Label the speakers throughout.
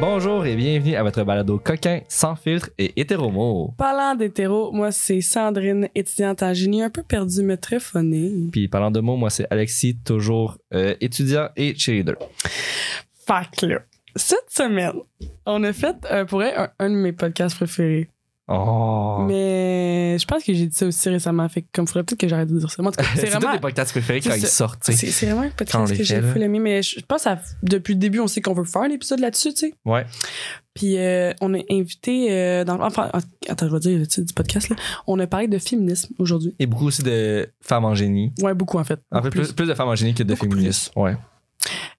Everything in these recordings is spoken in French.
Speaker 1: Bonjour et bienvenue à votre balado coquin, sans filtre et hétéromo.
Speaker 2: Parlant d'hétéro, moi c'est Sandrine, étudiante en génie, un peu perdue mais très phonée.
Speaker 1: Puis parlant de mots, moi c'est Alexis, toujours euh, étudiant et cheerleader.
Speaker 2: Fait que là, cette semaine, on a fait euh, pour elle, un, un de mes podcasts préférés.
Speaker 1: Oh!
Speaker 2: Mais je pense que j'ai dit ça aussi récemment, fait que comme faudrait peut-être que j'arrête de dire ça. Mais en tout cas, c'est
Speaker 1: C'est tous
Speaker 2: vraiment.
Speaker 1: des podcasts préférés quand
Speaker 2: c'est-
Speaker 1: ils sortent, tu
Speaker 2: C'est
Speaker 1: sais.
Speaker 2: c'est vraiment un
Speaker 1: Quand on les
Speaker 2: podcast que j'ai
Speaker 1: fait, là.
Speaker 2: full aimé, mais je je pense que depuis le début, on sait qu'on veut faire un épisode là-dessus, tu sais.
Speaker 1: Ouais.
Speaker 2: Puis euh, on a invité euh, dans Enfin, attends, je vais dire le titre du podcast, là. On a parlé de féminisme aujourd'hui.
Speaker 1: Et beaucoup aussi de femmes en génie.
Speaker 2: Ouais, beaucoup en fait.
Speaker 1: En fait,
Speaker 2: Plus.
Speaker 1: plus, plus de femmes en génie que de
Speaker 2: Beaucoup plus.
Speaker 1: féministes. Ouais.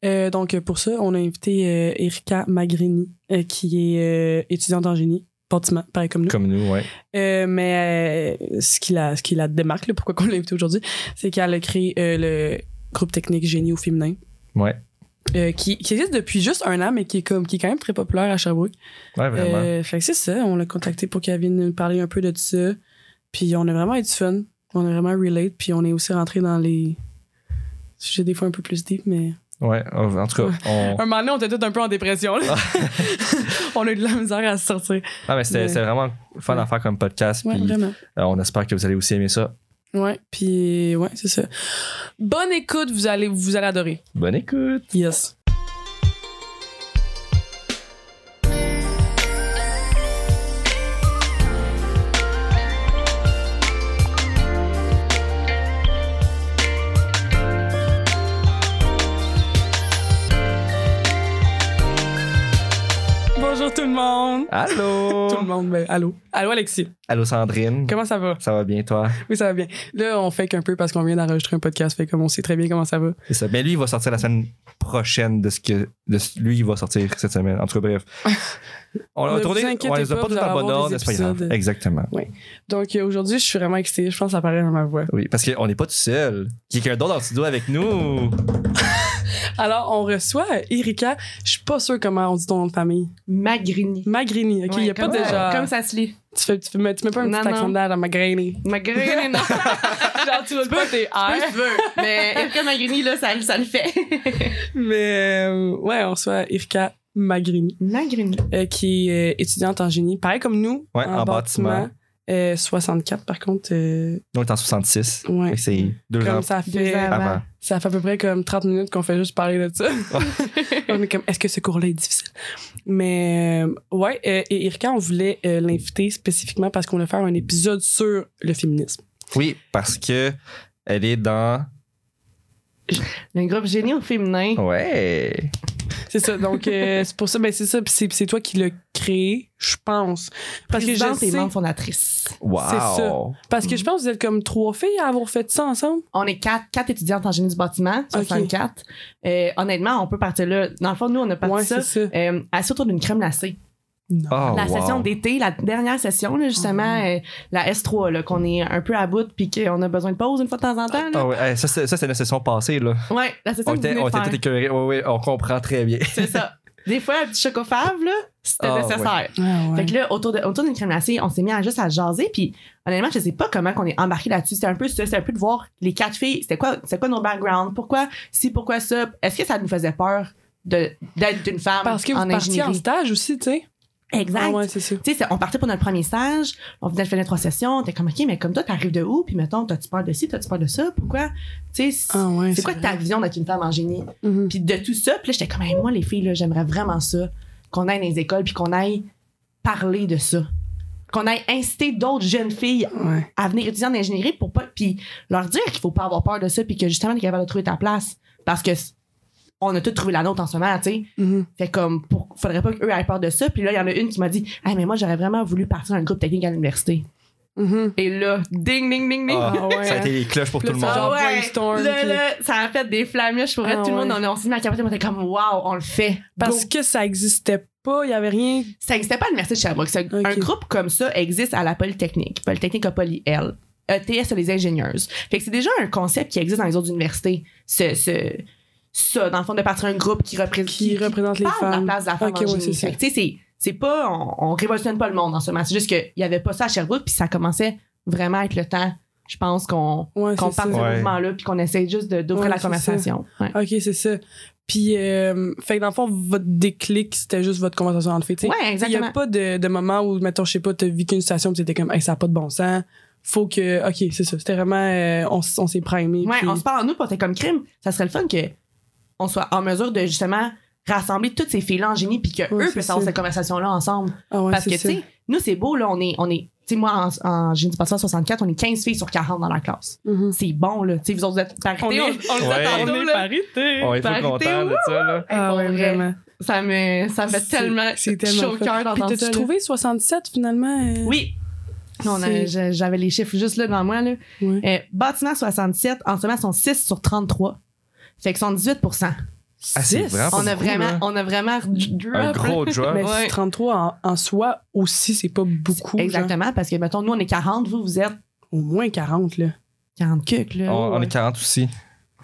Speaker 2: Euh, donc, euh, pour ça, on a invité euh, Erika Magrini, euh, qui est euh, étudiante en génie, bâtiment, pareil comme nous.
Speaker 1: Comme nous, ouais.
Speaker 2: Euh, mais euh, ce, qui la, ce qui la démarque, là, pourquoi on l'a invitée aujourd'hui, c'est qu'elle a créé euh, le groupe technique génie au féminin,
Speaker 1: Ouais.
Speaker 2: euh, qui, qui existe depuis juste un an, mais qui est, comme, qui est quand même très populaire à Sherbrooke.
Speaker 1: Ouais, vraiment.
Speaker 2: Euh, fait que c'est ça, on l'a contactée pour qu'elle vienne nous parler un peu de ça. Puis on a vraiment eu du fun, on a vraiment relate, puis on est aussi rentré dans les sujets des fois un peu plus deep, mais...
Speaker 1: Ouais. En tout cas, on.
Speaker 2: Un moment donné, on était tous un peu en dépression. là. on a eu de la misère à se sortir.
Speaker 1: Ah, mais c'était
Speaker 2: Mais-
Speaker 1: c'était vraiment fun à faire comme podcast.
Speaker 2: Ouais,
Speaker 1: Puis
Speaker 2: vraiment.
Speaker 1: euh, on espère que vous allez aussi aimer ça.
Speaker 2: Ouais, puis ouais, c'est ça. Bonne écoute, vous allez, vous allez adorer.
Speaker 1: Bonne écoute!
Speaker 2: Yes. Bonjour tout le monde. Tout le
Speaker 1: Allô!
Speaker 2: monde, ben, allô. Allô, Alexis.
Speaker 1: Allô, Sandrine.
Speaker 2: Comment ça va?
Speaker 1: Ça va bien, toi?
Speaker 2: Oui, ça va bien. Là, on fait qu'un peu parce qu'on vient d'enregistrer un podcast, fait comme on sait très bien comment ça va.
Speaker 1: C'est ça. Mais lui, il va sortir la semaine prochaine de ce que. De ce- lui, il va sortir cette semaine. En tout cas, bref. On,
Speaker 2: Ne
Speaker 1: l'a
Speaker 2: vous
Speaker 1: tourné. On
Speaker 2: inquiétez
Speaker 1: les a
Speaker 2: pas,
Speaker 1: pas tout
Speaker 2: vous allez
Speaker 1: en bon
Speaker 2: avoir
Speaker 1: ordre,
Speaker 2: des
Speaker 1: c'est pas grave.
Speaker 2: épisodes.
Speaker 1: Exactement.
Speaker 2: Donc euh, aujourd'hui, je suis vraiment excitée. Je pense que ça paraît dans ma voix.
Speaker 1: Oui, parce qu'on n'est pas tout seul. Quelqu'un d'autre en studio avec nous.
Speaker 2: Alors, on reçoit euh, Erika. Je suis pas sûre comment on dit ton nom de famille.
Speaker 3: Magrini.
Speaker 2: Magrini, OK? Il
Speaker 3: Ouais,
Speaker 2: y a pas
Speaker 3: comme
Speaker 2: de
Speaker 3: ça-
Speaker 2: genre...
Speaker 3: Comme ça se lit.
Speaker 2: Tu, fais, tu, fais- mais tu mets pas un
Speaker 3: Non,
Speaker 2: petit accent
Speaker 3: non.
Speaker 2: derrière, Magrini.
Speaker 3: Magrini, non.
Speaker 2: Genre, tu veux pas tes
Speaker 3: Peu,
Speaker 2: R.
Speaker 3: tu veux. Mais Erika Magrini, là, ça, ça le fait.
Speaker 2: Mais euh, ouais, on reçoit Erika Magrini,
Speaker 3: Magrini.
Speaker 2: euh, qui est euh, étudiante en génie. Pareil comme nous,
Speaker 1: Ouais, en bâtiment.
Speaker 2: Euh, 64, par contre. euh,
Speaker 1: On est en 66.
Speaker 2: ouais.
Speaker 1: Fait que C'est deux ans
Speaker 2: Comme ça
Speaker 3: Deux
Speaker 2: fait...
Speaker 3: ans avant.
Speaker 1: avant.
Speaker 2: Ça fait à peu près comme 30 minutes qu'on fait juste parler de ça. on est comme, est-ce que ce cours-là est difficile? Mais, euh, ouais, euh, et Erika, on voulait euh, l'inviter spécifiquement parce qu'on voulait faire un épisode sur le féminisme.
Speaker 1: Oui, parce que elle est dans.
Speaker 3: Le groupe Génie au féminin.
Speaker 1: Oh. Ouais.
Speaker 2: C'est ça. Donc, euh, c'est pour ça, ben, c'est ça. Puis c'est, c'est toi qui l'as créé, je pense. Parce que je
Speaker 3: Présidente et
Speaker 2: sais,
Speaker 3: membre fondatrice.
Speaker 1: Wow.
Speaker 2: C'est ça. Parce
Speaker 3: Mm-hmm.
Speaker 2: que je pense que vous êtes comme trois filles à avoir fait ça ensemble.
Speaker 3: On est quatre, quatre étudiantes en génie du bâtiment, 64. Euh, honnêtement, on peut partir là. Dans le fond, nous, on a parti
Speaker 2: ouais,
Speaker 3: ça.
Speaker 2: c'est ça.
Speaker 3: Euh, assis autour d'une crème glacée.
Speaker 1: Oh,
Speaker 3: la
Speaker 1: wow.
Speaker 3: session d'été, la dernière session, là, justement,
Speaker 2: Oh.
Speaker 3: euh, la S3, là, qu'on est un peu à bout puis qu'on a besoin de pause une fois de temps en temps. Là.
Speaker 1: Ah ouais, hey, ça, c'est- ça, c'est la session passée, là.
Speaker 3: Ouais, la session
Speaker 1: Oh. On
Speaker 3: que vous
Speaker 1: était,
Speaker 3: venez
Speaker 1: on
Speaker 3: de
Speaker 1: était
Speaker 3: faire.
Speaker 1: tout écœurés. Oui, oui, on comprend très bien.
Speaker 3: C'est ça. Des fois, un petit chocofave, là, c'était
Speaker 1: Ah,
Speaker 3: nécessaire.
Speaker 2: Ah, ouais.
Speaker 3: Fait que là, autour de- autour d'une crème glacée, on s'est mis à juste à jaser. Puis, honnêtement, je sais pas comment qu'on est embarqué là-dessus. C'était un peu ça. C'était un peu de voir les quatre filles. C'était quoi, c'était quoi nos backgrounds? Pourquoi si, pourquoi ça? Est-ce que ça nous faisait peur de, d'être une femme
Speaker 2: Parce que vous
Speaker 3: en
Speaker 2: partiez en
Speaker 3: ingénierie?
Speaker 2: stage aussi, tu sais.
Speaker 3: Exact.
Speaker 2: Ah, ouais, c'est ça.
Speaker 3: Tu sais, c'est- on partait pour notre premier stage, on venait de faire les trois sessions, on était comme, OK, mais comme toi, t'arrives de où? Puis mettons, t'as-tu peur de ci, t'as-tu peur de ça? Pourquoi? Tu sais, c'est-
Speaker 2: Ah, ouais,
Speaker 3: c'est quoi
Speaker 2: vrai.
Speaker 3: ta vision d'être une femme en génie?
Speaker 2: Mhm.
Speaker 3: Puis de tout ça, puis là, j'étais comme, Hey, moi, les filles, là, j'aimerais vraiment ça, qu'on aille dans les écoles, puis qu'on aille parler de ça. Qu'on aille inciter d'autres jeunes filles
Speaker 2: Ouais.
Speaker 3: à venir étudier en ingénierie pour pas. Puis leur dire qu'il faut pas avoir peur de ça, puis que justement, t'es capable de trouver ta place. Parce que c- on a tous trouvé la nôtre en ce moment, tu sais.
Speaker 2: Mhm.
Speaker 3: Fait comme, pour, faudrait pas qu'eux aient peur de ça. Puis là, il y en a une qui m'a dit, hey, mais moi, j'aurais vraiment voulu partir d'un groupe technique à l'université.
Speaker 2: Mhm.
Speaker 3: Et là, ding, ding, ding, ding.
Speaker 1: Ah,
Speaker 2: Ah, ouais,
Speaker 1: Ça a
Speaker 2: hein.
Speaker 1: été les cloches pour
Speaker 2: Puis
Speaker 1: tout le
Speaker 2: là,
Speaker 1: monde.
Speaker 2: tu
Speaker 3: Ah
Speaker 2: genre
Speaker 3: ouais,
Speaker 2: brainstorm,
Speaker 3: là,
Speaker 2: puis-
Speaker 3: là, ça a fait des flammes. Là, je pourrais
Speaker 2: Ah
Speaker 3: tout le monde,
Speaker 2: ouais.
Speaker 3: on, on s'est mis à capoter, on était comme, waouh, on le fait.
Speaker 2: Parce
Speaker 3: Go.
Speaker 2: que ça existait pas, il y avait rien.
Speaker 3: Ça n'existait pas à l'Université de Sherbrooke. C'est-
Speaker 2: Ok.
Speaker 3: Un groupe comme ça existe à la Polytechnique. Polytechnique a Poly L. Euh, ETS a les ingénieuses. Fait que c'est déjà un concept qui existe dans les autres universités. Ce, ce- ça, dans le fond, de partir un groupe qui, représente
Speaker 2: Qui représente les
Speaker 3: parle de
Speaker 2: femmes.
Speaker 3: la place de la femme
Speaker 2: Ok,
Speaker 3: en
Speaker 2: ouais,
Speaker 3: génie.
Speaker 2: c'est ça.
Speaker 3: Fait que, tu sais, c'est- c'est pas, on, on révolutionne pas le monde en ce moment. C'est juste qu'il y avait pas ça à Sherbrooke, puis ça commençait vraiment à être le temps, je pense, qu'on
Speaker 2: Ouais,
Speaker 3: qu'on
Speaker 2: c'est
Speaker 3: parte de
Speaker 2: ça.
Speaker 3: ce
Speaker 1: Ouais.
Speaker 3: mouvement-là, puis qu'on essaie juste de- d'ouvrir
Speaker 2: Ouais,
Speaker 3: la
Speaker 2: c'est ça.
Speaker 3: conversation. Ouais.
Speaker 2: Ok, c'est ça. Puis, euh, fait que dans le fond, votre déclic, c'était juste votre conversation entre filles. tu sais.
Speaker 3: Ouais,
Speaker 2: Il n'y a
Speaker 3: exactement.
Speaker 2: pas de, de moment où, mettons, je sais pas, t'as vécu une situation où t'étais comme, hey, ça n'a pas de bon sens. Faut que. Ok, c'est ça. C'était vraiment. euh, on s- on s'est primé.
Speaker 3: Ouais,
Speaker 2: puis-
Speaker 3: on se parle en nous, puis on était comme crime. Ça serait le fun que on soit en mesure de justement rassembler toutes ces filles-là en génie, puis que
Speaker 2: Ouais,
Speaker 3: eux
Speaker 2: c'est
Speaker 3: puissent avoir
Speaker 2: ça.
Speaker 3: cette conversation-là ensemble.
Speaker 2: Ah ouais,
Speaker 3: Parce que,
Speaker 2: c'est
Speaker 3: tu
Speaker 2: ça.
Speaker 3: sais, nous, c'est beau, là, on est, on est, tu sais, moi, en, en génie du passé en 64, on est 15 filles sur 40 dans la classe.
Speaker 2: Mhm.
Speaker 3: C'est bon, là. Tu sais, vous autres, vous êtes parité.
Speaker 2: On est-
Speaker 3: le
Speaker 1: Ouais.
Speaker 3: sait
Speaker 2: On est
Speaker 3: là.
Speaker 2: parité.
Speaker 1: On est trop
Speaker 3: Parité,
Speaker 1: content de ça, là.
Speaker 3: Hey,
Speaker 2: Ah
Speaker 3: pour
Speaker 2: ouais,
Speaker 3: vrai,
Speaker 2: vraiment.
Speaker 3: Ça me, ça me fait
Speaker 2: C'est-
Speaker 3: tellement,
Speaker 2: c'est tellement
Speaker 3: chaud au
Speaker 2: fun.
Speaker 3: cœur
Speaker 2: Puis
Speaker 3: d'entendre ça.
Speaker 2: t'as-tu
Speaker 3: là.
Speaker 2: trouvé 67 finalement? euh?
Speaker 3: Oui. Non, on a-
Speaker 2: C'est-
Speaker 3: je- j'avais les chiffres juste là devant moi. Là.
Speaker 2: Ouais.
Speaker 3: Euh, bâtiment 67, en ce moment, sont 6 sur 33. Fait que sont 18
Speaker 1: Ah, c'est vraiment pas
Speaker 3: on, a
Speaker 1: beaucoup,
Speaker 3: vraiment,
Speaker 1: là.
Speaker 3: on a vraiment drop.
Speaker 1: Un gros drop.
Speaker 2: Mais
Speaker 3: Ouais.
Speaker 2: 33 en, en soi aussi, c'est pas beaucoup. genre.
Speaker 3: Exactement, parce que, mettons, nous, on est 40, vous, vous êtes
Speaker 2: Au moins 40, là.
Speaker 3: 40 cucs,
Speaker 1: On,
Speaker 3: là.
Speaker 2: Oh,
Speaker 1: Oh, on est 40 aussi.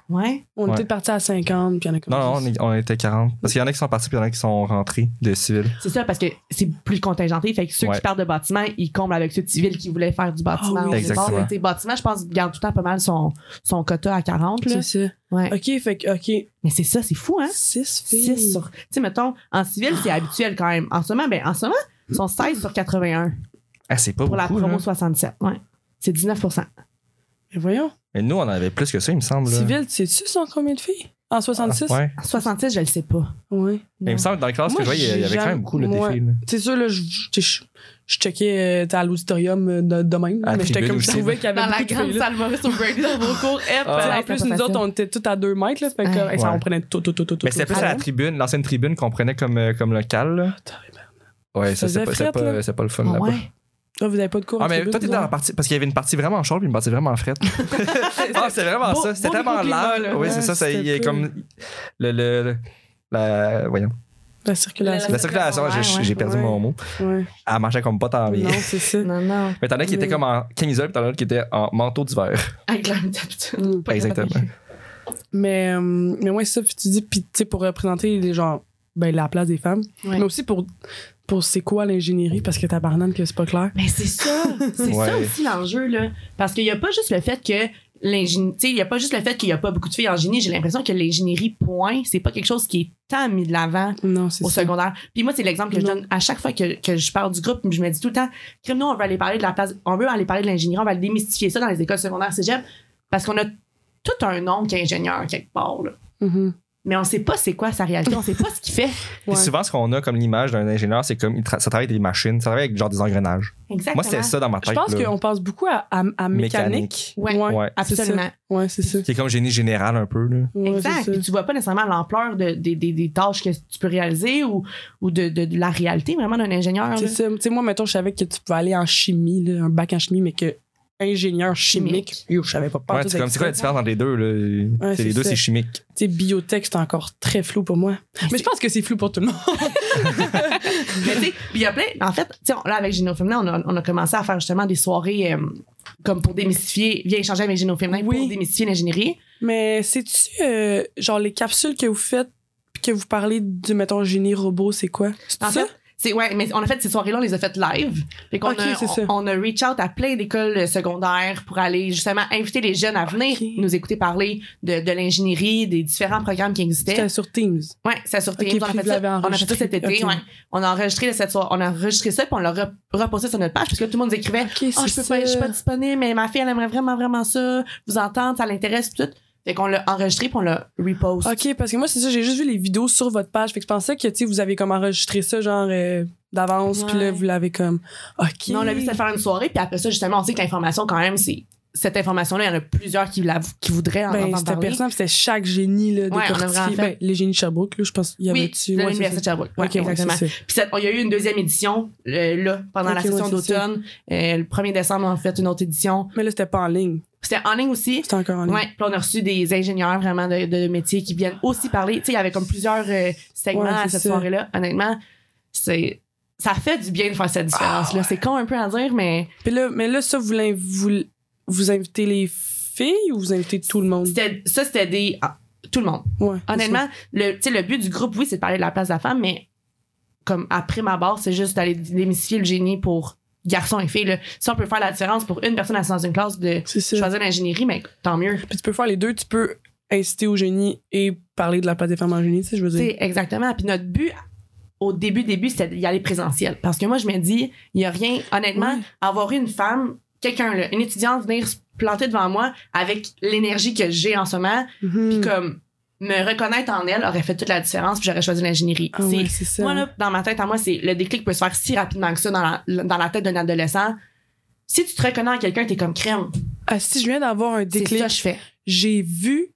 Speaker 3: Ouais.
Speaker 2: On
Speaker 1: Ouais.
Speaker 2: était parti à 50, puis il y en a comme
Speaker 1: Non, non,
Speaker 2: dix.
Speaker 1: on, est- on était 40. Parce qu'il y en a qui sont partis, puis il y en a qui sont rentrés de civil.
Speaker 3: C'est ça, parce que c'est plus contingenté. Fait que ceux
Speaker 1: Ouais.
Speaker 3: qui partent de bâtiment, ils comblent avec ceux de civil qui voulaient faire du bâtiment.
Speaker 2: Ah oui,
Speaker 3: au départ.
Speaker 1: exactement.
Speaker 3: Tu sais, bâtiment, je pense, garde tout le temps pas mal son, son quota à 40, là.
Speaker 2: C'est ça.
Speaker 3: Ouais.
Speaker 2: OK, fait que, OK,
Speaker 3: Mais c'est ça, c'est fou, hein?
Speaker 2: 6 filles.
Speaker 3: 6 sur. Tu sais, mettons, en civil, c'est habituel quand même. En ce moment, ben, en ce moment, ils sont 16 sur 81
Speaker 1: Ah, c'est pas
Speaker 3: pour la
Speaker 1: beaucoup.
Speaker 3: promo
Speaker 1: là.
Speaker 3: 67. Ouais. C'est 19
Speaker 2: Mais voyons.
Speaker 1: Mais nous, on en avait plus que ça, il me semble. là.
Speaker 2: Civil, sais-tu sans combien de filles? En 66?
Speaker 1: Ah, ouais.
Speaker 3: 66, je le sais pas.
Speaker 2: Ouais.
Speaker 1: Mais il me semble que dans la classe
Speaker 2: Moi,
Speaker 1: que je voyais, il y avait
Speaker 2: j'ai
Speaker 1: quand même beaucoup de
Speaker 2: jamais-
Speaker 1: défis. là.
Speaker 2: C'est sûr, là, je, je, je- je checkais, euh, t'es à l'auditorium euh, de, de même,
Speaker 1: À la
Speaker 2: mais j'étais
Speaker 1: Ah, tribune
Speaker 2: comme, je
Speaker 1: aussi,
Speaker 2: trouvais
Speaker 1: là.
Speaker 2: qu'il y avait
Speaker 3: Dans la
Speaker 2: beaucoup de
Speaker 3: grande
Speaker 2: filles, là.
Speaker 3: salle Maurice O'Brady dans vos cours, hep,
Speaker 1: Ah.
Speaker 2: Puis
Speaker 3: la
Speaker 2: en plus, nous
Speaker 3: présentation.
Speaker 2: autres, on était tous à 2 mètres, là, fait que,
Speaker 3: Ouais.
Speaker 2: hey, ça,
Speaker 1: Ouais.
Speaker 2: on prenait tout, tout, tout, tout.
Speaker 1: Mais c'était
Speaker 2: tout, Ah,
Speaker 1: plus
Speaker 2: tout.
Speaker 1: à la tribune, l'ancienne tribune qu'on prenait comme, euh, comme local. là.
Speaker 2: Ah, tabarnak.
Speaker 1: Ouais, ça,
Speaker 2: Ça faisait
Speaker 1: c'est pas, c'est
Speaker 2: frette, là.
Speaker 1: pas, c'est pas le fun
Speaker 3: Ah
Speaker 1: là-bas.
Speaker 3: ouais.
Speaker 2: Ah, vous avez pas de cours en
Speaker 1: Ah, mais
Speaker 2: tribune,
Speaker 1: toi, t'étais dans la
Speaker 2: vous
Speaker 1: partie. Parce qu'il y avait une partie vraiment chaude, puis une partie vraiment frette. ah, c'est vraiment
Speaker 3: Beau-
Speaker 1: ça. C'était
Speaker 3: beau
Speaker 1: tellement
Speaker 3: micro-climat,
Speaker 1: large.
Speaker 3: là.
Speaker 1: Oui, c'est
Speaker 2: Ouais,
Speaker 1: ça. ça, Il y a
Speaker 2: c'était
Speaker 1: comme. Le. le- le- la, voyons.
Speaker 2: La circulation.
Speaker 1: La circulation,
Speaker 3: ouais,
Speaker 1: j'ai
Speaker 3: ouais.
Speaker 1: j'ai perdu
Speaker 2: Ouais.
Speaker 1: mon mot.
Speaker 2: Ouais.
Speaker 1: Elle marchait comme pas tant bien.
Speaker 2: Non, c'est ça.
Speaker 3: Non, non.
Speaker 1: Mais t'en as qui étaient
Speaker 2: Mais-
Speaker 1: comme en camisole, puis t'en as qui étaient en manteau d'hiver.
Speaker 3: Avec la d'habitude.
Speaker 2: Mm.
Speaker 3: Pas
Speaker 1: Exactement.
Speaker 3: capable.
Speaker 2: Mais, euh, mais ouais, c'est ça, puis tu dis, puis tu sais, pour représenter les gens, ben, la place des femmes,
Speaker 3: Ouais.
Speaker 2: mais aussi pour, pour c'est quoi l'ingénierie, parce que t'as barnane que c'est pas clair.
Speaker 3: Mais c'est ça. C'est ça
Speaker 1: Ouais.
Speaker 3: aussi l'enjeu, là. Parce qu'il n'y a pas juste le fait que l'ingénierie. Tu sais, il n'y a pas juste le fait qu'il n'y a pas beaucoup de filles en génie. J'ai l'impression que l'ingénierie, point, c'est pas quelque chose qui est tant mis de l'avant
Speaker 2: Non, c'est
Speaker 3: au
Speaker 2: ça.
Speaker 3: secondaire. Puis moi, c'est l'exemple que je
Speaker 2: Non.
Speaker 3: donne à chaque fois que, que je parle du groupe. Je me dis tout le temps, crime, nous, on veut aller parler de la place, on veut aller parler de l'ingénierie, on va aller démystifier ça dans les écoles secondaires cégep parce qu'on a tout un nom qui est ingénieur quelque part, là.
Speaker 2: Mhm.
Speaker 3: Mais on sait pas c'est quoi sa réalité, on sait pas ce qu'il fait.
Speaker 1: Puis
Speaker 2: Ouais.
Speaker 1: souvent, ce qu'on a comme l'image d'un ingénieur, c'est comme il tra- ça travaille avec des machines, ça travaille avec genre des engrenages.
Speaker 3: Exactement.
Speaker 1: Moi, c'était ça dans ma
Speaker 2: Je
Speaker 1: tête.
Speaker 2: pense
Speaker 1: là.
Speaker 2: qu'on pense beaucoup à, à, à mécanique.
Speaker 3: Ouais,
Speaker 1: Ouais.
Speaker 3: Absolument.
Speaker 2: Ouais, c'est ça.
Speaker 1: Qui est comme génie général un peu. Là.
Speaker 2: Ouais,
Speaker 3: exact.
Speaker 2: c'est
Speaker 3: Puis
Speaker 2: ça.
Speaker 3: tu vois pas nécessairement l'ampleur de- des, des- des tâches que tu peux réaliser ou, ou de, de- de la réalité vraiment d'un ingénieur. là.
Speaker 2: C'est ça. Tu sais, moi, mettons, je savais que tu pouvais aller en chimie, là, un bac en chimie, mais que ingénieur chimique,
Speaker 3: Chimique.
Speaker 2: yo, je savais pas.
Speaker 1: Ouais,
Speaker 2: partout
Speaker 1: c'est comme c'est quoi la
Speaker 2: ça.
Speaker 1: différence entre les deux là C'est
Speaker 2: Ouais, c'est
Speaker 1: Les deux,
Speaker 2: ça.
Speaker 1: c'est chimique.
Speaker 2: Tu sais, biotech, c'est encore très flou pour moi. Mais je pense que c'est flou pour tout le monde.
Speaker 3: Mais tu sais, puis il y a plein. En fait, tu sais, on- là, avec Géno Féminin, on a, on a commencé à faire justement des soirées euh, comme pour démystifier, viens échanger avec Géno Féminin
Speaker 2: Oui.
Speaker 3: pour démystifier l'ingénierie.
Speaker 2: Mais c'est-tu, euh, genre, les capsules que vous faites, puis que vous parlez de, mettons, génie robot, c'est quoi? C'est
Speaker 3: En
Speaker 2: ça?
Speaker 3: fait, c'est, ouais, mais on a fait ces soirées-là, on les a faites live. Fait qu'on
Speaker 2: Ok,
Speaker 3: a-
Speaker 2: c'est ça.
Speaker 3: on, on a reach out à plein d'écoles euh, secondaires pour aller justement inviter les jeunes à venir
Speaker 2: Ok.
Speaker 3: nous écouter parler de, de l'ingénierie, des différents programmes qui existaient.
Speaker 2: C'était sur Teams.
Speaker 3: Ouais, c'est sur
Speaker 2: Ok,
Speaker 3: Teams. on, a
Speaker 2: puis
Speaker 3: fait
Speaker 2: vous
Speaker 3: ça,
Speaker 2: l'avez
Speaker 3: on a fait ça
Speaker 2: enregistré.
Speaker 3: cet été.
Speaker 2: Ok.
Speaker 3: Ouais. On a enregistré cette soirée. On a enregistré ça, puis on l'a re- reposté sur notre page, parce que tout le monde nous écrivait
Speaker 2: Ok,
Speaker 3: Ah, je peux pas, je suis pas disponible, mais ma fille, elle aimerait vraiment, vraiment ça. Vous entendre, ça l'intéresse, puis tout. Fait qu'on l'a enregistré, puis on l'a repost.
Speaker 2: Ok, parce que moi, c'est ça, j'ai juste vu les vidéos sur votre page. Fait que je pensais que, tu sais, vous avez comme enregistré ça, genre, euh, d'avance, puis là,
Speaker 3: Ouais.
Speaker 2: vous l'avez comme. Ok.
Speaker 3: Non, on a vu ça faire une soirée, puis après ça, justement, on sait que l'information, quand même, c'est. Cette information-là, il y en a plusieurs qui, la, qui voudraient en
Speaker 2: Ben,
Speaker 3: entendre
Speaker 2: c'était
Speaker 3: parler.
Speaker 2: personnel, puis c'était chaque génie, là,
Speaker 3: Ouais, on a
Speaker 2: décortiqué.
Speaker 3: vraiment fait.
Speaker 2: ben, les génies de Sherbrooke, là, je pense, il y avait
Speaker 3: Oui,
Speaker 2: dessus.
Speaker 3: de
Speaker 2: Ouais, c'est
Speaker 3: l'Université de Sherbrooke. Ouais,
Speaker 2: ça. Ok, ouais,
Speaker 3: exactement.
Speaker 2: c'est ça.
Speaker 3: Puis ça- il y a eu une deuxième édition, euh, là, pendant la
Speaker 2: Ok, ouais,
Speaker 3: session
Speaker 2: c'est ça.
Speaker 3: d'automne. Euh, le 1er décembre, on a fait une autre édition.
Speaker 2: Mais là, c'était pas en ligne.
Speaker 3: C'était en ligne aussi.
Speaker 2: C'était encore en ligne.
Speaker 3: Ouais, puis on a reçu des ingénieurs vraiment de, de métiers qui viennent aussi parler. Tu sais, il y avait comme plusieurs euh, segments
Speaker 2: Ouais,
Speaker 3: à
Speaker 2: c'est
Speaker 3: cette
Speaker 2: ça.
Speaker 3: soirée-là. Honnêtement, c'est ça fait du bien de faire cette différence
Speaker 2: Ah,
Speaker 3: là c'est con un peu à dire mais
Speaker 2: Puis là, mais là, ça, vous, l'in- vous, vous invitez les filles ou vous invitez tout le monde?
Speaker 3: c'était- ça c'était des ah, tout le monde
Speaker 2: Ouais,
Speaker 3: honnêtement le tu sais, le but du groupe oui c'est de parler de la place de la femme mais comme après ma barre c'est juste d'aller démystifier le génie pour garçons et filles là. si on peut faire la différence pour une personne assise dans une classe de
Speaker 2: C'est ça. C'est ça.
Speaker 3: choisir l'ingénierie mais tant mieux
Speaker 2: Puis tu peux faire les deux, tu peux inciter au génie et parler de la place des femmes en génie, tu sais, je veux dire.
Speaker 3: C'est exactement. Puis notre but au début, début, c'était d'y aller présentiel. Parce que moi, je me dis, il n'y a rien, honnêtement,
Speaker 2: Ouais.
Speaker 3: avoir une femme, quelqu'un, là, une étudiante venir se planter devant moi avec l'énergie que j'ai en ce moment,
Speaker 2: Mm.
Speaker 3: puis comme me reconnaître en elle aurait fait toute la différence, puis j'aurais choisi l'ingénierie.
Speaker 2: Ah
Speaker 3: C'est-
Speaker 2: ouais, c'est ça.
Speaker 3: moi, là, dans ma tête, à moi, c'est le déclic peut se faire si rapidement que ça dans la, dans la tête d'un adolescent. Si tu te reconnais en quelqu'un, t'es comme crème.
Speaker 2: Ah, si je viens d'avoir un
Speaker 3: C'est ça que
Speaker 2: déclic,
Speaker 3: je fais.
Speaker 2: j'ai vu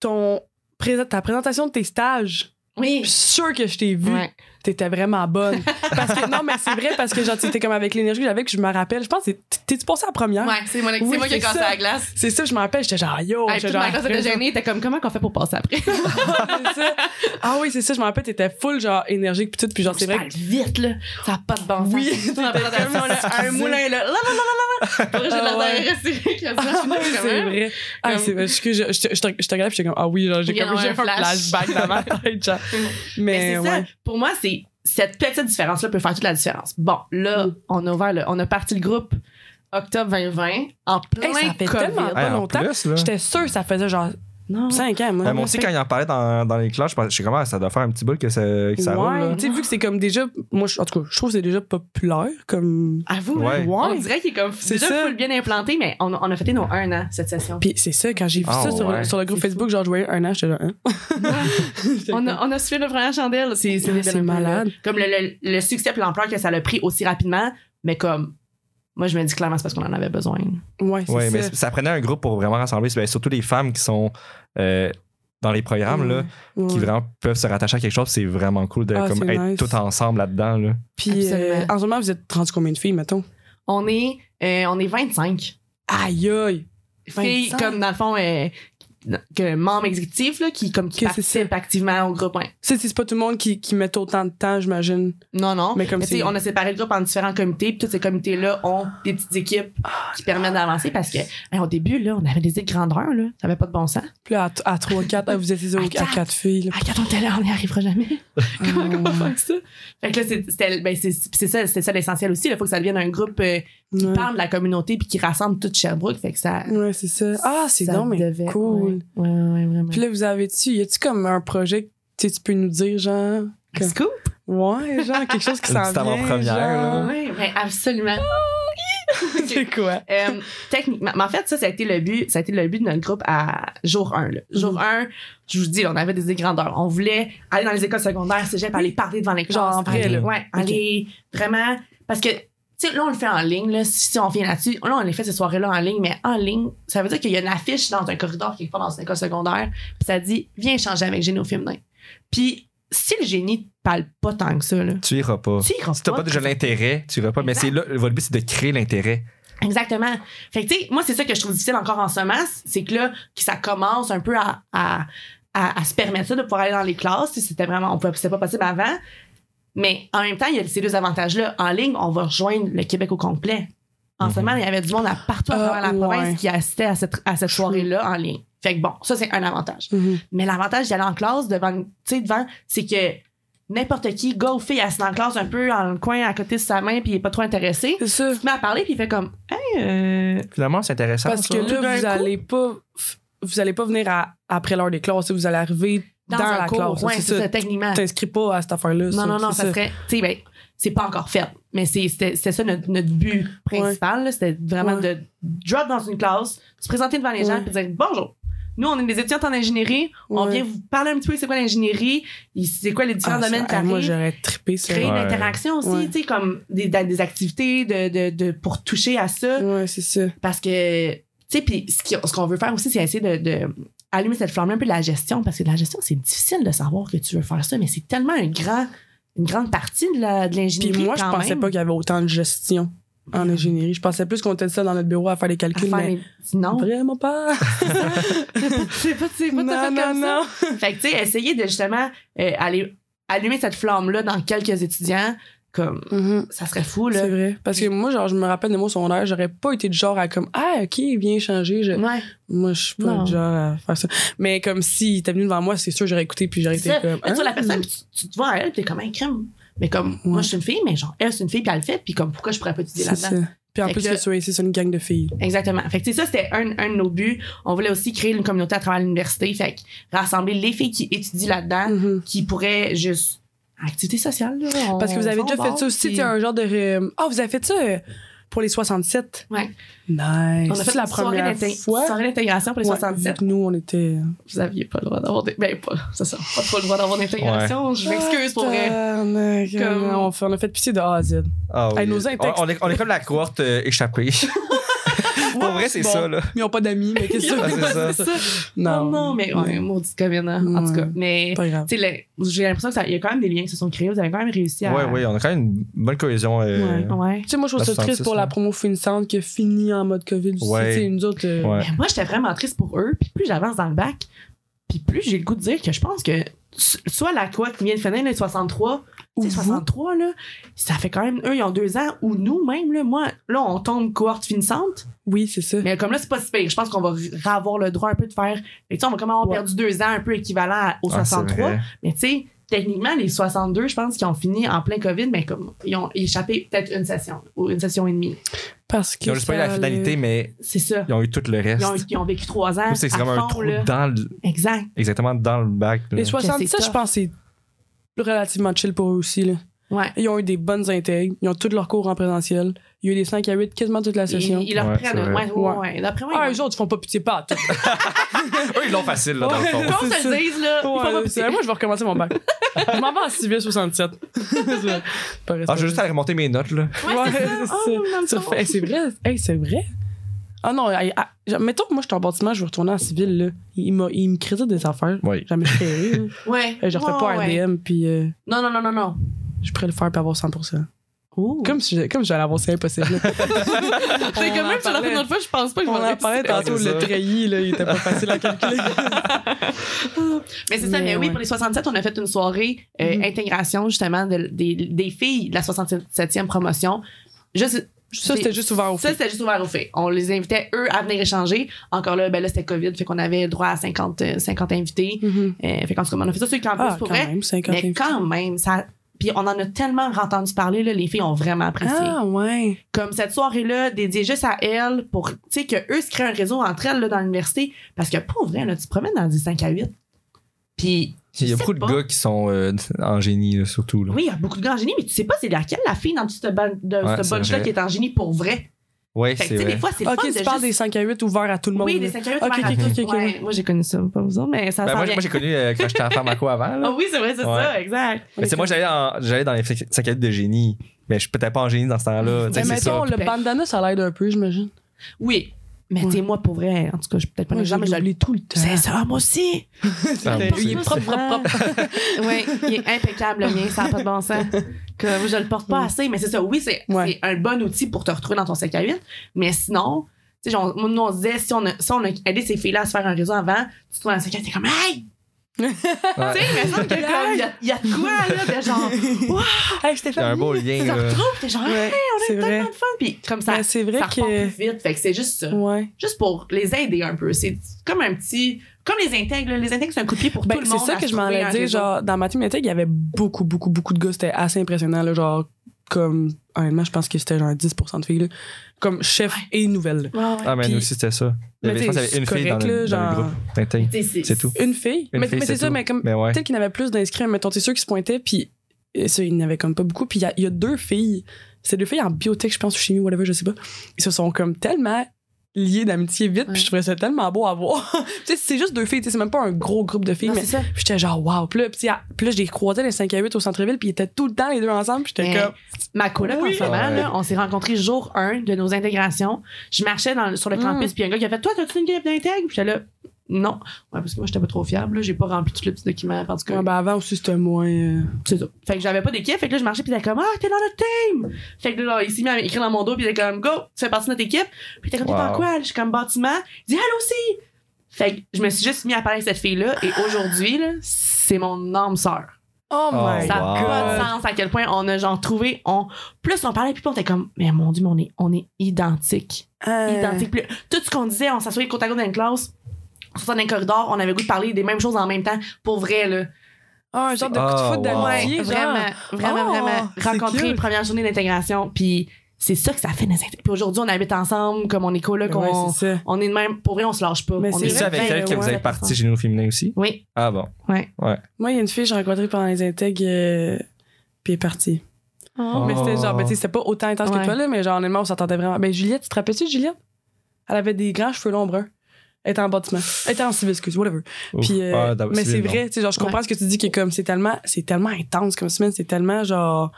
Speaker 2: ton présent- ta présentation de tes stages. Je
Speaker 3: Oui.
Speaker 2: suis sûre que je t'ai vu.
Speaker 3: Ouais.
Speaker 2: T'étais vraiment bonne. Parce que, non, mais c'est vrai, parce que genre, t'étais comme avec l'énergie que j'avais, que je me rappelle. Je pense que c'est- t'es-tu passé à la première?
Speaker 3: Ouais, c'est moi, c'est
Speaker 2: Ah. Oui,
Speaker 3: moi qui ai
Speaker 2: c'est
Speaker 3: cassé
Speaker 2: ça.
Speaker 3: la glace.
Speaker 2: C'est ça, je me rappelle. J'étais genre, yo,
Speaker 3: Hey,
Speaker 2: j'étais
Speaker 3: toute
Speaker 2: genre,
Speaker 3: ma classe était gênée, était comme comment qu'on fait pour passer après.
Speaker 2: C'est ça. Ah oui, c'est ça, je me rappelle, t'étais full, genre, énergique, pis tout, pis genre, c'est vrai.
Speaker 3: parle vite, là. Ça n'a pas de bon sens.
Speaker 2: Oui,
Speaker 3: Tout en parlant
Speaker 2: comme
Speaker 3: d'un-
Speaker 2: ça.
Speaker 3: un moulin, là. La, la, la, la, la. Pour
Speaker 2: Ah
Speaker 3: j'ai
Speaker 2: ouais.
Speaker 3: l'air serré comme ça.
Speaker 2: Ah, oui, c'est vrai. Ah,
Speaker 3: Comme-
Speaker 2: c'est vrai. Je, je, je, je, te- je te regarde, pis j'étais comme, ah oui, genre, j'ai
Speaker 3: Il y en
Speaker 2: comme,
Speaker 3: a
Speaker 2: j'ai
Speaker 3: un
Speaker 2: un
Speaker 3: flash.
Speaker 2: flashback dans ma tête, genre.
Speaker 3: Mais
Speaker 2: Mais,
Speaker 3: c'est
Speaker 2: ouais.
Speaker 3: ça. Pour moi, c'est cette petite différence-là peut faire toute la différence. Bon, là,
Speaker 2: Mm.
Speaker 3: on a ouvert, le- on a parti le groupe octobre 2020 en plein
Speaker 2: Hey, ça fait
Speaker 3: COVID.
Speaker 2: tellement pas
Speaker 1: Hey, en
Speaker 2: longtemps.
Speaker 1: plus, là.
Speaker 2: J'étais sûre que ça faisait genre
Speaker 3: Non.
Speaker 2: 5 ans, moi.
Speaker 1: Ouais, Ben, moi aussi, quand il en parlait dans, dans les classes, je pensais, je sais comment ça doit faire un petit bout que ça, que ça roule.
Speaker 2: ouais,
Speaker 1: là.
Speaker 2: tu sais, vu que c'est comme déjà. Moi, je- en tout cas, je trouve que c'est déjà populaire, comme.
Speaker 3: Avoue,
Speaker 1: Ouais.
Speaker 3: on dirait qu'il est comme
Speaker 2: C'est
Speaker 3: c'est déjà
Speaker 2: ça.
Speaker 3: full bien implanté, mais on, on a fêté nos un an cette session.
Speaker 2: Puis c'est ça, quand j'ai vu
Speaker 1: Ah,
Speaker 2: ça sur,
Speaker 1: ouais.
Speaker 2: sur le groupe
Speaker 3: C'est
Speaker 2: Facebook, genre, je voyais un an, j'étais là, hein.
Speaker 3: on, a, on a suivi le premier chandelle. C'est
Speaker 2: Ah,
Speaker 3: des
Speaker 2: c'est
Speaker 3: belles
Speaker 2: malade.
Speaker 3: Comme le, le- le succès et l'ampleur que ça l'a pris aussi rapidement, mais comme moi je me dis clairement c'est parce qu'on en avait besoin.
Speaker 2: Ouais, c'est
Speaker 1: Ouais, mais
Speaker 2: ça.
Speaker 1: ça prenait un groupe pour vraiment rassembler, ben, surtout les femmes qui sont euh, dans les programmes, là,
Speaker 2: Mm, Ouais.
Speaker 1: qui vraiment peuvent se rattacher à quelque chose. C'est vraiment cool de
Speaker 2: Ah,
Speaker 1: comme,
Speaker 2: c'est
Speaker 1: être
Speaker 2: nice.
Speaker 1: tout ensemble là-dedans. Là.
Speaker 2: Puis
Speaker 3: Absolument.
Speaker 2: euh, en ce moment, vous êtes rendu combien de filles, mettons?
Speaker 3: On est euh, on est 25
Speaker 2: Aïe aïe!
Speaker 3: filles
Speaker 2: 25?
Speaker 3: comme dans le fond euh, que membres exécutifs là, qui comme qui
Speaker 2: Que c'est ça.
Speaker 3: participent activement au groupe. ouais.
Speaker 2: C'est c'est pas tout le monde qui, qui met autant de temps, j'imagine.
Speaker 3: Non non.
Speaker 2: Mais comme
Speaker 3: tu sais,
Speaker 2: c'est-
Speaker 3: on a séparé le groupe en différents comités, puis tous ces comités là ont des petites équipes
Speaker 2: Ah,
Speaker 3: qui permettent d'avancer parce que hey, au début là, on avait des idées de grandeur là, ça avait pas de bon sens.
Speaker 2: Puis là, à, 3-4, vous étiez
Speaker 3: À
Speaker 2: aux- à
Speaker 3: quatre.
Speaker 2: 4 filles. là.
Speaker 3: Ah, quand on était là, on n'y arrivera jamais. Comment
Speaker 2: Mm.
Speaker 3: on va faire avec ça? Fait que là, c'est- c'était- ben, c'est c'est ça, c'est ça l'essentiel aussi. Il faut que ça devienne un groupe euh, qui
Speaker 2: Ouais.
Speaker 3: parle de la communauté puis qui rassemble toute Sherbrooke. Fait que ça.
Speaker 2: Ouais, c'est ça. Ah, c'est
Speaker 3: ça
Speaker 2: donc mais
Speaker 3: devait-
Speaker 2: cool.
Speaker 3: Ouais, ouais, ouais, vraiment.
Speaker 2: Puis là, vous avez-tu, y a-tu comme un projet que tu sais, tu peux nous dire, genre. que-
Speaker 3: C'est cool.
Speaker 2: Ouais, genre, quelque chose qui
Speaker 1: Une
Speaker 2: s'en
Speaker 1: petite
Speaker 2: vient.
Speaker 1: avant-première, là.
Speaker 2: genre.
Speaker 3: Oui, ben, absolument.
Speaker 2: C'est quoi?
Speaker 3: Euh, techniquement, mais en fait, ça, ça a été le but, ça a été le but de notre groupe à jour 1. là. Jour
Speaker 2: Mhm.
Speaker 3: 1, je vous dis, là, on avait des idées grandeurs. On voulait aller dans les écoles secondaires, cégep, aller parler devant les classes.
Speaker 2: Genre en vrai,
Speaker 3: aller-
Speaker 2: là.
Speaker 3: Ouais, aller vraiment. Parce que, tu sais, là, on le fait en ligne, là, si, si on vient là-dessus. Là, on les fait ces soirées-là en ligne, mais en ligne, ça veut dire qu'il y a une affiche dans un corridor quelque part dans une école secondaire, puis ça dit, viens échanger avec Génie au féminin. Puis, si le génie parle pas tant que ça, là,
Speaker 1: Tu iras pas.
Speaker 3: tu iras
Speaker 1: Si t'as pas déjà l'intérêt, tu iras pas. Mais c'est là, votre but, c'est de créer l'intérêt.
Speaker 3: Exactement. Fait que, tu sais, moi, c'est ça que je trouve difficile encore en ce moment, c'est que là, que ça commence un peu à, à, à, à se permettre ça de pouvoir aller dans les classes. Tu sais, C'était vraiment, on pouvait- c'était pas possible avant. Mais en même temps, il y a ces deux avantages-là. En ligne, on va rejoindre le Québec au complet. En ce
Speaker 1: Mhm.
Speaker 3: moment, il y avait du monde à partout à
Speaker 2: Ah,
Speaker 3: travers
Speaker 2: ouais.
Speaker 3: la province qui assistait à cette, à cette soirée-là en ligne. Fait que bon, ça, c'est un avantage. Mais l'avantage d'aller en classe devant, tu sais, devant, c'est que n'importe qui, gars ou fille, assis dans la classe un peu en coin à côté de sa main puis il est pas trop intéressé,
Speaker 2: C'est ça.
Speaker 3: se met à parler puis il fait comme hey euh,
Speaker 1: Finalement, c'est intéressant.
Speaker 2: Parce que
Speaker 1: ça.
Speaker 2: là, vous
Speaker 3: coup-
Speaker 2: allez pas. f- Vous allez pas venir à- après l'heure des classes, vous allez arriver dans,
Speaker 3: un
Speaker 2: la
Speaker 3: cours.
Speaker 2: classe.
Speaker 3: Ouais,
Speaker 2: c'est
Speaker 3: c'est ça, techniquement
Speaker 2: T'inscris pas à cette affaire-là.
Speaker 3: Ah. non
Speaker 2: ça,
Speaker 3: non non
Speaker 2: c'est
Speaker 3: ça serait tu sais ben c'est pas encore fait mais c'est c'était c'était ça notre, notre but principal là. c'était vraiment
Speaker 2: Ouais.
Speaker 3: de drop dans une classe se présenter devant les gens
Speaker 2: Ouais.
Speaker 3: puis dire bonjour nous on est des étudiantes en ingénierie on
Speaker 2: Ouais.
Speaker 3: vient vous parler un petit peu c'est quoi l'ingénierie c'est quoi les différents
Speaker 2: Ah, ça-
Speaker 3: domaines qui
Speaker 2: hey, Moi,
Speaker 3: arrivent
Speaker 2: j'aurais trippé sur
Speaker 3: créer
Speaker 1: Ouais.
Speaker 3: une interaction aussi
Speaker 2: Ouais.
Speaker 3: tu sais comme des, des activités de, de, de pour toucher à ça
Speaker 2: Ouais, c'est ça.
Speaker 3: parce que tu sais puis ce qui- ce qu'on veut faire aussi c'est essayer de, de allumer cette flamme là un peu de la gestion parce que de la gestion c'est difficile de savoir que tu veux faire ça mais c'est tellement un grand une grande partie de la- de
Speaker 2: Puis
Speaker 3: l'ingénierie
Speaker 2: moi, je
Speaker 3: quand
Speaker 2: pensais
Speaker 3: même. Ah.
Speaker 2: pas qu'il y avait autant de gestion en ingénierie. Je pensais plus qu'on était ça dans notre bureau à faire les
Speaker 3: À
Speaker 2: calculs,
Speaker 3: faire
Speaker 2: mais
Speaker 3: les- non
Speaker 2: vraiment pas.
Speaker 3: c'est pas c'est pas tout à fait
Speaker 2: non,
Speaker 3: comme
Speaker 2: non,
Speaker 3: ça fait que tu sais essayer de justement euh, aller allumer cette flamme-là dans quelques étudiants, comme,
Speaker 2: Mhm.
Speaker 3: ça serait fou, là.
Speaker 2: C'est vrai. Parce que moi, genre, je me rappelle de moi son âge, j'aurais pas été du genre à comme Ah, ok, viens changer. Je-
Speaker 3: Ouais.
Speaker 2: Moi, je suis pas
Speaker 3: Mm. Non.
Speaker 2: du genre à faire ça. Mais comme si était venu devant moi, c'est sûr, j'aurais écouté puis j'aurais
Speaker 3: C'est
Speaker 2: été
Speaker 3: ça.
Speaker 2: comme.
Speaker 3: Là, tu vois la
Speaker 2: Ah.
Speaker 3: personne, puis tu, tu te vois à elle, puis t'es comme un crime. Mais comme, moi, je suis une fille, mais genre, elle, c'est une fille, puis elle le fait, puis comme, pourquoi je pourrais pas étudier
Speaker 2: C'est
Speaker 3: là-dedans?
Speaker 2: ça. Puis en
Speaker 3: Fait
Speaker 2: plus,
Speaker 3: que-
Speaker 2: que tu es ici, c'est une gang de filles.
Speaker 3: Exactement. Fait que, tu sais, ça, c'était un, un de nos buts. On voulait aussi créer une communauté à travers l'université. Fait que, rassembler les filles qui étudient là-dedans,
Speaker 2: Mhm.
Speaker 3: qui pourraient juste. Activité sociale, là. on-
Speaker 2: Parce que vous avez
Speaker 3: on
Speaker 2: déjà
Speaker 3: va,
Speaker 2: fait ça aussi,
Speaker 3: Oh, puis-
Speaker 2: t'es un genre de. ré- Ah, vous avez fait ça euh, pour les 67.
Speaker 3: Ouais.
Speaker 2: Nice.
Speaker 3: On a fait
Speaker 2: C'est la première fois.
Speaker 3: Soirée d'intégration pour les
Speaker 2: Ouais,
Speaker 3: 67.
Speaker 2: vu que Nous, on était.
Speaker 3: Vous aviez pas le droit d'avoir des. Ben, pas. C'est ça. Pas trop le droit d'avoir d'intégration. Je m'excuse pour.
Speaker 2: Ah,
Speaker 3: vrai.
Speaker 2: Tabarnak,
Speaker 3: Comme-
Speaker 2: On, fait, on a fait pisser de A à Z.
Speaker 1: Ah oui.
Speaker 2: Hey, nos index.
Speaker 1: on, on est, on est comme la cohorte euh, échappée. Pour vrai, c'est
Speaker 2: Bon,
Speaker 1: ça, là.
Speaker 2: Ils ont pas d'amis, mais qu'est-ce
Speaker 1: Ah,
Speaker 2: que
Speaker 1: c'est ça.
Speaker 3: C'est ça.
Speaker 2: Non.
Speaker 3: Non, non, mais ouais, maudite commune, hein, en
Speaker 2: Ouais.
Speaker 3: tout cas. Mais,
Speaker 2: Pas grave.
Speaker 3: tu sais, le- j'ai l'impression qu'il y a quand même des liens qui se sont créés. Vous avez quand même réussi à.
Speaker 1: Ouais, ouais, on a quand même une bonne cohésion. euh,
Speaker 2: Ouais.
Speaker 3: Ouais.
Speaker 2: Tu sais, moi, je
Speaker 1: La
Speaker 2: trouve ça triste
Speaker 1: 66,
Speaker 2: pour
Speaker 1: ouais.
Speaker 2: la promo finissante qui a fini en mode COVID. aussi.
Speaker 1: Ouais.
Speaker 2: Tu sais, nous autres. euh,
Speaker 1: ouais. Ah,
Speaker 3: Mais moi, j'étais vraiment triste pour eux. Puis plus j'avance dans le bac, puis plus j'ai le goût de dire que je pense que so- soit la quoi qui vient de finir, les 63,
Speaker 2: Ou
Speaker 3: tu sais,
Speaker 2: vous.
Speaker 3: 63, là, ça fait quand même, eux, ils ont deux ans, ou nous-mêmes, là, moi, là, on tombe cohorte finissante,
Speaker 2: Oui, c'est ça.
Speaker 3: mais comme là, c'est pas si pire. Je pense qu'on va r- avoir le droit un peu de faire. Et tu sais, on va comme avoir
Speaker 2: Ouais.
Speaker 3: perdu deux ans, un peu équivalent à- aux
Speaker 1: Ah, c'est
Speaker 3: 63.
Speaker 1: vrai.
Speaker 3: Mais tu sais, techniquement, les 62, je pense qu'ils ont fini en plein COVID, mais comme ils ont échappé peut-être une session ou une session et demie.
Speaker 2: Parce que.
Speaker 1: Ils ont juste pas eu la
Speaker 2: ça,
Speaker 1: finalité, mais
Speaker 3: C'est ça.
Speaker 1: ils ont eu tout le reste.
Speaker 3: euh, Ils ont, ils ont vécu trois ans.
Speaker 1: C'est
Speaker 3: à
Speaker 1: vraiment un
Speaker 3: fond,
Speaker 1: trou
Speaker 3: là.
Speaker 1: dans le-
Speaker 3: Exact.
Speaker 1: exactement dans le bac. là.
Speaker 2: Les
Speaker 3: Que
Speaker 2: 67,
Speaker 3: c'est
Speaker 2: je pense, c'est relativement chill pour eux aussi. Là.
Speaker 3: Ouais.
Speaker 2: Ils ont eu des bonnes intègres. Ils ont tous leurs cours en présentiel. Il y a eu des 5 à 8 quasiment toute la session.
Speaker 3: Ils, ils leur
Speaker 1: Ouais,
Speaker 3: prennent.
Speaker 1: c'est vrai.
Speaker 3: Ouais, ouais, ouais. D'après moi,
Speaker 2: Ah,
Speaker 3: ils
Speaker 2: les autres, ils font pas pitié pas. à tout.
Speaker 1: Eux, ils l'ont facile, là, dans le
Speaker 2: Ouais.
Speaker 1: fond.
Speaker 3: Quand on se
Speaker 2: C'est
Speaker 3: le
Speaker 2: ça.
Speaker 3: dise, là, ils font pas
Speaker 2: Ouais,
Speaker 3: pitié.
Speaker 2: c'est- Moi, je vais recommencer mon bac. je m'en vais en civil 67. C'est pas
Speaker 1: Ah, je vais juste aller remonter mes notes, là.
Speaker 3: Ouais,
Speaker 2: Ouais,
Speaker 3: c'est ça.
Speaker 2: c'est
Speaker 3: Oh, dans le
Speaker 2: ça.
Speaker 3: fond.
Speaker 2: Fait- hey, c'est vrai. Hey, c'est vrai. Ah non, hey, ah, genre, mettons que moi, je suis en bâtiment, je veux retourner en civil. Là. Il, m'a- il me crédite des affaires.
Speaker 1: Oui.
Speaker 2: Jamais je ferais. là.
Speaker 3: Ouais.
Speaker 2: Euh, Je refais
Speaker 3: Ouais,
Speaker 2: pas
Speaker 3: ouais.
Speaker 2: RDM, puis euh,
Speaker 3: Non, non, non, non, non.
Speaker 2: je pourrais le faire pour avoir 100%. Comme si j'ai- comme j'allais avoir, c'est impossible.
Speaker 3: C'est
Speaker 2: On
Speaker 3: comme
Speaker 2: en
Speaker 3: même si
Speaker 2: parlait.
Speaker 3: une autre fois, je pense pas que je
Speaker 2: On
Speaker 3: vais
Speaker 2: en parlait
Speaker 1: Ah,
Speaker 2: tantôt,
Speaker 1: c'est
Speaker 2: le
Speaker 1: ça.
Speaker 2: treillis, là, il était pas facile à calculer.
Speaker 3: Mais c'est ça,
Speaker 2: Mais
Speaker 3: mais oui,
Speaker 2: ouais.
Speaker 3: pour les 67, on a fait une soirée euh,
Speaker 2: Mhm.
Speaker 3: intégration, justement, de- des, des filles de la 67e promotion. Juste.
Speaker 2: Ça, c'était juste ouvert au
Speaker 3: Ça,
Speaker 2: fait.
Speaker 3: c'était juste ouvert aux filles. On les invitait, eux, à venir échanger. Encore là, ben là, c'était COVID, fait qu'on avait droit à 50, euh, 50 invités. Euh, fait qu'en tout cas, on a fait ça sur le campus
Speaker 2: Mhm. Ah,
Speaker 3: pour
Speaker 2: quand
Speaker 3: vrai.
Speaker 2: même, 50
Speaker 3: Mais quand même, ça. Puis on en a tellement entendu parler, là, les filles ont vraiment apprécié.
Speaker 2: Ah, ouais.
Speaker 3: Comme cette soirée-là, dédiée juste à elles, pour tu sais, que eux se créent un réseau entre elles là, dans l'université. Parce que pour vrai, là, tu te promènes dans du 5 à 8. Puis.
Speaker 1: Il y a
Speaker 3: tu sais
Speaker 1: beaucoup de
Speaker 3: pas.
Speaker 1: gars qui sont euh, en génie, là, surtout. Là.
Speaker 3: Oui, il y a beaucoup de gars en génie, mais tu sais pas c'est laquelle la fille dans tout ce ban- de
Speaker 1: Ouais,
Speaker 3: ce
Speaker 1: c'est
Speaker 3: bunch-là
Speaker 1: vrai.
Speaker 3: qui est en génie pour vrai.
Speaker 1: Ouais,
Speaker 3: Fait
Speaker 1: c'est
Speaker 3: que tu sais,
Speaker 1: vrai.
Speaker 3: des fois, c'est le
Speaker 2: Ok,
Speaker 3: fun
Speaker 2: tu
Speaker 3: de
Speaker 2: parles
Speaker 3: juste-
Speaker 2: des 5 à 8 ouverts à tout le monde.
Speaker 3: Oui, des 5 à 8.
Speaker 2: Ok,
Speaker 3: ouais,
Speaker 2: ok, ok, ok,
Speaker 3: ouais.
Speaker 2: ouais.
Speaker 3: Moi, j'ai connu ça, pas vous autres, mais ça
Speaker 1: Ben,
Speaker 3: s'en
Speaker 1: moi,
Speaker 3: vient.
Speaker 1: moi, j'ai connu euh, quand j'étais à Pharmaco avant.
Speaker 3: Ah
Speaker 1: Là.
Speaker 3: oui, c'est vrai, c'est
Speaker 1: Ouais.
Speaker 3: ça, exact.
Speaker 1: mais c'est moi, j'allais dans, j'allais dans les cinquièmes de génie. Mais je suis peut-être pas en génie dans ce temps-là. tu sais,
Speaker 2: Mais
Speaker 1: c'est
Speaker 2: mettons,
Speaker 1: ça.
Speaker 2: le bandana, ça l'aide un peu, j'imagine.
Speaker 3: Oui. Mais tu sais, moi, pour vrai, en tout cas, je suis peut-être pas
Speaker 2: Moi,
Speaker 3: les gens, mais je
Speaker 2: l'oublie tout le temps.
Speaker 3: C'est ça, moi aussi.
Speaker 1: Ah,
Speaker 2: c'est-
Speaker 1: bon,
Speaker 2: il
Speaker 1: c'est-
Speaker 2: est propre, propre,
Speaker 3: oui, il est impeccable, le mien, ça n'a pas de bon sens. Comme je le porte pas assez, mais c'est ça. Oui, c'est
Speaker 2: Ouais.
Speaker 3: c'est un bon outil pour te retrouver dans ton 5 à 8, mais sinon, tu sais, genre, nous, on se disait, si on, a, si on a aidé ces filles-là à se faire un réseau avant, tu te trouves dans le 5 à 8, t'es comme, hey!
Speaker 1: Ouais.
Speaker 3: Tu sais, il me semble que comme, il y a- il y, a de quoi, là, de genre,
Speaker 2: Hey,
Speaker 1: Il y a un
Speaker 2: Stéphane.
Speaker 1: beau
Speaker 3: tu
Speaker 1: lien.
Speaker 3: te
Speaker 1: là.
Speaker 3: retrouves, t'es genre, hey,
Speaker 2: Ouais,
Speaker 3: on a
Speaker 2: c'est
Speaker 3: eu
Speaker 2: vrai.
Speaker 3: tellement de fun, puis comme ça,
Speaker 2: Mais c'est vrai
Speaker 3: ça repart
Speaker 2: que.
Speaker 3: plus vite, fait que c'est juste ça.
Speaker 2: Ouais.
Speaker 3: Juste pour les aider un peu. C'est comme un petit. Comme les intègres, là. les intègres, c'est un coup de pied pour
Speaker 2: Ben,
Speaker 3: tout le
Speaker 2: c'est
Speaker 3: monde.
Speaker 2: ça
Speaker 3: à
Speaker 2: que je
Speaker 3: se
Speaker 2: m'en
Speaker 3: trouver
Speaker 2: allais
Speaker 3: un
Speaker 2: dire.
Speaker 3: réseau.
Speaker 2: Genre, dans ma team, il y avait beaucoup, beaucoup, beaucoup de gars. C'était assez impressionnant. Là, genre, comme, honnêtement, je pense que c'était genre 10% de filles. là. Comme chef et nouvelle. là.
Speaker 3: Ouais, ouais.
Speaker 1: Ah, mais
Speaker 2: Puis-
Speaker 1: nous aussi, c'était ça. Il y
Speaker 2: Mais
Speaker 1: avait, je pense qu'il y avait une
Speaker 2: c'est
Speaker 1: fille dans,
Speaker 2: correct,
Speaker 1: le,
Speaker 2: là,
Speaker 1: dans le
Speaker 2: genre-
Speaker 1: groupe d'intègre.
Speaker 3: Tu sais,
Speaker 1: C'est tout.
Speaker 2: Une fille.
Speaker 1: Une
Speaker 2: mais
Speaker 1: fille,
Speaker 2: mais c'est ça,
Speaker 1: tout.
Speaker 2: mais comme.
Speaker 1: Mais ouais.
Speaker 2: Peut-être qu'il y en avait plus d'inscrits, hein, mettons, c'est sûr qu'ils se pointaient, puis euh, ça, il n'y en avait comme pas beaucoup. Puis il y a- il y, a deux filles, c'est deux filles en biotech, je pense, ou chimie, whatever, je sais pas. Ils se sont comme tellement liés d'amitié vite, puis je trouvais ça tellement beau à voir. tu sais, c'est juste deux filles, tu sais, c'est même pas un gros groupe de filles,
Speaker 3: Non,
Speaker 2: mais
Speaker 3: c'est ça.
Speaker 2: puis j'étais genre, waouh. Puis là, puis à- puis là, je les croisais les 5 à 8 au centre-ville, puis ils étaient tout le temps les deux ensemble, puis j'étais
Speaker 3: Mais-
Speaker 2: comme.
Speaker 3: Ma coloc, en
Speaker 2: Oui.
Speaker 3: ce moment,
Speaker 1: Ouais.
Speaker 3: là, on s'est rencontrés jour 1 de nos intégrations. Je marchais dans, le- sur le
Speaker 2: Mm.
Speaker 3: campus, puis un gars qui a fait Toi, t'as-tu une grippe d'intègre Puis j'étais là, non. Ouais, parce que moi, j'étais pas trop fiable, là. J'ai pas rempli tout le petit document, en tout cas.
Speaker 2: Ouais, ben avant aussi, c'était moins. euh,
Speaker 3: C'est ça. Fait que j'avais pas d'équipe, fait que là, je marchais, puis il était comme Ah, t'es dans notre team Fait que là, il s'est mis à m'écrire dans mon dos, puis il était comme Go, tu fais partie de notre équipe. Puis t'es comme T'es
Speaker 1: Wow.
Speaker 3: dans quoi Je suis comme bâtiment. Il dit Elle aussi Fait que je me suis juste mis à parler avec cette fille-là, et aujourd'hui, là, c'est mon âme sœur.
Speaker 2: Oh
Speaker 1: Oh,
Speaker 2: my
Speaker 3: Ça n'a
Speaker 1: wow.
Speaker 3: pas de sens à quel point on a genre trouvé. On, plus on parlait, plus on était comme, mais mon Dieu, mais on est, on est identiques.
Speaker 2: Euh,
Speaker 3: Identiques. Puis là, tout ce qu'on disait, on s'assoyait côte à côte dans une classe, on s'assoyait dans un corridor, on avait le goût de parler des mêmes choses en même temps. Pour vrai, là.
Speaker 2: Ah, un genre de coup de
Speaker 1: Ah,
Speaker 2: foot
Speaker 1: wow.
Speaker 2: d'amitié. genre.
Speaker 3: vraiment, vraiment,
Speaker 2: Oh,
Speaker 3: vraiment.
Speaker 2: c'est
Speaker 3: Rencontrer,
Speaker 2: cute.
Speaker 3: première journée d'intégration, puis c'est ça que ça fait. nos inté- Puis aujourd'hui, on habite ensemble, comme on est coloc,
Speaker 2: Ouais,
Speaker 3: on,
Speaker 2: c'est ça.
Speaker 3: on est de même. Pour vrai, on se lâche pas.
Speaker 2: Mais
Speaker 3: on
Speaker 2: c'est
Speaker 3: est
Speaker 2: vrai
Speaker 1: C'est avec
Speaker 3: ben,
Speaker 1: elle que
Speaker 3: ouais,
Speaker 1: vous êtes parti chez nous féminin aussi?
Speaker 3: Oui.
Speaker 1: Ah bon.
Speaker 2: Moi, il y a une fille que j'ai rencontrée pendant les intègres, euh, puis elle est partie.
Speaker 1: Oh.
Speaker 2: Mais c'était genre, ben, tu sais, c'était pas autant intense que
Speaker 3: Ouais.
Speaker 2: toi, là, mais genre, honnêtement, on s'entendait vraiment. Ben, Juliette, tu te rappelles-tu de Juliette? Elle avait des grands cheveux longs bruns. Elle était en bâtiment. Elle était en civil, excuse, whatever.
Speaker 1: Ouf.
Speaker 2: Puis, euh,
Speaker 1: Ah, d'abord,
Speaker 2: mais c'est
Speaker 1: bien,
Speaker 2: vrai, tu sais, genre, je comprends
Speaker 3: Ouais.
Speaker 2: ce que tu dis, qui est comme, c'est tellement, c'est tellement intense comme semaine, c'est tellement genre.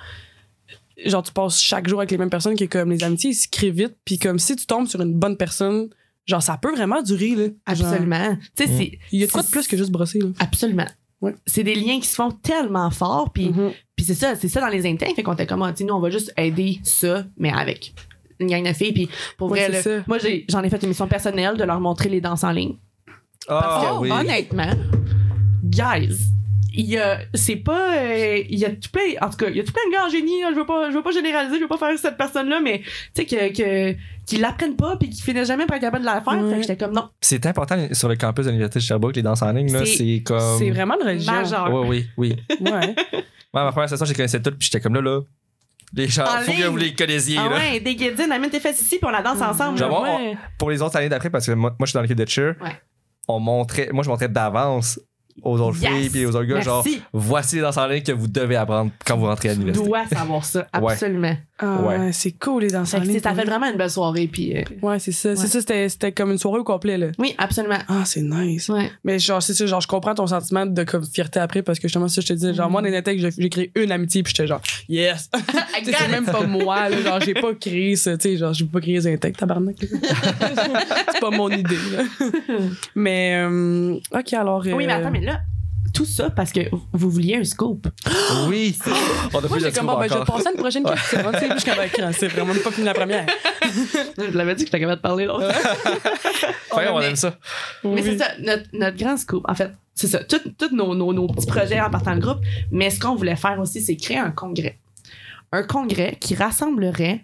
Speaker 2: Genre, tu passes chaque jour avec les mêmes personnes, qui est comme, les amitiés, ils se créent vite, puis comme, si tu tombes sur une bonne personne, genre, ça peut vraiment durer, là. Genre,
Speaker 3: Absolument. Tu sais,
Speaker 1: Mm.
Speaker 3: c'est.
Speaker 2: Il y a de quoi de plus que juste brosser, là.
Speaker 3: Absolument.
Speaker 2: Ouais. Mm-hmm.
Speaker 3: C'est des liens qui se font tellement forts, puis puis c'est ça, c'est ça dans les internes. Fait qu'on était comme, ah, tu sais, nous, on va juste aider ça, mais avec une gang de filles. Puis pour
Speaker 2: Ouais,
Speaker 3: vrai,
Speaker 2: c'est
Speaker 3: là,
Speaker 2: ça.
Speaker 3: moi, j'ai- j'en ai, fait une mission personnelle de leur montrer les danses en ligne. Parce
Speaker 1: Ah
Speaker 3: que,
Speaker 1: oui.
Speaker 3: honnêtement, guys, il y a, c'est pas, euh, il y a tout plein, en tout cas, il y a tout plein de gars en génie, là, je veux pas, je veux pas généraliser, je veux pas faire cette personne-là, mais, tu sais, que, que, qu'ils l'apprennent pas puis qu'ils finissent jamais par être capables de la faire.
Speaker 2: Ouais.
Speaker 3: Fait que j'étais comme, non,
Speaker 1: C'est important sur le campus de l'Université de Sherbrooke, les danses en ligne, là,
Speaker 3: C'est-
Speaker 1: c'est comme.
Speaker 2: C'est vraiment de religion.
Speaker 3: Mm-hmm. majeur.
Speaker 1: Oui, oui, oui.
Speaker 2: Ouais.
Speaker 1: Ouais, ma première session, je les connaissais toutes, puis j'étais comme là, là. Les gens,
Speaker 3: En
Speaker 1: faut
Speaker 3: ligne.
Speaker 1: que vous les connaissiez,
Speaker 3: Ah
Speaker 1: là.
Speaker 3: ouais, des guédines, amène tes fesses ici puis on la
Speaker 2: Mm.
Speaker 3: danse ensemble.
Speaker 1: J'avoue,
Speaker 3: Ouais.
Speaker 1: on- Pour les autres années d'après, parce que moi, moi, je suis dans l'équipe de cheer,
Speaker 3: Ouais.
Speaker 1: on montrait, moi, je montrais d'avance aux autres
Speaker 3: Yes.
Speaker 1: filles et aux autres gars, genre,
Speaker 3: Merci.
Speaker 1: voici les danses en ligne que vous devez apprendre quand vous rentrez à
Speaker 3: Tu
Speaker 1: l'université.
Speaker 3: dois savoir ça,
Speaker 1: Ouais.
Speaker 3: absolument.
Speaker 2: Ah,
Speaker 1: Ouais.
Speaker 2: ouais, c'est cool, les danseurs.
Speaker 3: Fait que c'est- ça fait vraiment une belle soirée. Puis, euh,
Speaker 2: Ouais, c'est ça.
Speaker 3: Ouais.
Speaker 2: C'est ça, c'était- c'était comme une soirée au complet, là.
Speaker 3: oui, absolument.
Speaker 2: Ah, c'est nice.
Speaker 3: Ouais.
Speaker 2: Mais genre, c'est ça, genre, je comprends ton sentiment de comme fierté après parce que justement, ça, je te dis, genre,
Speaker 3: Mhm.
Speaker 2: moi, dans les Natec, j'ai j'ai créé une amitié puis j'étais genre, yes! Tu sais,
Speaker 3: I
Speaker 2: c'est
Speaker 3: got it.
Speaker 2: même pas moi, là, genre, j'ai pas créé ça, tu sais, genre, j'ai pas créé Zintec, tabarnak. c'est pas mon idée, là. Mais, euh, ok, alors.
Speaker 3: Oui, mais
Speaker 2: euh,
Speaker 3: attends, mais là, tout ça parce que vous vouliez un scoop.
Speaker 1: Oui! on a
Speaker 2: Moi,
Speaker 1: plus de
Speaker 2: j'ai
Speaker 1: trouble
Speaker 2: comme, bon, ben, je vais
Speaker 1: encore.
Speaker 2: passer à une prochaine question, tu sais, puis je suis comme, Ah, crap, c'est vraiment pas fini la première.
Speaker 3: Je l'avais dit que j'étais capable de parler l'autre.
Speaker 1: Enfin, on aime ça.
Speaker 3: Mais
Speaker 2: Oui.
Speaker 3: c'est ça, notre, notre grand scoop, en fait, c'est ça, tous tous nos, nos- nos petits projets en partant le groupe, mais ce qu'on voulait faire aussi, c'est créer un congrès. Un congrès qui rassemblerait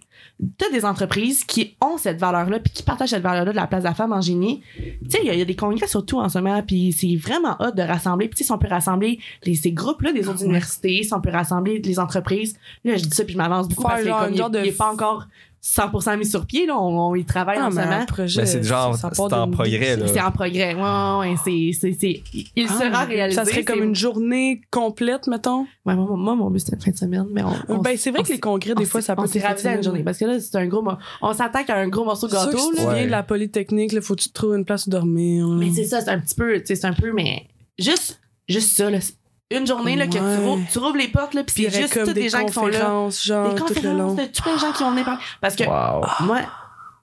Speaker 3: toutes des entreprises qui ont cette valeur-là, puis qui partagent cette valeur-là de la place de la femme en génie. Tu sais, il y, a- il y a des congrès surtout en ce moment, puis c'est vraiment hot de rassembler. Puis tu sais, si on peut rassembler les, ces groupes-là des autres
Speaker 2: Ah
Speaker 3: universités, si on peut rassembler les entreprises, là, je dis ça, puis je m'avance beaucoup
Speaker 2: Faire
Speaker 3: parce que
Speaker 2: genre
Speaker 3: comme
Speaker 2: une
Speaker 3: il-
Speaker 2: genre de
Speaker 3: il n'est pas encore 100% mis sur pied, là, on, on y travaille
Speaker 2: Ah,
Speaker 3: en ce
Speaker 2: mais un
Speaker 3: moment.
Speaker 2: projet,
Speaker 1: Mais c'est genre,
Speaker 2: ça
Speaker 1: c'est
Speaker 2: part
Speaker 1: en
Speaker 2: d'une-
Speaker 1: progrès,
Speaker 3: C'est
Speaker 1: là.
Speaker 3: en progrès. Ouais, ouais, ouais, c'est- c'est- c'est- Il
Speaker 2: Ah,
Speaker 3: sera réalisé.
Speaker 2: Ça serait comme
Speaker 3: c'est-
Speaker 2: une journée complète, mettons.
Speaker 3: Ouais, moi, moi, mon but, c'était une fin de semaine, mais on. on
Speaker 2: ben, c'est vrai
Speaker 3: on
Speaker 2: que les
Speaker 3: s'est-
Speaker 2: congrès,
Speaker 3: on
Speaker 2: des fois,
Speaker 3: s'est-
Speaker 2: ça peut
Speaker 3: On s'est ravisé à une journée parce que là, c'est un gros. mo- On s'attaque à un gros morceau de
Speaker 2: Sûr que
Speaker 3: gâteau,
Speaker 2: si
Speaker 3: là.
Speaker 2: tu
Speaker 1: Ouais.
Speaker 2: viens de la polytechnique, là, faut que tu te trouves une place où dormir. hein. là.
Speaker 3: Mais c'est ça, c'est un petit peu. Tu sais, c'est un peu, mais. Juste, juste ça, là. C'est Une journée, là, que
Speaker 2: Ouais.
Speaker 3: tu rouvres, tu rouvres les portes, là, puis
Speaker 2: Puis il y
Speaker 3: c'est
Speaker 2: aurait
Speaker 3: juste
Speaker 2: comme
Speaker 3: tous
Speaker 2: des
Speaker 3: les gens qui sont là.
Speaker 2: conférences, genre,
Speaker 3: Des
Speaker 2: tout le long.
Speaker 3: conférences de tous les gens qui vont venir parler. Parce que
Speaker 1: Wow.
Speaker 2: Ah.
Speaker 3: moi,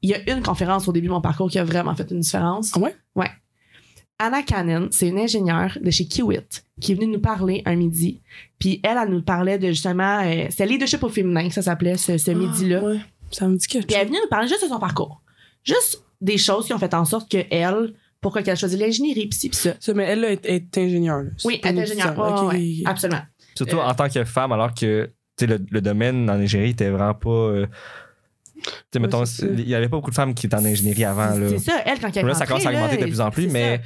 Speaker 3: il y a une conférence au début de mon parcours qui a vraiment fait une différence.
Speaker 2: Ah ouais?
Speaker 3: Ouais. Anna Cannon, c'est une ingénieure de chez Kiwit qui est venue nous parler un midi. Puis elle, elle nous parlait de justement, euh, c'est leadership au féminin que ça s'appelait ce, ce
Speaker 2: Ah,
Speaker 3: midi-là.
Speaker 2: ouais. Ça me dit que
Speaker 3: Puis elle est venue nous parler juste de son parcours. Juste des choses qui ont fait en sorte que elle, pourquoi qu'elle choisit l'ingénierie, pis ci, pis ça.
Speaker 2: Ça, mais elle, là, est, est ingénieure. là. C'est
Speaker 3: Oui,
Speaker 2: pas
Speaker 3: elle
Speaker 2: une
Speaker 3: est ingénieure.
Speaker 2: étudiante.
Speaker 3: Ouais,
Speaker 2: Ok,
Speaker 3: ouais,
Speaker 2: ok, ok.
Speaker 3: Absolument.
Speaker 1: Surtout
Speaker 3: Euh,
Speaker 1: en tant que femme, alors que tu sais, le, le domaine en ingénierie était vraiment pas. euh, tu sais, mettons,
Speaker 2: c'est ça.
Speaker 1: il n'y avait pas beaucoup de femmes qui étaient en ingénierie avant. Là,
Speaker 3: C'est ça, elle, quand elle
Speaker 1: là ça commence à augmenter de plus en plus, mais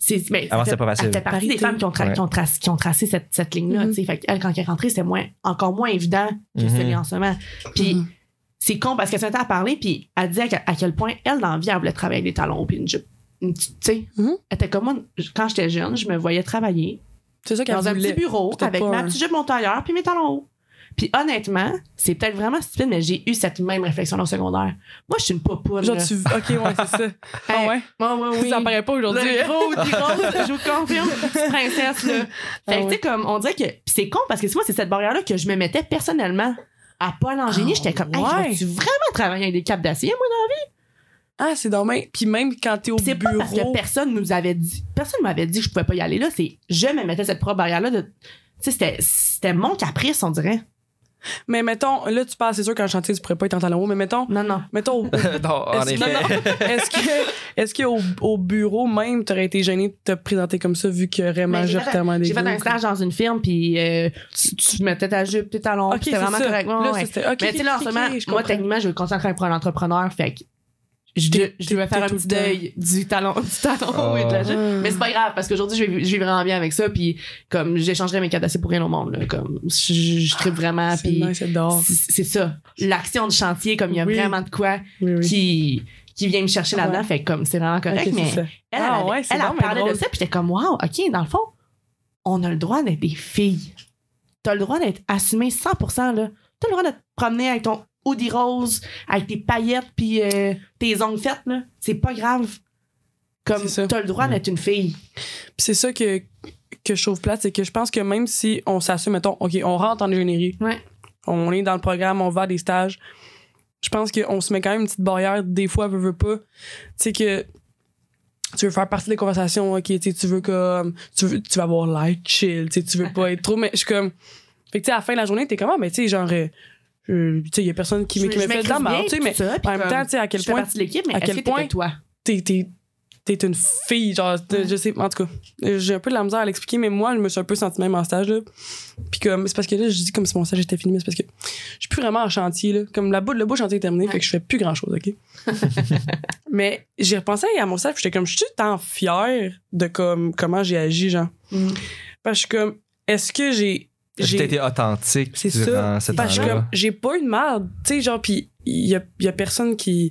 Speaker 3: C'est, mais
Speaker 1: Avant,
Speaker 3: ça
Speaker 1: c'était pas
Speaker 3: fait-
Speaker 1: facile.
Speaker 3: elle fait partie
Speaker 2: Parité.
Speaker 3: des femmes qui ont, tra-
Speaker 1: Ouais.
Speaker 3: qui ont, tra- qui ont tracé cette, cette ligne-là.
Speaker 2: Mhm.
Speaker 3: tu sais. Fait qu'elle, quand elle est rentrée, c'était moins, encore moins évident que
Speaker 1: Mhm.
Speaker 3: ce qu'elle est en ce moment. Puis
Speaker 2: Mhm.
Speaker 3: c'est con parce qu'elle s'était à parler, puis elle disait à, que- à quel point elle, dans la vie, elle voulait travailler avec des talons puis une jupe. Une petite- Tu sais,
Speaker 2: Mhm.
Speaker 3: elle était comme moi, je- quand j'étais jeune, je me voyais travailler
Speaker 2: C'est ça qu'elle
Speaker 3: dans un
Speaker 2: voulait.
Speaker 3: petit bureau
Speaker 2: C'était
Speaker 3: avec
Speaker 2: pas
Speaker 3: ma
Speaker 2: un-
Speaker 3: petite jupe, mon tailleur, puis mes talons hauts. Puis honnêtement, c'est peut-être vraiment stupide, mais j'ai eu cette même réflexion au secondaire. Moi, je suis une popoune.
Speaker 2: Genre,
Speaker 3: là.
Speaker 2: tu. Ok, ouais, c'est ça. Ah
Speaker 3: Hey,
Speaker 2: ouais?
Speaker 3: Ouais, ouais, oui.
Speaker 2: Ça paraît pas
Speaker 3: Le
Speaker 2: aujourd'hui. hein.
Speaker 3: gros des roses, je vous confirme, petite princesse, là. Fait
Speaker 2: Ah
Speaker 3: que, tu
Speaker 2: ouais.
Speaker 3: sais, comme, on dirait que. Pis c'est con parce que, tu vois, c'est cette barrière-là que je me mettais personnellement. À Paul en génie,
Speaker 2: Ah,
Speaker 3: j'étais comme, hey,
Speaker 2: ouais.
Speaker 3: je vais vraiment travailler avec des capes d'acier, moi, non?
Speaker 2: Ah, c'est dommage. Puis même quand t'es au
Speaker 3: Pis c'est pas parce que
Speaker 2: bureau.
Speaker 3: personne nous avait dit, personne m'avait dit que je pouvais pas y aller là, c'est, je me mettais cette propre barrière-là de, tu sais, c'était, c'était mon caprice, on dirait.
Speaker 2: Mais mettons, là, tu parles, c'est sûr qu'en chantier, tu pourrais pas être en talon haut, mais mettons,
Speaker 3: Non, non.
Speaker 2: mettons, au-
Speaker 4: non, en
Speaker 2: Est-ce- non,
Speaker 4: effet.
Speaker 2: est-ce que, est-ce que au, au bureau même, t'aurais été gêné de te présenter comme ça vu qu'il y aurait
Speaker 3: Mais Ben, j'ai fait un-
Speaker 2: majoritairement des
Speaker 3: J'ai fait
Speaker 2: gars?
Speaker 3: un stage dans une firme, puis euh, tu, tu mettais ta jupe, tes talons,
Speaker 2: Ok,
Speaker 3: puis c'était
Speaker 2: c'est
Speaker 3: vraiment
Speaker 2: ça.
Speaker 3: correct. Ouais,
Speaker 2: Là,
Speaker 3: ouais.
Speaker 2: ça, c'était- ok,
Speaker 3: Mais tu sais, là, en
Speaker 2: ok,
Speaker 3: ce
Speaker 2: ok,
Speaker 3: moment,
Speaker 2: je
Speaker 3: moi,
Speaker 2: comprends.
Speaker 3: techniquement, je veux concentrer pour un entrepreneur, fait que je,
Speaker 2: T'es-
Speaker 3: je
Speaker 2: t'es-
Speaker 3: vais faire
Speaker 2: t'es
Speaker 3: un
Speaker 2: tout
Speaker 3: petit
Speaker 2: le temps.
Speaker 3: deuil du talon, du talon
Speaker 1: Ah.
Speaker 3: et de la jupe.
Speaker 2: Ah.
Speaker 3: Mais c'est pas grave, parce qu'aujourd'hui, je vais, je vais vraiment bien avec ça, puis comme j'échangerai mes cadeaux pour rien au monde, là, comme je, je, je tripe vraiment,
Speaker 2: C'est
Speaker 3: puis
Speaker 2: nice, c'est dehors.
Speaker 3: c'est c'est ça. L'action du chantier, comme il y a
Speaker 2: Oui.
Speaker 3: vraiment de quoi
Speaker 2: Oui, oui.
Speaker 3: qui, qui vient me chercher
Speaker 2: Ah
Speaker 3: là-dedans,
Speaker 2: ouais.
Speaker 3: fait que comme c'est vraiment correct,
Speaker 2: Ok,
Speaker 3: mais
Speaker 2: c'est ça.
Speaker 3: elle,
Speaker 2: Ah
Speaker 3: elle, avait-
Speaker 2: ouais, c'est
Speaker 3: elle, elle
Speaker 2: donc bien
Speaker 3: parlait de
Speaker 2: drôle.
Speaker 3: ça, puis j'étais comme, wow, OK, dans le fond, on a le droit d'être des filles. T'as le droit d'être assumé 100%, là. T'as le droit de te promener avec ton hoodie rose, avec tes paillettes, puis euh, tes ongles faites, là. C'est pas grave. Comme,
Speaker 2: C'est ça.
Speaker 3: t'as le droit d'être une fille.
Speaker 2: Puis c'est ça que, que je trouve plate, c'est que je pense que même si on s'assume, mettons, OK, on rentre en ingénierie,
Speaker 3: Ouais.
Speaker 2: on est dans le programme, on va à des stages, je pense qu'on se met quand même une petite barrière, des fois, veut, veut pas. Tu sais que tu veux faire partie des conversations, OK, tu sais, tu veux comme, tu, veux, tu vas avoir l'air chill, tu sais, tu veux pas être trop, mais je suis comme, fait que tu sais, à la fin de la journée, t'es comme, ah, mais tu sais, genre, euh, euh, tu sais, il y a personne qui, m- qui me fait de la merde, tu sais, mais en même temps, tu sais, à quel point
Speaker 3: partie de l'équipe, mais
Speaker 2: à
Speaker 3: est-ce
Speaker 2: quel
Speaker 3: que t'étais
Speaker 2: point-
Speaker 3: toi?
Speaker 2: t'es, t'es, t'es une fille, genre, t'es- je sais, en tout cas, j'ai un peu de la misère à l'expliquer, mais moi, je me suis un peu sentie même en stage, là. Puis comme, c'est parce que là, je dis comme si mon stage était fini, mais c'est parce que je suis plus vraiment en chantier, là. Comme la boule, le beau chantier est terminé, fait que je fais plus grand chose, OK? mais j'ai repensé à mon stage, puis j'étais comme, je suis tant fière de comme, comment j'ai agi, genre.
Speaker 3: Mm.
Speaker 2: Parce que je suis comme, est-ce que j'ai.
Speaker 1: J'ai
Speaker 2: j'ai-
Speaker 1: été authentique
Speaker 2: c'est
Speaker 1: durant
Speaker 2: ça.
Speaker 1: cet
Speaker 2: Parce que
Speaker 1: temps-là.
Speaker 2: comme, j'ai pas une merde. Tu sais, genre, pis il y a, il y a personne qui,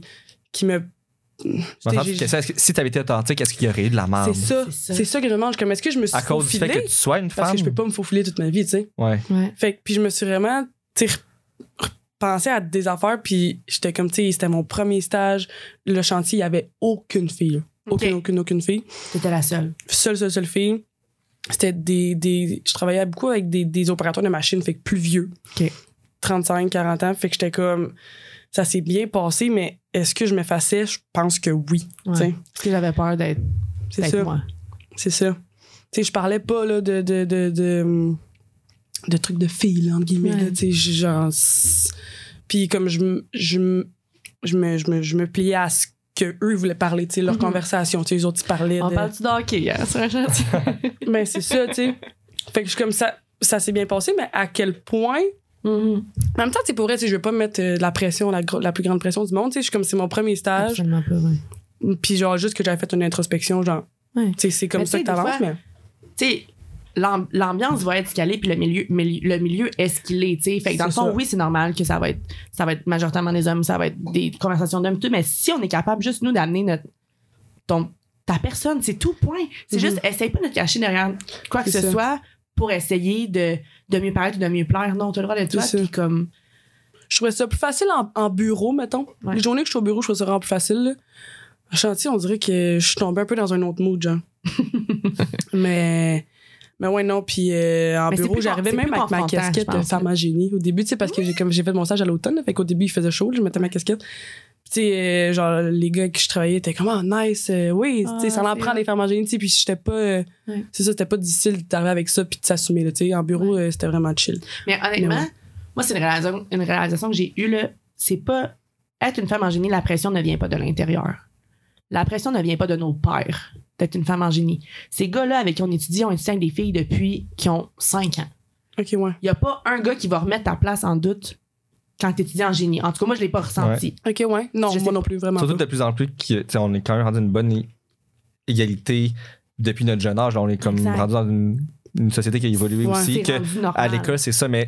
Speaker 2: qui me.
Speaker 1: Dans le sens
Speaker 2: J'ai-
Speaker 1: que ça, est-ce que- si t'avais été authentique, est-ce qu'il y aurait eu de la
Speaker 2: C'est
Speaker 1: merde?
Speaker 2: ça.
Speaker 3: C'est ça.
Speaker 2: C'est ça que je mange. Comme est-ce que je me suis
Speaker 1: À cause du fait que
Speaker 2: faufilée?
Speaker 1: tu sois une femme.
Speaker 2: Parce que je peux pas me faufiler toute ma vie, tu sais.
Speaker 1: Ouais.
Speaker 2: Fait que, puis je me suis vraiment, tu sais, re- repensée à des affaires, puis j'étais comme, tu sais, c'était mon premier stage. Le chantier, il y avait aucune fille. là. Aucune,
Speaker 3: Ok.
Speaker 2: aucune, aucune fille.
Speaker 3: T'étais la seule.
Speaker 2: Seule, seule, seule fille. C'était des, des. Je travaillais beaucoup avec des, des opérateurs de machines, fait que plus vieux.
Speaker 3: Ok.
Speaker 2: 35, 40 ans. Fait que j'étais comme. Ça s'est bien passé, mais est-ce que je m'effaçais? Je pense que oui.
Speaker 3: Ouais.
Speaker 2: tu sais.
Speaker 3: Parce que j'avais peur d'être
Speaker 2: C'est
Speaker 3: d'être
Speaker 2: ça.
Speaker 3: moi.
Speaker 2: C'est ça. Tu sais, je parlais pas là, de, de, de, de, de trucs de filles, là, entre guillemets.
Speaker 3: Ouais.
Speaker 2: là, tu sais, j'ai genre. s- Puis comme je, m- je, m- je, me, je, me, je me pliais à ce que eux voulaient parler, tu sais, leur
Speaker 3: Mhm.
Speaker 2: conversation. Tu sais, les autres, ils parlaient
Speaker 3: On
Speaker 2: de.
Speaker 3: parle-tu d'hockey, hein, sur un chantier?
Speaker 2: Ben, c'est ça, tu sais. Fait que je suis comme ça. Ça s'est bien passé, mais à quel point.
Speaker 3: Mhm.
Speaker 2: En même temps, tu sais, pour vrai, tu sais, je veux pas me mettre euh, de la pression, la, gro- la plus grande pression du monde. Tu sais, je suis comme c'est mon premier stage.
Speaker 3: Absolument pas, ouais.
Speaker 2: Puis genre, juste que j'avais fait une introspection, genre.
Speaker 3: Ouais.
Speaker 2: Tu sais, c'est comme
Speaker 3: Mais
Speaker 2: ça
Speaker 3: tu sais,
Speaker 2: que t'avances,
Speaker 3: des fois,
Speaker 2: mais.
Speaker 3: tu sais, l'am- l'ambiance va être ce qu'elle est, puis le milieu, mili- le milieu est ce qu'il est, tu sais. Fait que dans le
Speaker 2: C'est
Speaker 3: fond,
Speaker 2: ça.
Speaker 3: oui, c'est normal que ça va être, ça va être majoritairement des hommes, ça va être des conversations d'hommes, tout. Mais si on est capable juste nous d'amener notre, ton, ta personne, c'est tout point. C'est
Speaker 2: Mhm.
Speaker 3: juste, essaye pas de te cacher derrière quoi que
Speaker 2: C'est
Speaker 3: ce
Speaker 2: ça.
Speaker 3: soit pour essayer de, de mieux paraître ou de mieux plaire. Non, t'as le droit d'être
Speaker 2: C'est
Speaker 3: toi,
Speaker 2: ça.
Speaker 3: puis comme,
Speaker 2: je trouvais ça plus facile en, en bureau, mettons.
Speaker 3: Ouais.
Speaker 2: Les journées que je suis au bureau, je trouvais ça vraiment plus facile. là. En chantier, on dirait que je suis tombée un peu dans un autre mood, genre. mais, mais ouais, non. Puis euh, en
Speaker 3: Mais c'est
Speaker 2: bureau,
Speaker 3: plus
Speaker 2: j'arrais
Speaker 3: con- c'est
Speaker 2: même
Speaker 3: plus
Speaker 2: avec ma
Speaker 3: confrontant,
Speaker 2: casquette
Speaker 3: je pense,
Speaker 2: de femme à génie au début, tu sais, parce que j'ai comme j'ai fait mon stage à l'automne, là, fait qu'au début, il faisait chaud, là, je mettais ma casquette. Puis, Tu sais, euh, genre, les gars avec qui je travaillais étaient comme, ah, nice, euh, oui, tu sais, ça
Speaker 3: Ah,
Speaker 2: en
Speaker 3: c'est
Speaker 2: prend
Speaker 3: vrai.
Speaker 2: des femmes à génie, tu sais, puis j'étais pas, euh,
Speaker 3: Ouais.
Speaker 2: c'est ça, c'était pas difficile d'arriver avec ça puis de s'assumer, là, tu sais. En bureau, euh, c'était vraiment chill.
Speaker 3: Mais honnêtement,
Speaker 2: Mais
Speaker 3: moi, c'est une réalisation, une réalisation que j'ai eue, là. C'est pas être une femme en génie, la pression ne vient pas de l'intérieur. La pression ne vient pas de nos pères d'être une femme en génie. Ces gars-là avec qui on étudie, on étudie avec des filles depuis qui ont 5 ans.
Speaker 2: Ok, ouais.
Speaker 3: Il n'y a pas un gars qui va remettre ta place en doute quand tu étudies en génie. En tout cas, moi, je l'ai pas ressenti.
Speaker 2: Ok, ouais. Non,
Speaker 3: Je sais
Speaker 2: moi non plus, vraiment.
Speaker 1: Surtout
Speaker 2: pas.
Speaker 1: de plus en plus, que, tu sais, on est quand même rendu une bonne é- égalité depuis notre jeune âge. là, on est comme
Speaker 3: Exact.
Speaker 1: rendu
Speaker 3: rendu
Speaker 1: dans une, une société qui a évolué
Speaker 2: Ouais.
Speaker 1: aussi.
Speaker 3: C'est
Speaker 1: Que
Speaker 3: rendu
Speaker 1: à
Speaker 3: normal.
Speaker 1: l'école, c'est ça, mais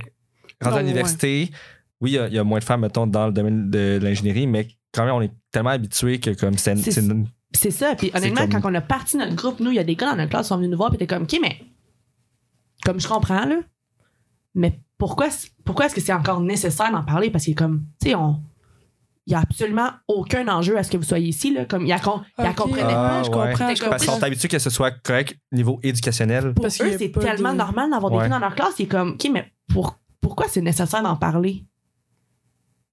Speaker 1: rendu à
Speaker 2: Non,
Speaker 1: l'université, oui, il y a- il y, a moins de femmes, mettons, dans le domaine de l'ingénierie, mais quand même, on est tellement habitué que comme c'est.
Speaker 3: C'est-
Speaker 1: c'est une-
Speaker 3: C'est ça. Puis honnêtement,
Speaker 1: comme-
Speaker 3: quand on a parti notre groupe, nous, il y a des gars dans notre classe qui sont venus nous voir, puis t'es comme, OK, mais comme je comprends, là, mais pourquoi, c- pourquoi est-ce que c'est encore nécessaire d'en parler? Parce que, comme, tu sais, on. Il n'y a absolument aucun enjeu à ce que vous soyez ici. Là. Comme, il y a, con- il y a
Speaker 2: Ok.
Speaker 3: comprenait
Speaker 1: Ah,
Speaker 3: pas.
Speaker 2: je
Speaker 1: ouais.
Speaker 2: comprends, je
Speaker 3: Parce
Speaker 1: Parce
Speaker 2: comprends.
Speaker 1: qu'on est habitué que ce soit correct niveau éducationnel.
Speaker 3: Pour
Speaker 2: Parce qu'il y
Speaker 3: eux,
Speaker 2: a
Speaker 3: c'est
Speaker 2: pas
Speaker 3: tellement
Speaker 2: de-
Speaker 3: normal d'avoir des
Speaker 1: Ouais.
Speaker 3: filles dans leur classe. C'est comme, OK, mais pour, pourquoi c'est nécessaire d'en parler?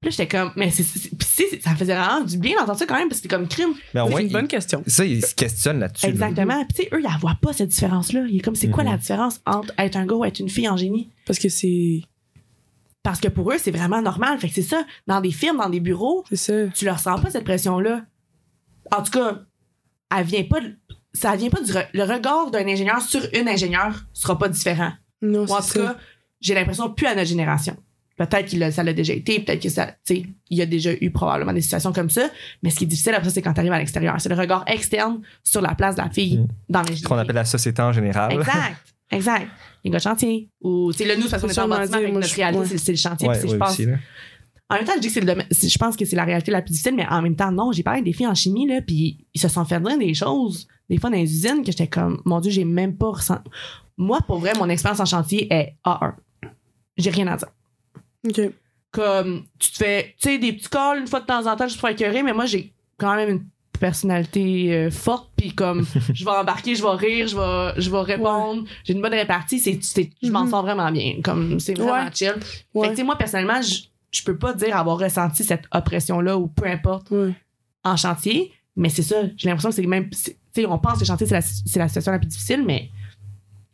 Speaker 3: Puis là, j'étais comme, mais c'est, c'est- puis c'est- ça faisait vraiment du bien d'entendre ça quand même, parce que c'est comme crime.
Speaker 1: Mais au
Speaker 2: C'est
Speaker 1: moins,
Speaker 2: une
Speaker 1: il-
Speaker 2: bonne question.
Speaker 1: ça, ils se questionnent là-dessus. là.
Speaker 3: Exactement. Puis, tu sais, eux, ils ne voient pas cette différence-là. Il est comme, c'est quoi
Speaker 1: Mhm.
Speaker 3: la différence entre être un gars ou être une fille en génie?
Speaker 2: Parce que c'est.
Speaker 3: Parce que pour eux, c'est vraiment normal. Fait que c'est ça. Dans des films, dans des bureaux,
Speaker 2: C'est ça.
Speaker 3: tu leur sens pas cette pression-là. En tout cas, elle vient pas de- ça vient pas du re- le regard d'un ingénieur sur une ingénieure sera pas différent.
Speaker 2: Non,
Speaker 3: Ou en tout
Speaker 2: c'est ça.
Speaker 3: cas, j'ai l'impression plus à notre génération. Peut-être que ça l'a déjà été, peut-être que ça, tu sais, il y a déjà eu probablement des situations comme ça. Mais ce qui est difficile après ça, c'est quand tu arrives à l'extérieur. C'est le regard externe sur la place de la fille
Speaker 1: Mm.
Speaker 3: dans
Speaker 1: Ce qu'on
Speaker 3: l'ingénierie.
Speaker 1: appelle la société en général.
Speaker 3: Exact, exact. Les gars de chantier. Ou, tu sais, là, nous, parce qu'on est en
Speaker 2: Sûrement
Speaker 3: bâtiment,
Speaker 2: dire,
Speaker 3: fait que
Speaker 2: moi,
Speaker 3: notre
Speaker 2: je-
Speaker 3: réalité,
Speaker 2: ouais.
Speaker 3: c'est- c'est le chantier.
Speaker 1: Ouais,
Speaker 3: puis c'est-
Speaker 1: ouais,
Speaker 3: je pense-
Speaker 1: aussi, là.
Speaker 3: en même temps, je dis que c'est le domaine- c'est- je pense que c'est la réalité la plus difficile, mais en même temps, non, j'ai parlé avec des filles en chimie, là, puis ils se sont fait dire des choses, des fois dans les usines, que j'étais comme, mon Dieu, j'ai même pas ressenti. Moi, pour vrai, mon expérience en chantier est A1. J'ai rien à dire.
Speaker 2: Ok.
Speaker 3: Comme, tu te fais, tu sais, des petits calls une fois de temps en temps juste pour écœurer, mais moi, j'ai quand même une personnalité euh, forte, puis comme, je vais embarquer, je vais rire, je vais, je vais répondre, j'ai une bonne répartie, c'est, c'est- je m'en
Speaker 2: Mhm.
Speaker 3: sors vraiment bien. Comme, c'est vraiment
Speaker 2: Ouais.
Speaker 3: chill. Fait que,
Speaker 2: Ouais.
Speaker 3: tu sais, moi, personnellement, je, je peux pas dire avoir ressenti cette oppression-là ou peu importe
Speaker 2: Ouais.
Speaker 3: en chantier, mais c'est ça. J'ai l'impression que c'est même. c'est- Tu sais, on pense que le chantier, c'est la, c'est la situation la plus difficile, mais,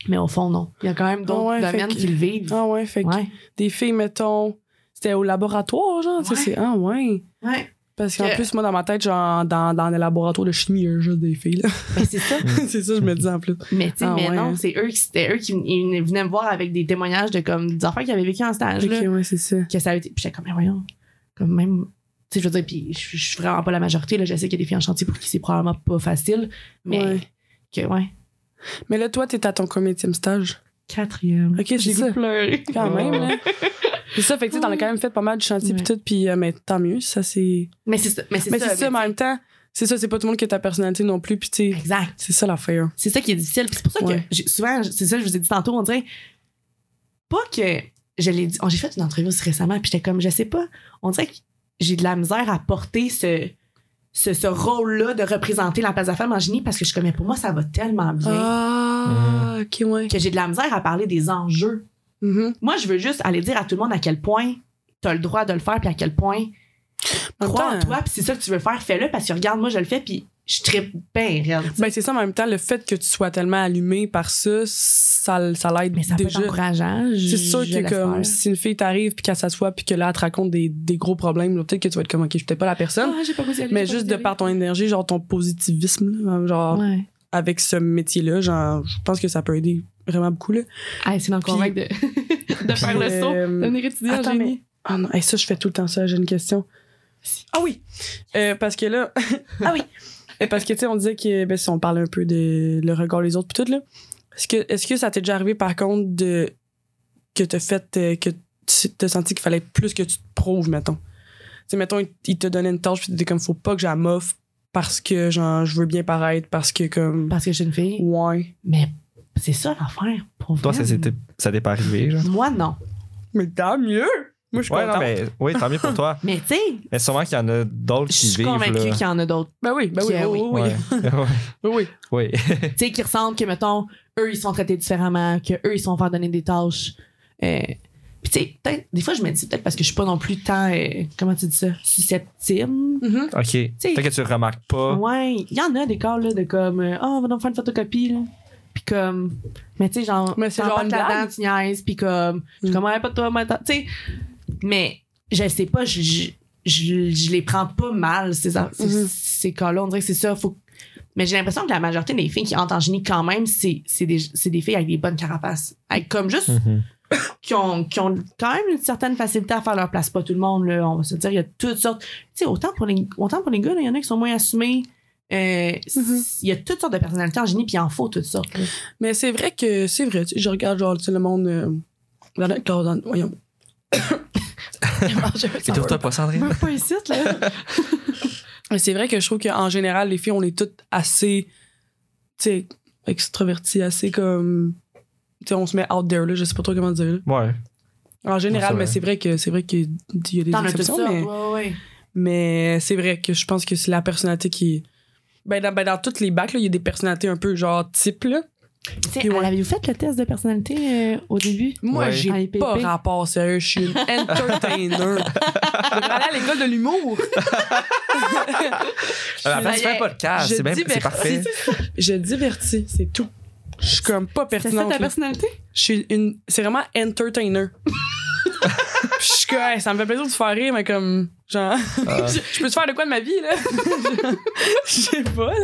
Speaker 3: mais au fond, non. Il y a quand même d'autres
Speaker 2: Ah ouais, fait
Speaker 3: domaines
Speaker 2: que-
Speaker 3: qui le vivent.
Speaker 2: Ah ouais, fait que
Speaker 3: ouais.
Speaker 2: des filles, mettons, c'était au laboratoire, genre. tu sais,
Speaker 3: Ouais.
Speaker 2: c'est- Ah ouais.
Speaker 3: ouais.
Speaker 2: Parce qu'en
Speaker 3: Que-
Speaker 2: plus, moi, dans ma tête, genre, dans, dans les laboratoires de chimie, il y a juste des filles, là.
Speaker 3: Mais c'est ça.
Speaker 1: Mm.
Speaker 2: c'est ça, je me dis en plus.
Speaker 3: Mais tu sais,
Speaker 2: Ah
Speaker 3: mais
Speaker 2: ouais,
Speaker 3: non,
Speaker 2: hein.
Speaker 3: c'est eux, qui- c'était eux qui ven- ils venaient me voir avec des témoignages de comme des enfants qui avaient vécu en stage. là,
Speaker 2: Ok, ouais, c'est ça.
Speaker 3: que ça a été. Puis j'étais comme, mais voyons, comme même. Tu sais, je veux dire, puis je je suis vraiment pas la majorité. Là, je sais qu'il y a des filles en chantier pour qui c'est probablement pas facile, mais
Speaker 2: Ouais.
Speaker 3: que, ouais.
Speaker 2: Mais là, toi, t'es à ton comitième stage.
Speaker 3: Quatrième.
Speaker 2: Ok,
Speaker 3: J'ai
Speaker 2: c'est
Speaker 3: goût de
Speaker 2: ça.
Speaker 3: pleurer.
Speaker 2: Quand
Speaker 1: Oh.
Speaker 2: même,
Speaker 3: hein.
Speaker 2: là. C'est ça, fait que tu sais, t'en as quand même fait pas mal de chantiers
Speaker 3: Ouais.
Speaker 2: pis tout, pis euh, mais tant mieux, ça c'est.
Speaker 3: Mais c'est ça. Mais c'est
Speaker 2: Mais
Speaker 3: ça.
Speaker 2: c'est ça, mais en même temps, c'est ça, c'est pas tout le monde qui a ta personnalité non plus, pis tu sais,
Speaker 3: Exact.
Speaker 2: c'est ça l'affaire.
Speaker 3: C'est ça qui est difficile. Puis C'est pour ça que
Speaker 2: Ouais.
Speaker 3: j'ai- souvent, c'est ça que je vous ai dit tantôt, on dirait pas que je l'ai dit. oh, j'ai fait une entrevue aussi récemment, puis j'étais comme, je sais pas. On dirait que j'ai de la misère à porter ce, ce, ce rôle-là de représenter la place de la femme en génie parce que je suis comme, mais pour moi, ça va tellement bien
Speaker 2: Ah,
Speaker 3: Mhm.
Speaker 2: ok, ouais.
Speaker 3: que j'ai de la misère à parler des enjeux
Speaker 2: Mhm.
Speaker 3: Moi, je veux juste aller dire à tout le monde à quel point t'as le droit de le faire, puis à quel point
Speaker 2: En même
Speaker 3: crois en
Speaker 2: temps-
Speaker 3: toi, puis c'est ça que tu veux faire, fais-le, parce que regarde, moi, je le fais, puis je tripe bien, raide.
Speaker 2: Ben, c'est ça, mais en même temps, le fait que tu sois tellement allumé par ça, ça, ça l'aide
Speaker 3: Mais ça peut
Speaker 2: déjà.
Speaker 3: être encourageant.
Speaker 2: C'est sûr que comme, si une fille t'arrive puis qu'elle s'assoit puis que là, elle te raconte des, des gros problèmes, là, peut-être que tu vas être comme, ok, je suis peut-être pas la personne.
Speaker 3: Ah,
Speaker 2: mais juste de par ton énergie, genre ton positivisme, là, hein, genre
Speaker 3: Ouais.
Speaker 2: avec ce métier-là, genre, je pense que ça peut aider vraiment beaucoup, là.
Speaker 3: Ah, c'est d'en convaincre de, de faire le saut,
Speaker 2: euh,
Speaker 3: devenir étudiant en
Speaker 2: attends,
Speaker 3: génie.
Speaker 2: Ah non, hey, ça, je fais tout le temps ça, j'ai une question. Ah oui! Euh, parce que là.
Speaker 3: Ah oui.
Speaker 2: Euh, parce que, tu sais, on disait que ben, si on parle un peu de le regard des autres, puis tout, là. Est-ce que, est que ça t'est déjà arrivé, par contre, de, que t'as fait. euh, que tu t'as senti qu'il fallait plus que tu te prouves, mettons? Tu sais, mettons, il- il te donnait une tâche, puis t'étais comme, faut pas que j'en m'offre parce que, genre, je veux bien paraître, parce que, comme.
Speaker 3: Parce que je suis une fille.
Speaker 2: Ouais.
Speaker 3: Mais c'est ça l'affaire, pour
Speaker 1: Toi,
Speaker 3: vrai.
Speaker 1: ça s'était- ça t'est pas arrivé, genre.
Speaker 3: Moi, non.
Speaker 2: Mais tant mieux! Moi, je suis
Speaker 1: Ouais, non,
Speaker 2: contente.
Speaker 1: mais oui, tant mieux pour toi.
Speaker 3: Mais tu sais,
Speaker 1: Mais sûrement qu'il y en a d'autres
Speaker 3: je
Speaker 1: qui
Speaker 3: suis
Speaker 1: vivent.
Speaker 3: convaincue
Speaker 1: là.
Speaker 3: qu'il y en a d'autres.
Speaker 2: Ben oui, ben oui,
Speaker 3: Yeah,
Speaker 2: oui,
Speaker 3: oui.
Speaker 2: oui, oui. oui, oui.
Speaker 1: Ouais. oui.
Speaker 3: tu sais, qui ressemblent que, mettons, eux, ils sont traités différemment, que eux, ils sont faire donner des tâches. Euh, puis, tu sais, peut-être- des fois, je me dis peut-être parce que je suis pas non plus tant, euh, comment tu dis ça, susceptible.
Speaker 2: Mhm.
Speaker 1: OK. Peut-être que tu remarques pas.
Speaker 3: Ouais, il y en a des cas, là, de comme, euh, ah, on va donc faire une photocopie, là. Puis, comme, mais tu sais, genre,
Speaker 2: Mais c'est
Speaker 3: t'en
Speaker 2: genre
Speaker 3: parles
Speaker 2: une
Speaker 3: là-dedans,
Speaker 2: blague.
Speaker 3: tu niaises, puis comme, je suis
Speaker 2: Mm.
Speaker 3: comme, Ouais, pas toi, moi, attends, tu sais. Mais, je sais pas, je, je, je- je les prends pas mal, ces, a- ces-
Speaker 2: Mhm.
Speaker 3: ces cas-là. On dirait que c'est ça, faut mais j'ai l'impression que la majorité des filles qui entrent en génie, quand même, c'est c'est des, c'est des filles avec des bonnes carapaces. Avec comme juste,
Speaker 1: Mhm.
Speaker 3: qui, ont, qui ont quand même une certaine facilité à faire leur place. Pas tout le monde, là, on va se dire, il y a toutes sortes. Tu sais, autant pour les, autant pour les gars, là, il y en a qui sont moins assumés. Euh, s-
Speaker 2: Mm-hmm.
Speaker 3: Il y a toutes sortes de personnalités en génie, puis il en faut toutes sortes. là.
Speaker 2: Mais c'est vrai que c'est vrai. tu- Je regarde genre tu sais, le monde euh, dans la classe, dans- voyons.
Speaker 1: Et toi, t'as pas Sandrine?
Speaker 3: Même pas ici, là.
Speaker 2: Mais c'est vrai que je trouve qu'en général, les filles, on est toutes assez, tu sais, extraverties, assez comme, tu sais, on se met out there là. Je sais pas trop comment dire. là.
Speaker 1: Ouais.
Speaker 2: En général,
Speaker 1: Ouais,
Speaker 2: mais
Speaker 1: c'est
Speaker 2: c'est vrai que c'est vrai que il y a des
Speaker 3: T'en as toutes
Speaker 2: exceptions,
Speaker 3: sortes.
Speaker 2: mais,
Speaker 3: Ouais, ouais.
Speaker 2: mais c'est vrai que je pense que c'est la personnalité qui, ben dans, ben, dans toutes les bacs là, il y a des personnalités un peu genre type là.
Speaker 3: Tu sais,
Speaker 2: Puis ouais.
Speaker 3: avez-vous fait le test de personnalité euh, au début?
Speaker 2: Moi,
Speaker 1: Ouais.
Speaker 2: j'ai
Speaker 3: IPP.
Speaker 2: pas rapport sérieux. Je suis une entertainer. je devrais aller à l'école de l'humour.
Speaker 1: Ah, Après, tu fais un podcast.
Speaker 2: Je
Speaker 1: C'est même-
Speaker 2: divertis.
Speaker 1: c'est parfait.
Speaker 2: Je divertis, c'est tout. Je suis comme pas
Speaker 3: C'est ça
Speaker 2: pertinente.
Speaker 3: ta
Speaker 2: là.
Speaker 3: personnalité?
Speaker 2: Je suis une. C'est vraiment entertainer. je suis comme, Hey, ça me fait plaisir de vous faire rire, mais comme, genre,
Speaker 1: Ah.
Speaker 2: je, je peux te faire de quoi de ma vie, là? Je sais pas, là.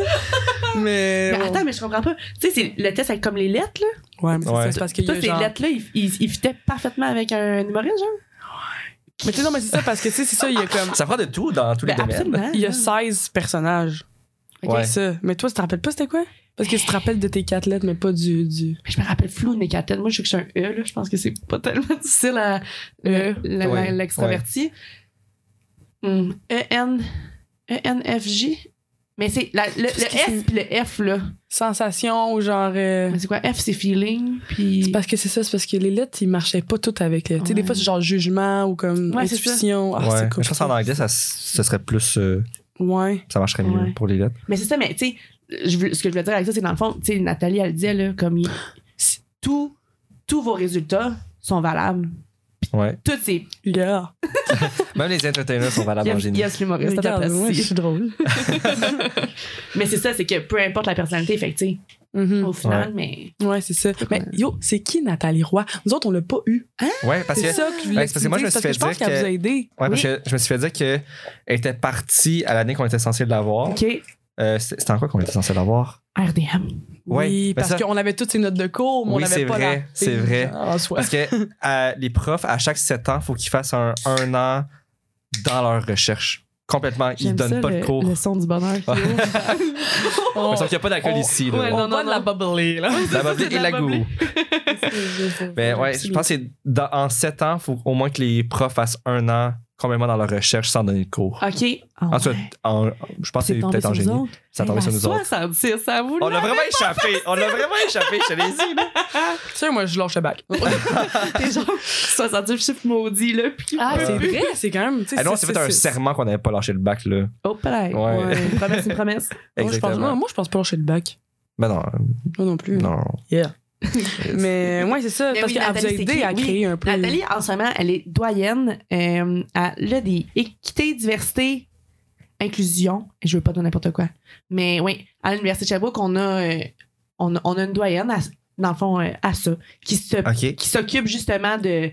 Speaker 1: Eh
Speaker 2: Mais.
Speaker 3: Mais
Speaker 2: bon.
Speaker 3: attends, mais je comprends pas. Tu sais, c'est le test avec comme les lettres, là.
Speaker 2: Ouais, mais c'est
Speaker 1: Ouais.
Speaker 2: ça, c'est parce qu'il y
Speaker 3: Toi,
Speaker 2: a
Speaker 3: ces
Speaker 2: genre-
Speaker 3: lettres-là, ils, ils, ils fitaient parfaitement avec un humoriste, genre.
Speaker 2: Mais tu sais, non, mais c'est ça, parce que, tu sais, c'est ça, il y a comme.
Speaker 1: Ça prend de tout dans tous les
Speaker 3: Ben,
Speaker 1: domaines.
Speaker 3: absolument.
Speaker 2: Il y a 16 personnages.
Speaker 1: Ok. Ouais.
Speaker 2: Ça. Mais toi, tu te rappelles pas c'était quoi? Parce que tu te rappelles de tes quatre lettres, mais pas du. du...
Speaker 3: Mais je me rappelle flou de mes quatre lettres. Moi, je sais que je suis un E, là. Je pense que c'est pas tellement difficile à
Speaker 2: Euh.
Speaker 3: le- la-
Speaker 1: Ouais.
Speaker 3: la- l'extraverti. Hmm. E, N, E, N, F, J. Mais c'est la- le, le
Speaker 2: Qu'est-ce que
Speaker 3: S puis le F, là.
Speaker 2: Sensation ou genre. euh,
Speaker 3: Mais c'est quoi? F, c'est feeling,
Speaker 2: C'est
Speaker 3: puis...
Speaker 2: parce que c'est ça, c'est parce que les lettres, ils marchaient pas toutes avec. euh, Tu sais, des
Speaker 3: Ouais.
Speaker 2: fois, c'est genre jugement ou comme
Speaker 3: Ouais, c'est ça.
Speaker 2: intuition. Ah,
Speaker 1: ouais.
Speaker 2: c'est
Speaker 1: Mais
Speaker 2: cool.
Speaker 1: Je pense qu'en anglais, ça, s- ce serait plus. euh,
Speaker 2: Ouais.
Speaker 1: ça marcherait mieux
Speaker 3: Ouais.
Speaker 1: pour les lettres.
Speaker 3: Mais c'est ça, mais tu sais, je veux- ce que je veux dire avec ça, c'est dans le fond, tu sais, Nathalie, elle disait, là, comme il- si- tout, tous vos résultats sont valables.
Speaker 1: Ouais.
Speaker 3: Toutes ces.
Speaker 2: Yeah.
Speaker 1: Même les entertainers sont valables en
Speaker 3: Yes,
Speaker 1: génie.
Speaker 3: yes, l'humoriste, t'as
Speaker 2: Regarde,
Speaker 3: ta
Speaker 2: moi, je
Speaker 3: place.
Speaker 2: suis drôle.
Speaker 3: Mais c'est ça, c'est que peu importe la personnalité, fait que, tu sais,
Speaker 2: Mhm.
Speaker 3: au final, mais.
Speaker 2: Mm-hmm. Ouais, c'est ça. Mais yo, c'est qui Nathalie Roy? Nous autres, on l'a pas eu.
Speaker 1: Ouais, parce que.
Speaker 2: C'est ça que je voulais
Speaker 1: Ouais, c'est parce que moi, je me
Speaker 2: vous
Speaker 1: suis
Speaker 2: dire,
Speaker 1: fait
Speaker 2: parce que
Speaker 1: dire
Speaker 2: je pense qu'elle
Speaker 1: que-
Speaker 2: vous a aidé.
Speaker 1: Ouais, parce que je me suis fait dire qu'elle était partie à l'année qu'on était censé l'avoir.
Speaker 3: OK.
Speaker 1: Euh, c'était c'était en quoi qu'on était censé l'avoir?
Speaker 3: RDM.
Speaker 1: Ouais,
Speaker 2: oui,
Speaker 1: mais
Speaker 2: parce
Speaker 1: ça-
Speaker 2: qu'on avait toutes ces notes de cours, mais
Speaker 1: Oui,
Speaker 2: on
Speaker 1: c'est
Speaker 2: avait pas
Speaker 1: vrai,
Speaker 2: la- Ah,
Speaker 1: c'est vrai.
Speaker 2: En soi.
Speaker 1: Parce que euh, les profs, à chaque 7 ans, il faut qu'ils fassent un, un an dans leur recherche. Complètement. Ils
Speaker 3: J'aime
Speaker 1: donnent
Speaker 3: ça,
Speaker 1: pas
Speaker 3: le,
Speaker 1: de cours.
Speaker 3: Le son du bonheur.
Speaker 2: On-
Speaker 1: Mais Sauf qu'il n'y a pas d'alcool
Speaker 3: Oh,
Speaker 2: on-
Speaker 1: ici.
Speaker 2: ouais,
Speaker 1: là.
Speaker 2: on boit de la bubbly, là.
Speaker 1: la bobée et la goût. Mais ouais, je pense que c'est dans- en 7 ans, il faut au moins que les profs fassent un an complètement dans leur recherche sans donner de cours.
Speaker 3: OK.
Speaker 1: En tout cas, en- je pense que c'est peut-être en génie. Ça
Speaker 3: Eh
Speaker 1: tombait
Speaker 3: ben,
Speaker 1: sur nous autres. Oh
Speaker 3: 66, ça vous
Speaker 1: On a vraiment échappé. On a vraiment échappé, je te l'ai dit. là.
Speaker 2: Tu sais, moi, je lâche le bac.
Speaker 3: T'es genre 70 chiffres maudits, là. Puis
Speaker 2: Ah,
Speaker 1: Ouais.
Speaker 2: c'est vrai, c'est quand même. tu sais,
Speaker 1: Ah non, on s'est fait un serment qu'on n'avait pas lâché le bac, là.
Speaker 3: oh, peut-être.
Speaker 1: Ouais.
Speaker 3: Une promesse, une
Speaker 2: Moi,
Speaker 3: promesse.
Speaker 2: je pense,
Speaker 1: Exactement.
Speaker 2: non, moi, je pense pas lâcher le bac.
Speaker 1: Mais Ben non,
Speaker 2: Moi non
Speaker 3: Hmm.
Speaker 2: plus.
Speaker 1: non.
Speaker 2: Mais ouais, c'est ça.
Speaker 3: Mais
Speaker 2: parce
Speaker 3: oui,
Speaker 2: qu'elle vous a
Speaker 3: Nathalie, c'est
Speaker 2: aidé
Speaker 3: qui?
Speaker 2: à
Speaker 3: Oui,
Speaker 2: créer un peu.
Speaker 3: Nathalie, en ce moment, elle est doyenne euh, à là, des équité, diversité, inclusion. Je veux pas dire n'importe quoi. Mais oui, à l'Université de Sherbrooke, on a, euh, on, a- on a une doyenne, à- dans le fond, euh, à ça, qui se
Speaker 1: OK.
Speaker 3: qui s'occupe justement de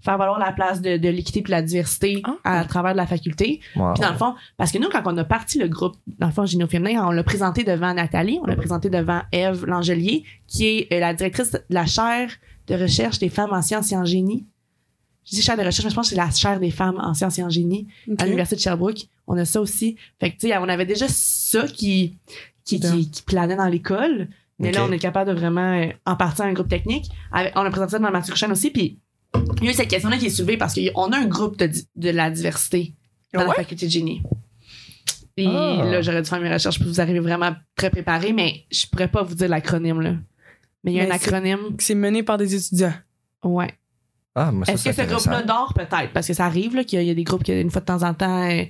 Speaker 3: faire valoir la place de, de l'équité et de la diversité
Speaker 2: Ah.
Speaker 3: à travers de la faculté.
Speaker 1: Wow.
Speaker 3: Puis dans le fond, parce que nous, quand on a parti le groupe, dans le fond, Géno Féminin, on l'a présenté devant Nathalie, on l'a présenté devant Eve Langelier, qui est euh, la directrice de la chaire de recherche des femmes en sciences et en génie. Je dis chaire de recherche, mais je pense que c'est la chaire des femmes en sciences et en génie
Speaker 2: Ok.
Speaker 3: à l'Université de Sherbrooke. On a ça aussi. Fait que, tu sais, on avait déjà ça qui, qui,
Speaker 2: Bien.
Speaker 3: qui, qui planait dans l'école. Mais là,
Speaker 1: Ok.
Speaker 3: on est capable de vraiment, euh, en partant un groupe technique, avec- on a présenté ça dans le Mathieu Chen aussi. Puis, il y a eu cette question-là qui est soulevée parce qu'on a un groupe de, di- de la diversité dans la
Speaker 2: Ouais?
Speaker 3: faculté de génie. Et
Speaker 1: Ah.
Speaker 3: là, j'aurais dû faire mes recherches pour vous arriver vraiment très préparé, mais je pourrais pas vous dire l'acronyme, là. Mais il y a
Speaker 2: Mais
Speaker 3: un
Speaker 2: c'est-
Speaker 3: acronyme.
Speaker 2: C'est mené par des étudiants.
Speaker 3: Ouais.
Speaker 1: Ah, mais ça,
Speaker 3: Est-ce que
Speaker 1: c'est
Speaker 3: ce
Speaker 1: intéressant.
Speaker 3: groupe-là dort peut-être? Parce que ça arrive là, qu'il y a- il y a des groupes qui, une fois de temps en temps, euh,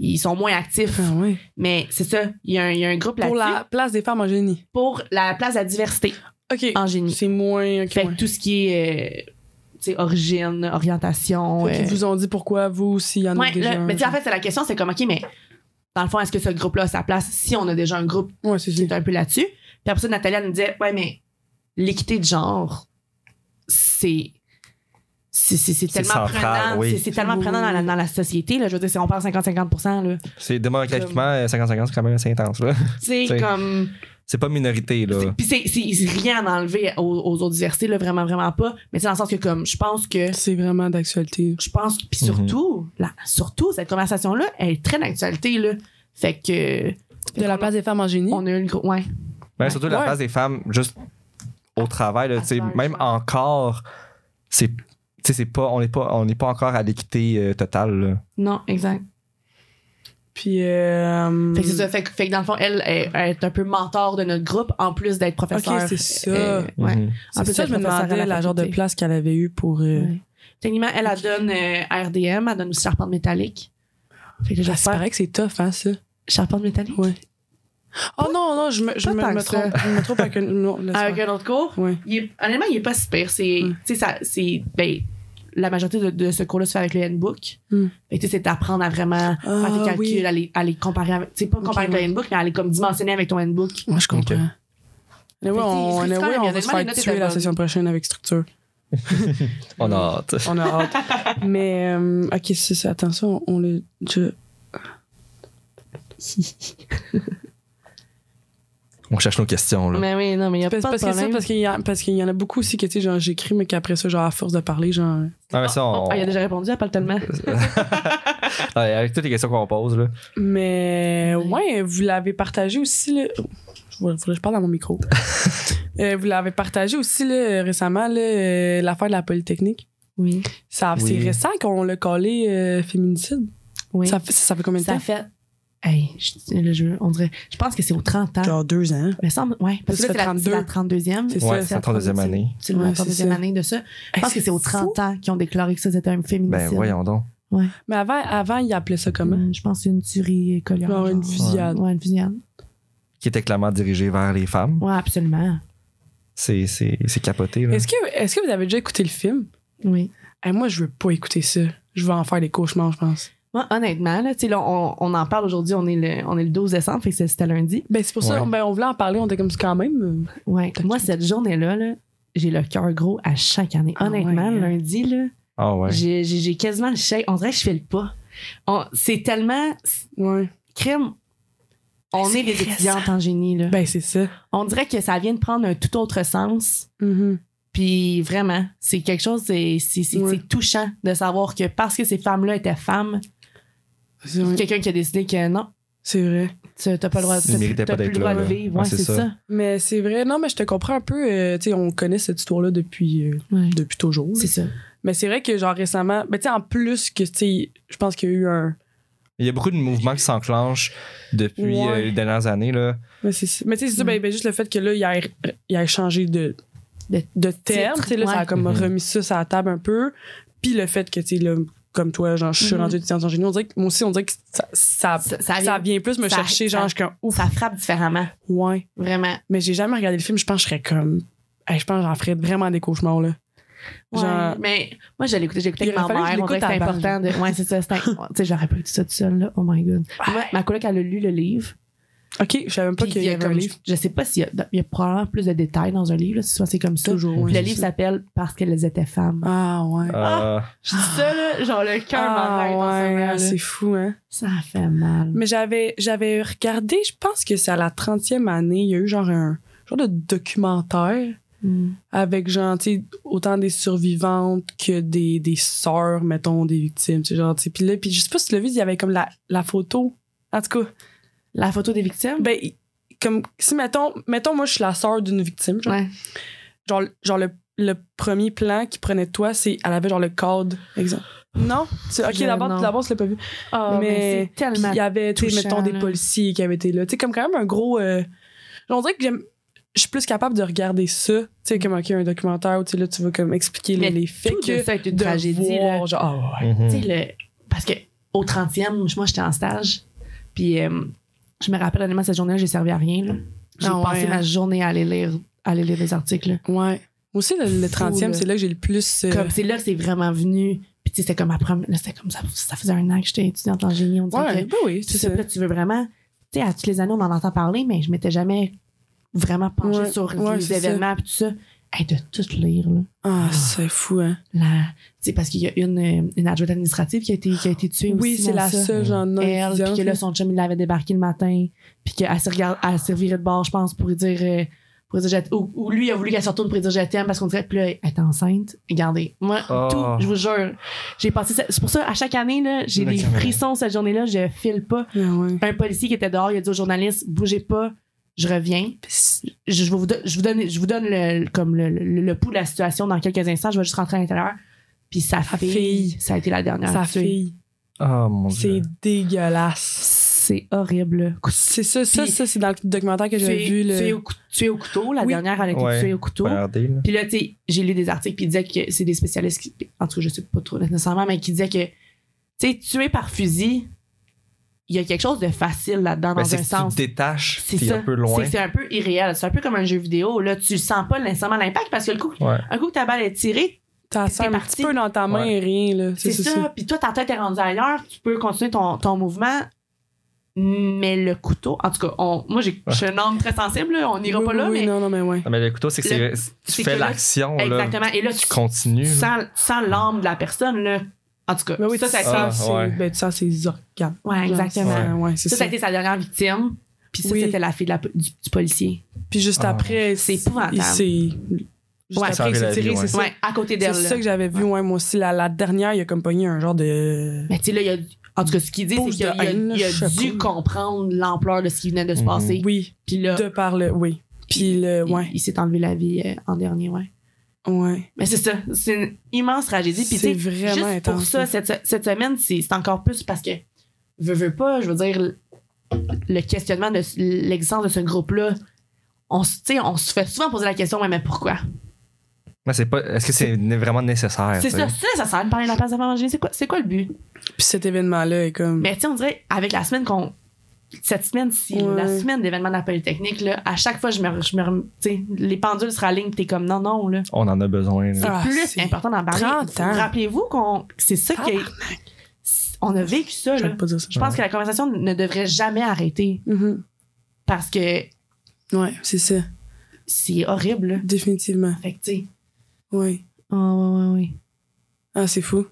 Speaker 3: ils sont moins actifs.
Speaker 2: Ah ouais.
Speaker 3: Mais c'est ça, il y, a un- il y a un groupe là-dessus
Speaker 2: Pour
Speaker 3: pour
Speaker 2: la
Speaker 3: la...
Speaker 2: place des femmes en génie.
Speaker 3: place de la diversité
Speaker 2: OK.
Speaker 3: en génie.
Speaker 2: C'est moins. ok,
Speaker 3: Fait que
Speaker 2: ouais.
Speaker 3: tout ce qui est euh, tu sais, origine, orientation.
Speaker 2: Fait qu'ils
Speaker 3: euh,
Speaker 2: vous ont dit pourquoi vous, s'il y en a
Speaker 3: ouais,
Speaker 2: déjà.
Speaker 3: là,
Speaker 2: un.
Speaker 3: mais tu sais, en fait, c'est la question, c'est comme, OK, mais dans le fond, est-ce que ce groupe-là a sa place si on a déjà un groupe
Speaker 2: Ouais, c'est
Speaker 3: qui est un peu là-dessus? Puis après ça, Nathalie, elle nous disait, ouais, mais l'équité de genre, c'est. C'est c'est- c'est
Speaker 1: C'est
Speaker 3: tellement
Speaker 1: central,
Speaker 3: prenant,
Speaker 1: oui.
Speaker 3: c'est- c'est tellement
Speaker 2: Oui.
Speaker 3: prenant dans la, dans la société. Là, je veux dire, c'est- on parle 50-50 là.
Speaker 1: C'est démographiquement, euh, 50-50, c'est quand même assez intense. Là.
Speaker 3: Tu sais,
Speaker 1: T'sais.
Speaker 3: comme.
Speaker 1: C'est pas minorité, là.
Speaker 3: Puis c'est- c'est c'est rien à enlever aux, aux autres diversités, là, vraiment, vraiment pas. Mais c'est dans le sens que, comme, je pense que.
Speaker 2: C'est vraiment d'actualité.
Speaker 3: Je pense. Puis
Speaker 1: Mhm.
Speaker 3: surtout, la- surtout, cette conversation-là, elle est très d'actualité, là. Fait que.
Speaker 2: De la place des femmes en génie.
Speaker 3: On a eu le gros. Ouais.
Speaker 1: Mais surtout la
Speaker 2: Ouais.
Speaker 1: place des femmes, juste au travail, là,
Speaker 3: À
Speaker 1: tu sais,
Speaker 3: faire,
Speaker 1: même
Speaker 3: ouais.
Speaker 1: encore, c'est. tu sais, c'est pas, on n'est pas, on n'est pas encore à l'équité euh, totale. là.
Speaker 3: Non, exact.
Speaker 2: Puis. euh,
Speaker 3: Fait que c'est ça. Fait que, fait que dans le fond, elle, elle- elle est un peu mentor de notre groupe, en plus d'être professeure. Euh,
Speaker 2: Ok, c'est ça.
Speaker 3: ouais.
Speaker 1: Mhm.
Speaker 3: En
Speaker 2: C'est
Speaker 3: plus,
Speaker 2: ça,
Speaker 3: elle
Speaker 2: je me
Speaker 3: est professeure à
Speaker 2: demandais
Speaker 3: la
Speaker 2: la genre de
Speaker 3: faculté.
Speaker 2: place qu'elle avait eu pour. euh,
Speaker 3: Ouais. Techniquement, elle, elle donne euh, RDM, elle donne aussi charpente métallique. Fait que
Speaker 2: Ça Ah, c'est
Speaker 3: j'espère.
Speaker 2: paraît que c'est tough, hein, ça.
Speaker 3: Charpente métallique?
Speaker 2: Ouais. Oh non, non, je me, je
Speaker 3: Pas
Speaker 2: me,
Speaker 3: tant
Speaker 2: me
Speaker 3: que
Speaker 2: trompe. Je me trompe avec un. Non, laisse
Speaker 3: Avec
Speaker 2: faire.
Speaker 3: un autre cours?
Speaker 2: Ouais.
Speaker 3: Il est- honnêtement, il est pas super. C'est,
Speaker 2: Mm.
Speaker 3: tu sais, ça, c'est, ben, la majorité de, de ce cours-là se fait avec le handbook.
Speaker 2: Mm.
Speaker 3: Fait que, tu sais, c'est d'apprendre à vraiment
Speaker 2: Ah,
Speaker 3: faire tes calculs,
Speaker 2: oui.
Speaker 3: à, les, à les comparer avec, tu sais, pas
Speaker 2: Ok,
Speaker 3: comparer
Speaker 2: ouais.
Speaker 3: avec le handbook, mais à les comme dimensionner avec ton handbook.
Speaker 2: Moi, je comprends.
Speaker 1: Ok.
Speaker 2: Anyway,
Speaker 3: Fait que,
Speaker 2: on,
Speaker 3: tu sais,
Speaker 2: anyway,
Speaker 3: quand même,
Speaker 2: on
Speaker 3: il y a
Speaker 2: va se
Speaker 3: tellement
Speaker 2: faire
Speaker 3: des notes
Speaker 2: tuer la
Speaker 3: étables.
Speaker 2: session prochaine avec structure.
Speaker 1: On a hâte.
Speaker 2: On a hâte. Mais, euh, ok, c'est ça. Attention, on le. Je...
Speaker 1: On cherche nos questions, là.
Speaker 3: Mais oui, non, mais il n'y a pas
Speaker 2: Parce,
Speaker 3: de
Speaker 2: parce que ça,
Speaker 3: problème.
Speaker 2: parce qu'il y, a- parce qu'il y en a beaucoup aussi que, tu sais, genre, j'écris, mais qu'après ça, genre, à force de parler, genre.
Speaker 1: Ah, mais ça, on-
Speaker 3: Ah, il a déjà répondu, elle parle tellement.
Speaker 1: Ah, avec toutes les questions qu'on pose, là.
Speaker 2: Mais, ouais, vous l'avez partagé aussi, là. Oh, faudrait faudrait que je parle dans mon micro. Euh, vous l'avez partagé aussi, là, récemment, là, euh, l'affaire de la Polytechnique.
Speaker 3: Oui.
Speaker 2: Ça,
Speaker 1: Oui.
Speaker 2: C'est récent qu'on l'a collé euh, féminicide.
Speaker 3: oui.
Speaker 2: Ça, fait- ça fait combien de
Speaker 3: Ça
Speaker 2: temps?
Speaker 3: fait. Hey, je, là, je, on dirait. Je pense que c'est aux 30 ans.
Speaker 2: Genre deux ans.
Speaker 3: Mais semble, ouais, parce que
Speaker 2: Ça
Speaker 3: là, c'est la, c'est la 32e.
Speaker 2: C'est
Speaker 1: Ouais,
Speaker 2: ça,
Speaker 1: c'est la 32e année.
Speaker 3: C'est la
Speaker 2: Ouais,
Speaker 3: 32e
Speaker 2: c'est ça.
Speaker 3: année de ça. Je pense que c'est aux 30 ans qu'ils ont déclaré que ça, c'était un
Speaker 1: Ben,
Speaker 3: féminicide.
Speaker 1: voyons donc.
Speaker 2: Mais avant, avant, ils appelaient ça comment?
Speaker 3: Hum, Je pense que c'est une tuerie écolière.
Speaker 2: Genre une
Speaker 3: genre.
Speaker 2: fusillade.
Speaker 3: Ouais, une fusillade.
Speaker 1: Qui était clairement dirigé vers les femmes.
Speaker 3: Ouais, absolument.
Speaker 1: C'est- C'est c'est capoté, là.
Speaker 2: Est-ce que, est-ce que vous avez déjà écouté le film?
Speaker 3: Oui.
Speaker 2: Eh, moi, je veux pas écouter ça. Je vais en faire des cauchemars, je pense.
Speaker 3: Moi, honnêtement, là, tu sais, là, on, on en parle aujourd'hui, on, est le- on est le 12 décembre, fait que c'est- c'était lundi.
Speaker 2: Ben, c'est pour ça,
Speaker 1: Ouais.
Speaker 2: ben, on voulait en parler, on était comme ça quand même. euh,
Speaker 3: Ouais. Moi, cette journée-là, là, j'ai le cœur gros à chaque année.
Speaker 2: Ah
Speaker 3: Honnêtement,
Speaker 2: ouais, hein.
Speaker 3: lundi, là,
Speaker 1: Ah, ouais.
Speaker 3: j'ai- j'ai j'ai quasiment le chèque. On dirait que je fais le pas. On- C'est tellement
Speaker 2: Ouais.
Speaker 3: crime. On est,
Speaker 2: C'est
Speaker 3: des étudiantes en génie, là.
Speaker 2: Ben, c'est ça.
Speaker 3: On dirait que ça vient de prendre un tout autre sens.
Speaker 2: Mhm.
Speaker 3: Puis vraiment, c'est quelque chose, c'est c'est- c'est-
Speaker 2: Ouais.
Speaker 3: c'est touchant de savoir que parce que ces femmes-là étaient femmes,
Speaker 2: C'est
Speaker 3: il y a
Speaker 2: vrai.
Speaker 3: quelqu'un qui a décidé que non,
Speaker 2: C'est vrai.
Speaker 3: tu- t'as pas le droit
Speaker 1: Ils méritaient pas
Speaker 3: t'as- t'as plus
Speaker 1: d'être
Speaker 3: le droit
Speaker 1: là,
Speaker 3: de
Speaker 1: là.
Speaker 3: vivre.
Speaker 1: Ouais,
Speaker 3: Ouais,
Speaker 1: c'est
Speaker 3: c'est
Speaker 1: ça.
Speaker 3: ça.
Speaker 2: Mais c'est vrai, non, mais je te comprends un peu. euh, tu sais, on connaît cette histoire-là depuis, euh,
Speaker 3: Ouais.
Speaker 2: depuis toujours.
Speaker 3: C'est ça.
Speaker 2: Mais c'est vrai que, genre, récemment, ben, tu sais, en plus que, tu sais, je pense qu'il y a eu un.
Speaker 1: Il y a beaucoup de mouvements qui s'enclenchent depuis
Speaker 2: Ouais.
Speaker 1: euh, les dernières années, là.
Speaker 2: Mais c'est ça. Mais tu sais, c'est ça, ben, ben, juste le fait que là, il a, il a changé de, de,
Speaker 3: De
Speaker 2: terme. tu
Speaker 3: titre,
Speaker 2: sais, là, Ça a
Speaker 3: ouais.
Speaker 2: comme
Speaker 1: Mhm.
Speaker 2: remis ça sur la table un peu. Puis le fait que, tu sais, là, comme toi, genre, je suis
Speaker 3: Mhm.
Speaker 2: rendue étudiante en génie, on dirait que moi aussi, on dirait que ça, Mm-hmm. ça,
Speaker 3: Ça,
Speaker 2: ça
Speaker 3: ça
Speaker 2: vient, plus me
Speaker 3: ça-
Speaker 2: chercher, genre,
Speaker 3: ça-
Speaker 2: je suis comme, ouf,
Speaker 3: Ça frappe différemment.
Speaker 2: ouais.
Speaker 3: Vraiment.
Speaker 2: Mais j'ai jamais regardé le film, je pense que je serais comme. hey, je pense que j'en ferais vraiment des cauchemars, là. Genre,
Speaker 3: Genre, mais moi, je l'ai écouté, j'ai écouté
Speaker 2: Il
Speaker 3: avec ma
Speaker 2: aurait fallu que je
Speaker 3: mère. On dirait que c'était
Speaker 2: l'écoute avant,
Speaker 3: important de. Ouais, c'est ça. c'était- Tu sais, j'aurais pas eu tout ça tout seul, là. Oh my god. Moi, ma collègue, elle a lu le livre.
Speaker 2: ok, je savais même pas
Speaker 3: Puis
Speaker 2: qu'il y, avait un
Speaker 3: comme-
Speaker 2: livre.
Speaker 3: Je sais pas s'il y a, il y a probablement plus de détails dans un livre, là, si soit c'est comme ça.
Speaker 2: Toujours, ouais,
Speaker 3: Puis le
Speaker 2: c'est
Speaker 3: livre
Speaker 2: ça.
Speaker 3: s'appelle Parce qu'elles étaient femmes.
Speaker 2: Ah, ouais. Ah,
Speaker 1: Euh,
Speaker 3: Je dis ça, là, genre le cœur m'arrête en ce
Speaker 2: ouais,
Speaker 3: moment, là.
Speaker 2: c'est fou, hein.
Speaker 3: Ah, Ça fait mal.
Speaker 2: Mais j'avais, j'avais regardé, je pense que c'est à la 30e année, il y a eu genre un genre de documentaire
Speaker 3: Mm.
Speaker 2: avec genre, tu sais, autant des survivantes que des, des sœurs, mettons, des victimes, tu sais, genre, tu sais. Puis là, puis je sais pas si tu l'as vu, il y avait comme la, la photo. En tout cas,
Speaker 3: La photo des victimes?
Speaker 2: ben, comme, si mettons, mettons, moi, je suis la sœur d'une victime, genre,
Speaker 3: Ouais.
Speaker 2: genre, genre le, le premier plan qui prenait de toi, c'est, elle avait genre le code, exemple. Non? Tu- ok,
Speaker 3: Je-
Speaker 2: d'abord,
Speaker 3: non.
Speaker 2: d'abord, tu l'as pas vu.
Speaker 3: Ah, mais,
Speaker 2: Mais-
Speaker 3: c'est
Speaker 2: Puis
Speaker 3: tellement.
Speaker 2: il y avait, tu sais,
Speaker 3: touchant,
Speaker 2: mettons, des
Speaker 3: là.
Speaker 2: policiers qui avaient été là. Tu sais, comme quand même un gros. euh, genre, on dirait que j'aime. Je suis plus capable de regarder ça. Tu sais, comme, OK, un documentaire où tu sais, là, tu vas comme expliquer les,
Speaker 3: Mais
Speaker 2: les faits
Speaker 3: Tout de
Speaker 2: que.
Speaker 3: ça est une
Speaker 2: de
Speaker 3: tragédie, là.
Speaker 2: voir, genre, ah ouais.
Speaker 1: mhm.
Speaker 3: Tu sais, le- parce que au 30e, moi, j'étais en stage. Puis euh, je me rappelle, honnêtement, cette journée-là, j'ai servi à rien. là. J'ai
Speaker 2: Ah ouais,
Speaker 3: passé
Speaker 2: hein.
Speaker 3: ma journée à aller lire, à aller lire des articles. là.
Speaker 2: Ouais. Moi aussi, le, le 30e,
Speaker 3: là.
Speaker 2: c'est là que j'ai le plus. euh,
Speaker 3: Comme c'est là que c'est vraiment venu. Puis tu sais, c'était comme ma première. là, c'était comme ça. Ça faisait un an que j'étais étudiante en génie. On dirait
Speaker 2: ouais,
Speaker 3: que.
Speaker 2: ben oui,
Speaker 3: Tu
Speaker 2: c'est
Speaker 3: sais,
Speaker 2: ça.
Speaker 3: là, tu veux vraiment. Tu sais, à toutes les années, on en entend parler, mais je m'étais jamais vraiment penchée
Speaker 2: Ouais,
Speaker 3: sur
Speaker 2: ouais,
Speaker 3: les
Speaker 2: c'est ça.
Speaker 3: événements. Puis tout ça. Hey, de tout lire, là.
Speaker 2: Ah, c'est fou, hein.
Speaker 3: La- tu sais, parce qu'il y a une, euh, une adjointe administrative qui a été, qui a été tuée
Speaker 2: Oui,
Speaker 3: aussi
Speaker 2: c'est
Speaker 3: dans
Speaker 2: la
Speaker 3: ça.
Speaker 2: seule, genre, non
Speaker 3: elle, puis
Speaker 2: étudiante,
Speaker 3: que là,
Speaker 2: là.
Speaker 3: son chum, il l'avait débarqué le matin, puis qu'elle se regarde, elle se revirait de bord, je pense, pour lui dire, euh, pour lui dire je t- ou, ou lui, il a voulu qu'elle se retourne pour lui dire je t'aime, parce qu'on dirait, puis là, elle est enceinte. Regardez, moi,
Speaker 1: Oh.
Speaker 3: tout, je vous jure, j'ai passé, ça- c'est pour ça, à chaque année, là, j'ai
Speaker 1: La
Speaker 3: des
Speaker 1: caméra.
Speaker 3: frissons cette journée-là, je file pas.
Speaker 2: Ouais, Ah ouais.
Speaker 3: Un policier qui était dehors, il a dit au journaliste, bougez pas, je reviens. Je, je vais vous don- je vous donne, je vous donne le, comme le, le- le pouls de la situation dans quelques instants, je vais juste rentrer à l'intérieur. Puis sa,
Speaker 2: Sa
Speaker 3: fille,
Speaker 2: fille.
Speaker 3: ça a été la dernière.
Speaker 2: Sa
Speaker 3: tuée.
Speaker 2: fille.
Speaker 1: Ah, mon
Speaker 2: C'est
Speaker 1: dieu.
Speaker 2: dégueulasse.
Speaker 3: C'est horrible.
Speaker 2: C'est ça, ça,
Speaker 3: Puis-
Speaker 2: ça, c'est dans le documentaire que j'avais
Speaker 3: tué,
Speaker 2: vu. là.
Speaker 3: tué au, cou- tué au couteau. La
Speaker 2: Oui.
Speaker 3: dernière, elle a été
Speaker 1: Ouais.
Speaker 3: tuée au couteau.
Speaker 1: Regardez, là.
Speaker 3: Puis là, tu sais, j'ai lu des articles qui disaient que c'est des spécialistes, qui, en tout cas, je sais pas trop nécessairement, mais qui disaient que, tu sais, tué par fusil, il y a quelque chose de facile là-dedans,
Speaker 1: Ben,
Speaker 3: dans
Speaker 1: c'est
Speaker 3: un
Speaker 1: que tu
Speaker 3: sens.
Speaker 1: te détaches,
Speaker 3: C'est
Speaker 1: t'es
Speaker 3: ça.
Speaker 1: un peu loin.
Speaker 3: C'est que c'est un peu irréel. C'est un peu comme un jeu vidéo. Là, tu sens pas nécessairement l'impact parce que le coup,
Speaker 1: Ouais.
Speaker 3: un coup que ta balle est tirée,
Speaker 2: T'as ça
Speaker 3: t'es
Speaker 2: un
Speaker 3: parti.
Speaker 2: petit peu dans ta main
Speaker 1: Ouais.
Speaker 2: et rien, là.
Speaker 3: c'est ça. Puis toi, ta tête est rendue ailleurs, tu peux continuer ton, ton mouvement. mais le couteau, en tout cas, on, moi, j'ai- je suis un homme très sensible, là, on n'ira
Speaker 2: Oui,
Speaker 3: pas
Speaker 2: oui,
Speaker 3: là,
Speaker 2: oui,
Speaker 3: mais
Speaker 2: Non, non, mais ouais.
Speaker 1: Non, mais le couteau, c'est que
Speaker 3: Le-
Speaker 1: c'est- tu
Speaker 3: c'est
Speaker 1: fais
Speaker 3: que là-
Speaker 1: l'action, là.
Speaker 3: exactement. Et là, tu,
Speaker 1: Tu continues. là.
Speaker 3: sens, tu sens l'âme de la personne, là. En tout cas,
Speaker 2: Mais Ben oui,
Speaker 3: ça,
Speaker 2: ça,
Speaker 3: ça a
Speaker 2: ça
Speaker 3: été-
Speaker 1: Ah,
Speaker 2: sent
Speaker 1: ouais.
Speaker 2: ses- ben, tu sens ses organes.
Speaker 3: ouais,
Speaker 2: Genre,
Speaker 3: exactement.
Speaker 2: c'est- ouais, c'est
Speaker 3: Ça,
Speaker 2: ça.
Speaker 3: ça a été sa dernière victime. Puis ça,
Speaker 2: Oui.
Speaker 3: c'était la fille de la- du, du policier.
Speaker 2: Puis juste
Speaker 1: Ah.
Speaker 2: après,
Speaker 3: C'est
Speaker 2: il-
Speaker 3: épouvantable.
Speaker 2: il s'est. Juste
Speaker 3: Ouais.
Speaker 2: après, il
Speaker 1: Sauver la
Speaker 2: s'est
Speaker 1: vie,
Speaker 2: tiré,
Speaker 1: ouais.
Speaker 2: c'est ça.
Speaker 3: Ouais, à côté
Speaker 2: C'est
Speaker 3: d'elle.
Speaker 2: ça
Speaker 3: là.
Speaker 2: que j'avais vu, ouais, moi aussi. La, la dernière, il a comme pogné un genre de.
Speaker 3: Mais tu sais, là, il y a, en tout cas, ce qu'il dit, c'est
Speaker 2: Pause
Speaker 3: qu'il a,
Speaker 2: de haine,
Speaker 3: il a- il a
Speaker 2: je sais
Speaker 3: dû
Speaker 2: pas.
Speaker 3: comprendre l'ampleur de ce qui venait de se
Speaker 1: Mhm.
Speaker 3: passer.
Speaker 2: Oui,
Speaker 3: Puis là,
Speaker 2: de par le. Oui. Puis le.
Speaker 3: il-
Speaker 2: Ouais.
Speaker 3: il, s'est enlevé la vie euh, en dernier, ouais.
Speaker 2: Ouais.
Speaker 3: Mais c'est ça, c'est une immense tragédie. Puis tu
Speaker 2: C'est
Speaker 3: sais,
Speaker 2: vraiment
Speaker 3: juste pour
Speaker 2: intense,
Speaker 3: ça,
Speaker 2: là.
Speaker 3: cette, se- cette semaine, c'est c'est encore plus parce que, veux, veux pas, je veux dire, le- le questionnement de s- l'existence de ce groupe-là, on, se- tu sais, on se fait souvent poser la question, ouais, mais pourquoi?
Speaker 1: Mais c'est pas. Est-ce que c'est né- vraiment nécessaire?
Speaker 3: C'est
Speaker 1: tu
Speaker 3: ça,
Speaker 1: sais?
Speaker 3: ça, ça sert de parler de la place de la femme âgée. C'est quoi, c'est quoi le but?
Speaker 2: Puis cet événement-là est comme.
Speaker 3: Mais tu sais, on dirait, avec la semaine qu'on. Cette semaine, si
Speaker 2: Ouais.
Speaker 3: la semaine d'événements de la Polytechnique, là, à chaque fois, je me. re- Je me rem- tu sais, les pendules se ralignent, t'es comme non, non, là.
Speaker 1: On en a besoin. là.
Speaker 2: Ah,
Speaker 3: Plus
Speaker 2: c'est-
Speaker 3: important d'en parler.
Speaker 2: 30 ans.
Speaker 3: Rappelez-vous qu'on. que C'est ça qui. On a vécu ça,
Speaker 2: Je
Speaker 3: là.
Speaker 2: vais pas dire ça.
Speaker 3: Je pense que la conversation ne devrait jamais arrêter
Speaker 2: Mhm.
Speaker 3: parce que
Speaker 2: Ouais, c'est ça.
Speaker 3: c'est horrible, là.
Speaker 2: Définitivement.
Speaker 3: Fait que, tu sais.
Speaker 2: Ouais.
Speaker 3: Ouais, ouais, ouais, ouais.
Speaker 2: Ah, c'est fou.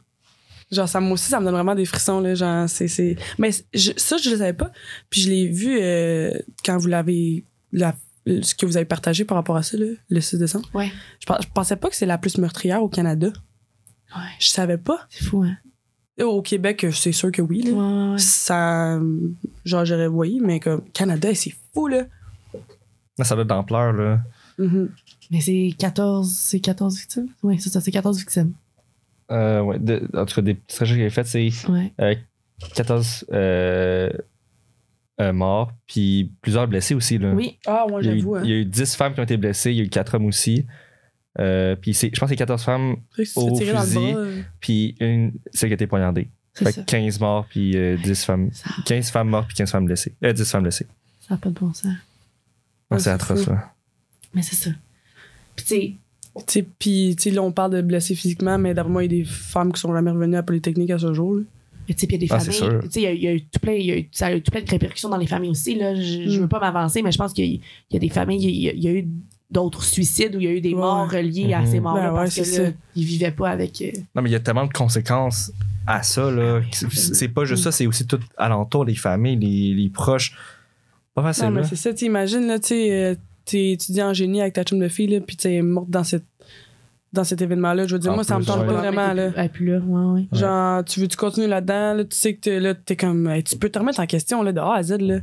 Speaker 2: Genre, ça, moi aussi, ça me donne vraiment des frissons, là. Genre, c'est. c'est- Mais c- je- ça, je le savais pas. Puis je l'ai vu euh, quand vous l'avez. la- ce que vous avez partagé par rapport à ça, là, le 6 décembre.
Speaker 3: Ouais.
Speaker 2: Je, pens- je pensais pas que c'est la plus meurtrière au Canada.
Speaker 3: Ouais.
Speaker 2: Je savais pas.
Speaker 3: C'est fou, hein.
Speaker 2: Au Québec, c'est sûr que oui, là.
Speaker 3: Ouais, ouais, ouais.
Speaker 2: Ça. Genre, j'aurais voyé, mais comme. Canada, c'est fou, là.
Speaker 1: Là, ça doit être d'ampleur, là.
Speaker 3: Mm-hmm.
Speaker 2: Mhm.
Speaker 3: Mais c'est 14, c'est 14 victimes? Oui, c'est ça, c'est 14 victimes.
Speaker 1: Euh, ouais, de- en tout cas, des petites recherches que j'ai faites, c'est
Speaker 3: Ouais.
Speaker 1: 14 euh, euh, morts, puis plusieurs blessés aussi. Là.
Speaker 3: Oui.
Speaker 2: Ah, ouais,
Speaker 1: il, y a eu,
Speaker 2: j'avoue. hein.
Speaker 1: il y a eu 10 femmes qui ont été blessées, il y a eu 4 hommes aussi. Euh, puis c'est- je pense que c'est 14 femmes,
Speaker 2: Tu sais,
Speaker 1: au
Speaker 2: c'est tiré dans
Speaker 1: fusil.
Speaker 2: le bras. euh.
Speaker 1: puis une, celle qui a été poignardée.
Speaker 3: C'est
Speaker 1: Fait
Speaker 3: ça.
Speaker 1: que 15 morts, puis euh, 10 femmes.
Speaker 3: Ça
Speaker 1: 15 femmes mortes, puis 15 femmes blessées. Euh, 10 femmes blessées.
Speaker 3: n'a pas de bon sens.
Speaker 1: Non,
Speaker 3: Ah,
Speaker 2: Ouais,
Speaker 1: c'est
Speaker 2: c'est
Speaker 1: atroce,
Speaker 2: fou.
Speaker 1: là.
Speaker 3: Mais c'est ça. Puis, tu sais,
Speaker 2: Tu sais, Puis, tu sais, là, on parle de blessés physiquement, mais d'après moi, il y a des femmes qui sont jamais revenues à Polytechnique à ce jour. là.
Speaker 3: mais tu sais, puis il y a des
Speaker 1: Ah, c'est
Speaker 3: familles.
Speaker 1: sûr.
Speaker 3: Tu sais, il y a- il y, a eu tout plein, il y a eu, ça a eu tout plein de répercussions dans les familles aussi. Là. Je, je
Speaker 2: Mm.
Speaker 3: veux pas m'avancer, mais je pense qu'il y, a- il y a des familles, il y a, il y a eu d'autres suicides où il y a eu des
Speaker 2: Ouais.
Speaker 3: morts reliés à
Speaker 1: Mhm.
Speaker 3: ces morts-là
Speaker 2: Ben ouais,
Speaker 3: parce que
Speaker 2: c'est
Speaker 3: là,
Speaker 2: ça.
Speaker 3: ils vivaient pas avec. euh,
Speaker 1: Non, mais il y a tellement de conséquences à ça,
Speaker 3: Ah,
Speaker 1: là. que C'est c'est pas juste ça, c'est aussi tout alentour, les familles, les, les proches. Pas facile,
Speaker 2: Non, mais
Speaker 1: là.
Speaker 2: c'est ça, tu imagines, là, tu sais, euh, t'es étudiant en génie avec ta chum de fille, là, puis t'es morte dans, cette, dans cet événement-là. Je veux dire,
Speaker 1: En
Speaker 2: moi, ça me
Speaker 1: plus,
Speaker 2: tente
Speaker 1: ouais.
Speaker 2: pas vraiment, là.
Speaker 3: Ah, puis là, ouais, ouais.
Speaker 1: Ouais.
Speaker 2: Genre, tu veux-tu continuer là-dedans, là, tu sais que t'es, là, t'es comme, hey, tu peux te remettre en question, là, de A à Z, là.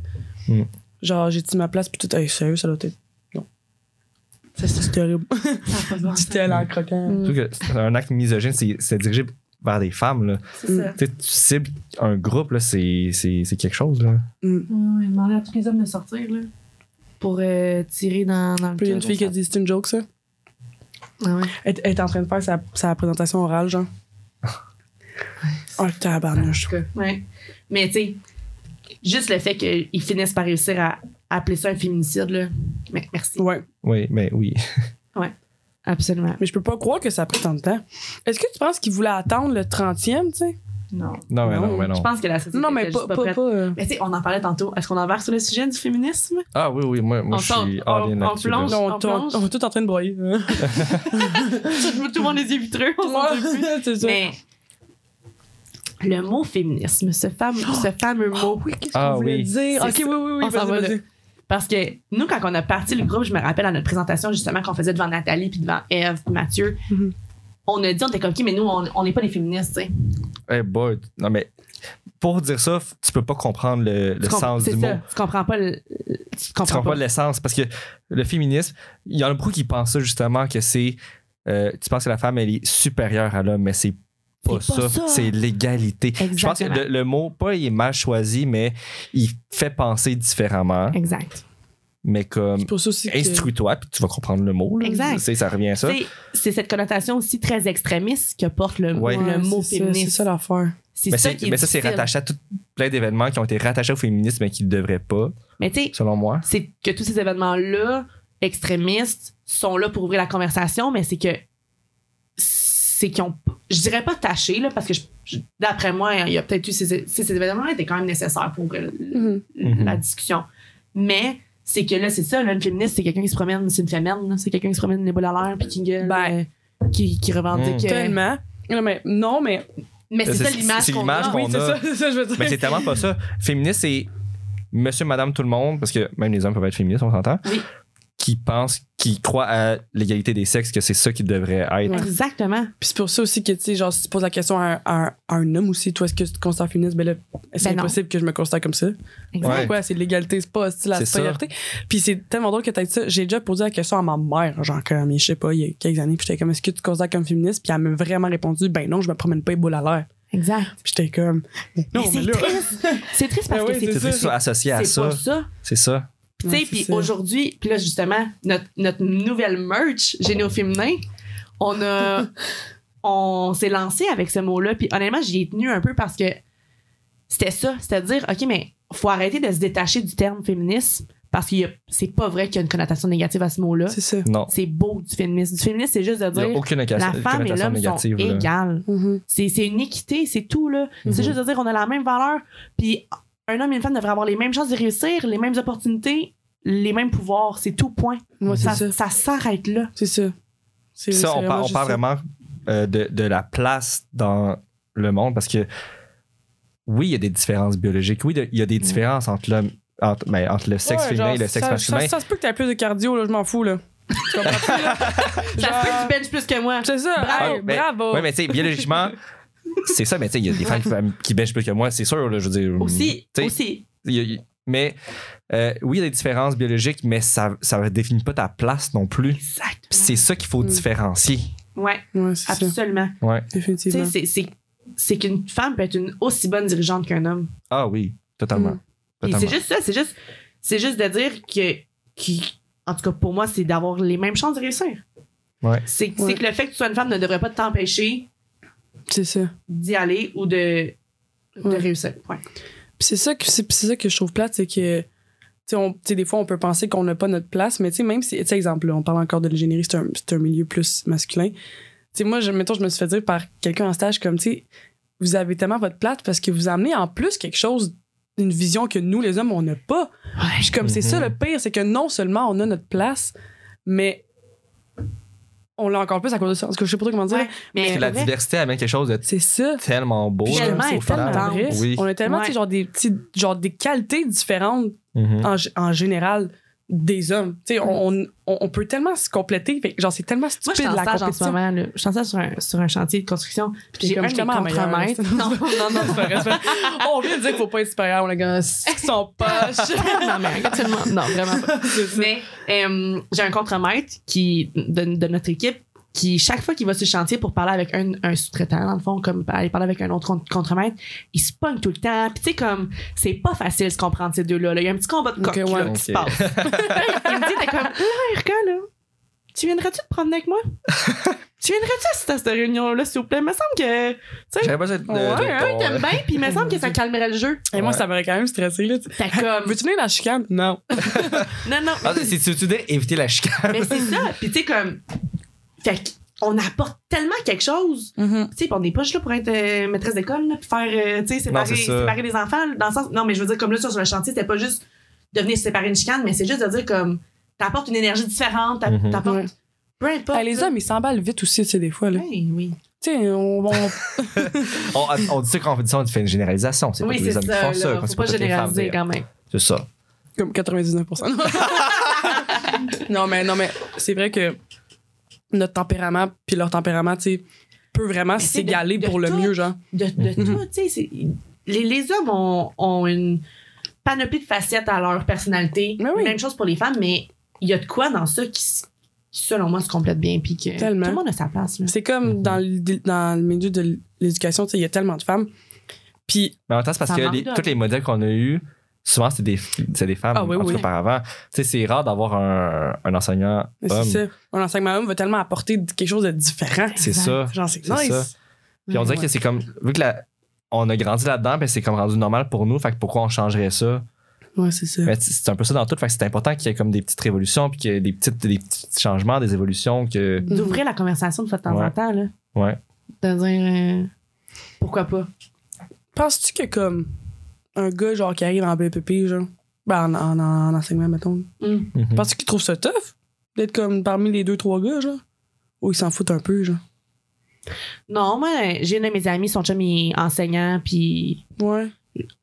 Speaker 1: Mm.
Speaker 2: Genre, j'ai-tu ma place, puis tout, hey, sérieux, ça doit être. Non. Ça, c'est terrible.
Speaker 3: Ça a pas de bon
Speaker 2: Tu
Speaker 3: sens.
Speaker 2: tel en croquant.
Speaker 3: Mm.
Speaker 1: Surtout que c'est un acte misogyne, c'est c'est dirigé vers des femmes, là.
Speaker 3: C'est ça.
Speaker 1: Tu sais, tu cibles un groupe, là, c'est c'est- c'est quelque chose, là.
Speaker 3: Ouais, ouais, demander à tous les hommes de sortir, là. Pour euh, tirer dans, dans le
Speaker 2: Puis il y a une
Speaker 3: cœur,
Speaker 2: fille qui a
Speaker 3: ça.
Speaker 2: dit, c'est une joke, ça.
Speaker 3: Ah ouais.
Speaker 2: Elle elle est en train de faire sa, sa présentation orale, genre. oh,
Speaker 3: Ah,
Speaker 2: tabarnouche.
Speaker 3: Ouais. Mais tu sais, juste le fait qu'ils finissent par réussir à, à appeler ça un féminicide, là. Mais merci.
Speaker 2: Ouais.
Speaker 1: Oui, mais oui.
Speaker 3: Absolument.
Speaker 2: Mais je peux pas croire que ça a pris tant de temps. Est-ce que tu penses qu'ils voulaient attendre le 30e, tu sais?
Speaker 3: Non.
Speaker 1: Non, mais non,
Speaker 2: Non,
Speaker 1: mais non.
Speaker 3: Je pense que la société.
Speaker 2: Non, mais
Speaker 3: était
Speaker 2: pas,
Speaker 3: juste
Speaker 2: pas,
Speaker 3: pas,
Speaker 2: pas,
Speaker 3: prête.
Speaker 2: euh,
Speaker 3: Mais tu sais, on en parlait tantôt. Est-ce qu'on embarque sur le sujet du féminisme?
Speaker 1: Ah oui, oui, moi, moi
Speaker 3: On
Speaker 1: je
Speaker 3: sort-
Speaker 1: suis
Speaker 3: on-
Speaker 1: all in
Speaker 3: on
Speaker 1: là-dessus, là.
Speaker 3: plonge.
Speaker 2: non,
Speaker 3: en
Speaker 2: on, on-
Speaker 3: planche.
Speaker 2: on est tout en train de broyer. hein.
Speaker 3: tout le monde les yeux vitreux. on s'en dit plus.
Speaker 2: c'est ça.
Speaker 3: Mais le mot féminisme, ce fameux, ce fameux mot.
Speaker 2: Oh oui, qu'est-ce
Speaker 1: Ah, oui.
Speaker 2: dire?
Speaker 3: C'est
Speaker 2: Ok,
Speaker 3: ça.
Speaker 2: oui, oui, oui,
Speaker 3: On s'en
Speaker 2: vas-y,
Speaker 3: va
Speaker 2: vas-y.
Speaker 3: Parce que nous, quand on a parti le groupe, je me rappelle à notre présentation justement qu'on faisait devant Nathalie, puis devant Eve, puis Mathieu,
Speaker 2: Mhm.
Speaker 3: on a dit, on était comme qui, mais nous, on on n'est pas des féministes, tu sais.
Speaker 1: Eh boy, non, mais pour dire ça, f- tu peux pas comprendre le, le
Speaker 3: Tu comp-
Speaker 1: sens
Speaker 3: c'est
Speaker 1: du mot.
Speaker 3: ça. Tu comprends pas le. Tu comprends,
Speaker 1: Tu comprends pas l'essence parce que le féminisme, il y en a beaucoup qui pensent ça justement que c'est. euh, tu penses que la femme, elle est supérieure à l'homme, mais c'est pas,
Speaker 3: C'est pas
Speaker 1: ça.
Speaker 3: ça.
Speaker 1: C'est l'égalité. Je pense que
Speaker 3: Exactement.
Speaker 1: le, le mot, pas il est mal choisi, mais il fait penser différemment.
Speaker 3: Exact.
Speaker 1: Mais comme,
Speaker 2: C'est pour ça aussi que-
Speaker 1: instruis-toi, puis tu vas comprendre le mot. Là.
Speaker 3: Exact.
Speaker 1: Tu sais, ça revient à ça.
Speaker 3: C'est- C'est cette connotation aussi très extrémiste que porte le,
Speaker 1: Ouais.
Speaker 3: le
Speaker 2: Ouais,
Speaker 3: mot
Speaker 2: c'est ça, C'est
Speaker 3: féministe.
Speaker 2: ça l'affaire.
Speaker 3: C'est
Speaker 1: Mais,
Speaker 3: ça,
Speaker 1: c'est-
Speaker 3: qui est
Speaker 1: mais ça, c'est
Speaker 3: difficile.
Speaker 1: rattaché à tout plein d'événements qui ont été rattachés au féminisme mais qui ne devraient pas,
Speaker 3: Mais tu sais,
Speaker 1: selon moi.
Speaker 3: c'est que tous ces événements-là, extrémistes, sont là pour ouvrir la conversation, mais c'est que s- c'est qu'ils ont, je dirais pas taché, là, parce que je- je- d'après moi, il y a peut-être eu ces, ces, ces événements-là étaient quand même nécessaires pour euh,
Speaker 2: Mhm.
Speaker 3: la discussion. Mais c'est que là, c'est ça, là, une féministe, c'est quelqu'un qui se promène, c'est une femelle, là, c'est quelqu'un qui se promène les boules à l'air puis qui gueule,
Speaker 2: Ben.
Speaker 3: euh, qui, qui
Speaker 2: Mm.
Speaker 3: revendique. euh,
Speaker 2: Tellement. Non, mais, non, mais ah
Speaker 3: mais c'est
Speaker 1: C'est-
Speaker 3: ça
Speaker 1: c'est-
Speaker 3: l'image
Speaker 1: c'est
Speaker 3: qu'on
Speaker 1: l'image
Speaker 3: a.
Speaker 1: qu'on-
Speaker 2: oui, c'est
Speaker 1: a-
Speaker 2: ça, c'est ça, que je veux dire.
Speaker 1: Mais c'est tellement pas ça. Féministe, c'est monsieur, madame, tout le monde, parce que même les hommes peuvent être féministes, on s'entend,
Speaker 3: Oui.
Speaker 1: qui pensent, qui croient à l'égalité des sexes, que c'est ça qui devrait être.
Speaker 2: Ouais.
Speaker 3: Exactement.
Speaker 2: Puis c'est pour ça aussi que, tu sais, genre, si tu poses la question à un, à un- à un homme aussi, toi, est-ce que tu te considères féministe? Ben là, c'est
Speaker 3: Ben non.
Speaker 2: impossible que je me considère comme ça.
Speaker 1: Ouais.
Speaker 2: Pourquoi? C'est l'égalité, c'est pas c'est la
Speaker 1: C'est ça.
Speaker 2: supériorité. Puis c'est tellement drôle que t'as dit ça. J'ai déjà posé la question à ma mère, genre, comme, je sais pas, il y a quelques années, puis j'étais comme, est-ce que tu te considères comme féministe? Puis elle m'a vraiment répondu, ben non, je me promène pas les boules à l'air.
Speaker 3: Exact.
Speaker 2: Puis j'étais comme, non, mais,
Speaker 3: c'est
Speaker 2: là.
Speaker 3: triste. C'est triste parce
Speaker 2: Ben oui,
Speaker 3: que
Speaker 1: C'est
Speaker 2: ça.
Speaker 3: c'est
Speaker 1: ça, associé à
Speaker 3: c'est
Speaker 1: ça.
Speaker 3: pas ça.
Speaker 1: C'est ça.
Speaker 3: Puis,
Speaker 2: Ouais,
Speaker 3: tu sais,
Speaker 2: c'est
Speaker 3: puis
Speaker 2: ça.
Speaker 3: aujourd'hui, puis là, justement, notre, notre nouvelle merch Généo Féminin, on a. on s'est lancé avec ce mot-là. Puis honnêtement, j'y ai tenu un peu parce que c'était ça. C'est-à-dire, OK, mais faut arrêter de se détacher du terme féministe parce que c'est pas vrai qu'il y a une connotation négative à ce mot-là.
Speaker 2: C'est ça.
Speaker 1: Non.
Speaker 3: C'est beau du féminisme. Du féminisme, c'est juste de
Speaker 1: Il n'y a
Speaker 3: dire
Speaker 1: aucune
Speaker 3: la
Speaker 1: occasion-
Speaker 3: femme et
Speaker 1: connotation
Speaker 3: l'homme sont
Speaker 1: négative. là.
Speaker 3: égales.
Speaker 2: Mhm.
Speaker 3: C'est c'est une équité, c'est tout. là.
Speaker 1: Mhm.
Speaker 3: C'est juste de dire on a la même valeur. Puis un homme et une femme devraient avoir les mêmes chances de réussir, les mêmes opportunités, les mêmes pouvoirs. C'est tout point.
Speaker 2: Moi, c'est
Speaker 3: Ça,
Speaker 2: ça.
Speaker 3: ça s'arrête là.
Speaker 2: C'est ça. C'est
Speaker 1: Puis ça,
Speaker 2: c'est
Speaker 1: on, parle- on
Speaker 2: juste
Speaker 1: parle
Speaker 2: ça.
Speaker 1: vraiment euh, de, de la place dans le monde parce que oui, il y a des différences biologiques. Oui, de- il y a des différences entre l'homme. Entre, ben, entre le sexe
Speaker 2: Ouais,
Speaker 1: féminin
Speaker 2: genre,
Speaker 1: et le sexe
Speaker 2: ça-
Speaker 1: masculin.
Speaker 2: Ça, ça se peut que t'aies plus de cardio, là, je m'en fous, là. Tu comprends-tu, là?
Speaker 3: Ça se peut que
Speaker 2: Genre-
Speaker 3: tu benches plus que moi.
Speaker 2: C'est ça.
Speaker 1: Ah, ben,
Speaker 2: Bravo.
Speaker 3: Oh.
Speaker 2: bravo.
Speaker 1: Ouais, mais tu sais, biologiquement, c'est ça, mais tu sais, il y a des femmes qui, qui bêchent plus que moi, c'est sûr, là, je veux dire.
Speaker 3: Aussi,
Speaker 1: tu sais,
Speaker 3: aussi.
Speaker 1: il y a- il- mais euh, oui, il y a des différences biologiques, mais ça ne définit pas ta place non plus. Puis
Speaker 3: Exact.
Speaker 1: c'est ça qu'il faut
Speaker 2: Mm.
Speaker 1: différencier.
Speaker 3: Ouais,
Speaker 2: Ouais, c'est ça.
Speaker 3: absolument. Tu sais,
Speaker 2: Définitivement.
Speaker 3: c'est- c'est- c'est qu'une femme peut être une aussi bonne dirigeante qu'un homme.
Speaker 1: Ah oui, totalement.
Speaker 2: Mm.
Speaker 3: Puis
Speaker 1: Totalement.
Speaker 3: c'est juste ça, c'est juste, c'est juste de dire que, qui- en tout cas pour moi, c'est d'avoir les mêmes chances de réussir.
Speaker 1: Ouais.
Speaker 3: C'est c'est
Speaker 2: Ouais.
Speaker 3: que le fait que tu sois une femme ne devrait pas t'empêcher
Speaker 2: C'est ça.
Speaker 3: d'y aller ou de, de
Speaker 2: Ouais.
Speaker 3: réussir. Ouais.
Speaker 2: Puis c'est ça que c'est puis c'est ça que je trouve plate, c'est que tu sais, on- tu sais, des fois, on peut penser qu'on n'a pas notre place, mais tu sais, même si, tu sais, exemple, là, on parle encore de l'ingénierie, c'est un, c'est un milieu plus masculin. Tu sais, moi, je, mettons, je me suis fait dire par quelqu'un en stage comme, tu sais, vous avez tellement votre plate parce que vous amenez en plus quelque chose, une vision que nous, les hommes, on n'a pas. Je suis comme, c'est ça
Speaker 1: Mhm.
Speaker 2: le pire, c'est que non seulement on a notre place, mais on l'a encore plus à cause de ça. Parce que je sais pas trop comment dire.
Speaker 3: Ouais, Mais
Speaker 1: Puis la
Speaker 3: vrai,
Speaker 1: diversité amène quelque chose de
Speaker 2: C'est ça.
Speaker 1: tellement beau.
Speaker 2: Puis je suis comme,
Speaker 1: là,
Speaker 3: tellement
Speaker 2: c'est
Speaker 1: au final.
Speaker 2: tellement
Speaker 3: important.
Speaker 2: vrai.
Speaker 1: Oui.
Speaker 2: On a tellement, tu sais,
Speaker 3: Ouais.
Speaker 2: genre, des petits, genre, des qualités différentes
Speaker 1: Mhm.
Speaker 3: Ah
Speaker 2: en, g- en général des hommes. Tu sais, on, on, on peut tellement se compléter. Fait que, genre, c'est tellement
Speaker 3: moi, je
Speaker 2: stupide
Speaker 3: suis en
Speaker 2: la
Speaker 3: stage en ce
Speaker 2: compétition.
Speaker 3: moment. là. Je suis en stage sur un, sur un chantier de construction. Puis j'ai
Speaker 2: comme,
Speaker 3: un
Speaker 2: je
Speaker 3: de
Speaker 2: suis
Speaker 3: mes
Speaker 2: tellement la meilleure,
Speaker 3: contremaîtres. Non, non, non,
Speaker 2: C'est pas vrai, c'est pas vrai. on vient de dire qu'il faut pas être supérieur, on a gagné son poche.
Speaker 3: non, mais actuellement, non, vraiment pas. Mais euh, j'ai un contremaître qui, de, de notre équipe qui, chaque fois qu'il va sur le chantier pour parler avec un, un sous-traitant, dans le fond, comme aller parler avec un autre contre- contremaître, il se pogne tout le temps. Puis tu sais, comme, c'est pas facile se comprendre ces deux-là. là. Il y a un petit combat de
Speaker 2: Ok,
Speaker 3: coq là,
Speaker 2: ouais.
Speaker 3: qui se
Speaker 1: Ok.
Speaker 3: passe. il me dit, t'es comme, là, Erika, là, tu viendrais-tu te promener avec moi? tu viendrais-tu assister à cette réunion-là, s'il vous plaît? Il me semble que, tu sais,
Speaker 1: J'avais pas cette- euh, de-
Speaker 2: Ouais,
Speaker 1: de-
Speaker 2: hein,
Speaker 1: ton-
Speaker 3: t'aimes bien, puis il me semble que ça calmerait le jeu.
Speaker 2: Et moi,
Speaker 1: Ouais.
Speaker 2: ça m'aurait quand même stressé. Là. tu-
Speaker 3: T'as comme,
Speaker 2: Veux-tu venir dans la chicane? Non.
Speaker 3: non, non.
Speaker 1: Ah, c'est tu dis éviter la chicane.
Speaker 3: Mais c'est ça. Puis tu sais, comme. Fait qu'on apporte tellement quelque chose. Tu sais, puis on n'est pas juste là pour être euh, maîtresse d'école, là, puis faire, euh, tu sais, séparer,
Speaker 1: c'est ça.
Speaker 3: séparer les enfants. là, Dans le sens. Non, mais je veux dire, comme là, sur sur le chantier, c'était pas juste de venir séparer une chicane, mais c'est juste de dire, comme, t'apportes une énergie différente, t'a-
Speaker 1: Mhm.
Speaker 3: t'apportes.
Speaker 2: Ouais.
Speaker 3: Peu importe.
Speaker 2: Ah, les
Speaker 3: là.
Speaker 2: hommes, ils s'emballent vite aussi, tu sais, des fois. Là.
Speaker 3: Oui, oui.
Speaker 2: Tu sais, on, on-
Speaker 1: On, on dit ça quand on fait ça, on fait une généralisation. C'est
Speaker 3: Oui,
Speaker 1: pas tous
Speaker 3: c'est
Speaker 1: les
Speaker 3: ça.
Speaker 1: hommes qui font ça.
Speaker 3: là.
Speaker 1: quand
Speaker 3: Faut
Speaker 1: c'est
Speaker 3: pas
Speaker 1: toutes les femmes,
Speaker 3: généraliser
Speaker 1: mais-
Speaker 3: quand même.
Speaker 1: C'est ça.
Speaker 2: comme 99%. non, mais, non, mais c'est vrai que notre tempérament puis leur tempérament, tu sais, peut vraiment
Speaker 3: Mais c'est de-
Speaker 2: s'égaler
Speaker 3: de
Speaker 2: pour le
Speaker 3: tout.
Speaker 2: mieux, genre.
Speaker 3: de, de
Speaker 1: Mhm.
Speaker 3: tout, tu sais. c'est- Les, les hommes ont, ont une panoplie de facettes à leur personnalité.
Speaker 2: Mais Ben oui.
Speaker 3: Même chose pour les femmes, mais il y a de quoi dans ça qui, s- qui, selon moi, se complète bien. Puis que
Speaker 2: Tellement.
Speaker 3: tout le monde a sa place. Là.
Speaker 2: C'est comme
Speaker 1: Mhm.
Speaker 2: dans, le, dans le milieu de l'éducation, tu sais, il y a tellement de femmes. Puis,
Speaker 1: Mais en même temps, c'est parce
Speaker 3: Ça
Speaker 1: que
Speaker 3: manque
Speaker 1: les-
Speaker 3: d'hommes.
Speaker 1: tous les modèles qu'on a eus, souvent, c'était des, c'est des femmes
Speaker 2: Ah oui,
Speaker 1: en tout
Speaker 2: oui.
Speaker 1: cas, auparavant. Tu sais, c'est rare d'avoir un, un enseignant
Speaker 2: c'est
Speaker 1: homme.
Speaker 2: ça. Un enseignement homme va tellement apporter quelque chose de différent.
Speaker 1: C'est ça.
Speaker 2: Ben, Genre, c'est
Speaker 1: C'est
Speaker 2: nice.
Speaker 1: ça. Puis on dirait que c'est comme. Vu que la- on a grandi là-dedans, ben c'est comme rendu normal pour nous. Fait que pourquoi on changerait ça?
Speaker 2: Ouais, c'est ça.
Speaker 1: Ben, c'est- c'est un peu ça dans tout. Fait que c'est important qu'il y ait comme des petites révolutions, puis qu'il y ait des, petites, des petits changements, des évolutions. Que...
Speaker 3: D'ouvrir la conversation de fois de temps
Speaker 1: Ouais.
Speaker 3: en temps. Là.
Speaker 1: Ouais.
Speaker 3: De dire euh, pourquoi pas.
Speaker 2: Penses-tu que comme un gars genre qui arrive en BPP, genre, ben en, en- en enseignement, mettons,
Speaker 1: Mhm.
Speaker 2: penses-tu qu'il trouve ça tough d'être comme parmi les deux, trois gars, genre? Ou ils s'en foutent un peu, genre?
Speaker 3: Non, moi, j'ai une de mes amies, son chum est enseignant, puis
Speaker 2: Ouais,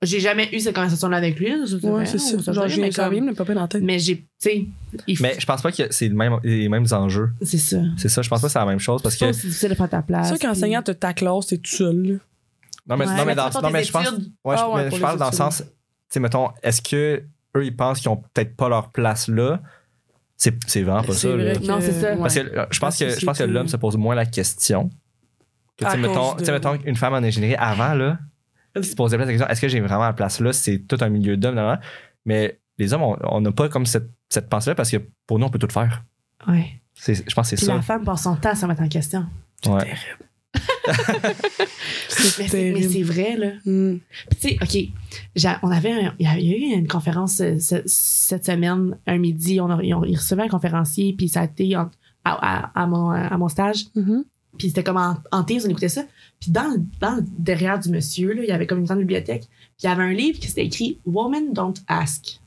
Speaker 3: j'ai jamais eu cette conversation-là avec lui. ça, ça
Speaker 2: ouais,
Speaker 3: fait-
Speaker 2: c'est
Speaker 3: on
Speaker 2: ça.
Speaker 3: s'en
Speaker 2: Genre,
Speaker 3: fait, mais
Speaker 2: j'ai ça
Speaker 3: comme-
Speaker 2: vient me popper dans la tête.
Speaker 3: Mais j'ai, tu sais, il faut-
Speaker 1: Mais je pense pas que c'est le même- les mêmes enjeux.
Speaker 3: c'est ça.
Speaker 1: C'est ça, je pense pas que c'est la même chose parce que.
Speaker 3: C'est aussi difficile de faire ta place.
Speaker 2: C'est sûr qu'enseignant, t'as ta classe, t'es tout seul, là.
Speaker 1: Non, mais,
Speaker 3: Ouais.
Speaker 1: non, mais,
Speaker 3: Mais
Speaker 1: dans,
Speaker 3: ça,
Speaker 1: non,
Speaker 3: tes
Speaker 1: mais je pense.
Speaker 3: études.
Speaker 1: Ouais, je,
Speaker 2: Ah ouais,
Speaker 1: mais
Speaker 2: pour
Speaker 1: je
Speaker 2: les
Speaker 1: parle dans le
Speaker 2: études.
Speaker 1: sens. Tu sais, mettons, est-ce que eux, ils pensent qu'ils ont peut-être pas leur place là? C'est c'est vraiment pas ça. là.
Speaker 2: que-
Speaker 3: Non, c'est ça.
Speaker 1: Parce que euh, je pense
Speaker 2: Parce que
Speaker 1: que, je
Speaker 2: c'est
Speaker 1: pense que
Speaker 2: plus-
Speaker 1: l'homme se pose moins la question. Que, tu
Speaker 2: À
Speaker 1: sais, mettons,
Speaker 2: cause
Speaker 1: tu sais,
Speaker 2: de-
Speaker 1: mettons, une femme en ingénierie avant, là, qui se posait plein de questions, est-ce que j'ai vraiment la place là? C'est tout un milieu d'hommes, là, là. Mais les hommes, on- on n'a pas comme cette, cette pensée-là parce que pour nous, on peut tout faire.
Speaker 3: Ouais.
Speaker 1: C'est- Je pense que c'est
Speaker 3: Puis
Speaker 1: ça.
Speaker 3: la femme passe son temps à se remettre en question.
Speaker 1: Ouais.
Speaker 3: Mais
Speaker 2: C'est
Speaker 3: c'est- mais
Speaker 2: terrible.
Speaker 3: c'est vrai, là.
Speaker 2: Hmm.
Speaker 3: Puis tu sais, OK, j'a- on avait un- il y a eu une conférence euh, ce- cette semaine, un midi, on a, ils, ont- ils recevaient un conférencier, puis ça a été en- à, à- à mon, à mon stage,
Speaker 2: Mhm.
Speaker 3: puis c'était comme en, en thèse, on écoutait ça. Puis dans, le- dans le derrière du monsieur, là, il y avait comme une grande bibliothèque, puis il y avait un livre qui s'était écrit « Woman don't ask ». Puis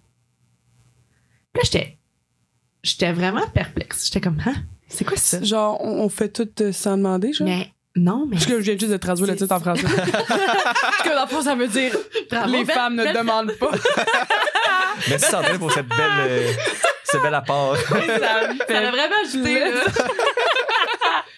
Speaker 3: là, j'étais j'étais vraiment perplexe. J'étais comme « Hein? C'est quoi ça?
Speaker 2: Genre, on, on fait tout euh, sans demander, » genre?
Speaker 3: Mais non, mais...
Speaker 2: Parce que je viens juste de traduire le
Speaker 3: C'est-
Speaker 2: titre en français. Parce que dans le fond, ça veut dire
Speaker 3: Bravo,
Speaker 2: les
Speaker 3: belle-
Speaker 2: femmes ne
Speaker 3: belle-
Speaker 2: demandent pas.
Speaker 1: Merci Sandrine pour cette belle, euh, ce bel apport.
Speaker 2: ça me
Speaker 3: Ça l'a
Speaker 2: fait-
Speaker 3: vraiment ajouté, là.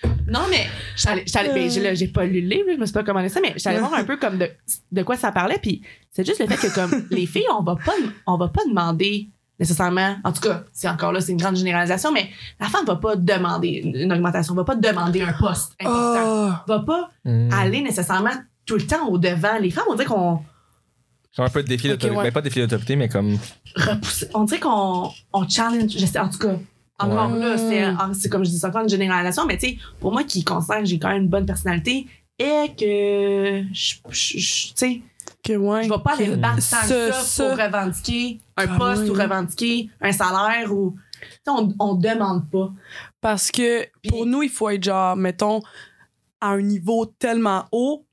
Speaker 3: Non, mais j'allais- j'allais- ben, j'ai là, j'ai pas lu le livre, là, je me suis pas commandé ça, mais j'allais voir un peu comme de, de quoi ça parlait. Puis c'est juste le fait que, comme les filles, on va pas, on va pas demander nécessairement, en tout cas, c'est encore là, c'est une grande généralisation, mais la femme va pas demander une augmentation, va pas demander un poste important,
Speaker 2: Oh!
Speaker 3: va pas
Speaker 1: Hmm.
Speaker 3: aller nécessairement tout le temps au devant. Les femmes, on dirait qu'on
Speaker 1: Comme un peu de défi
Speaker 2: Ok,
Speaker 1: d'autorité.
Speaker 2: ouais.
Speaker 1: Mais pas de défi d'autorité, mais comme.
Speaker 3: repousse, on dirait qu'on on challenge, je sais, en tout cas. En
Speaker 1: Ouais.
Speaker 3: dehors, là, c'est- en- c'est comme je dis, c'est encore une généralisation, mais tu sais, pour moi qui considère que j'ai quand même une bonne personnalité et que je, je- je- tu sais,
Speaker 2: Que ouais.
Speaker 3: je vais pas aller me battre tant
Speaker 2: Ce-
Speaker 3: que ça pour euh,
Speaker 2: ça.
Speaker 3: revendiquer un
Speaker 2: Ah
Speaker 3: poste
Speaker 2: oui.
Speaker 3: ou revendiquer un salaire ou. tu sais, On, on demande pas.
Speaker 2: Parce que pour
Speaker 3: Puis-
Speaker 2: nous, il faut être genre, mettons, à un niveau tellement haut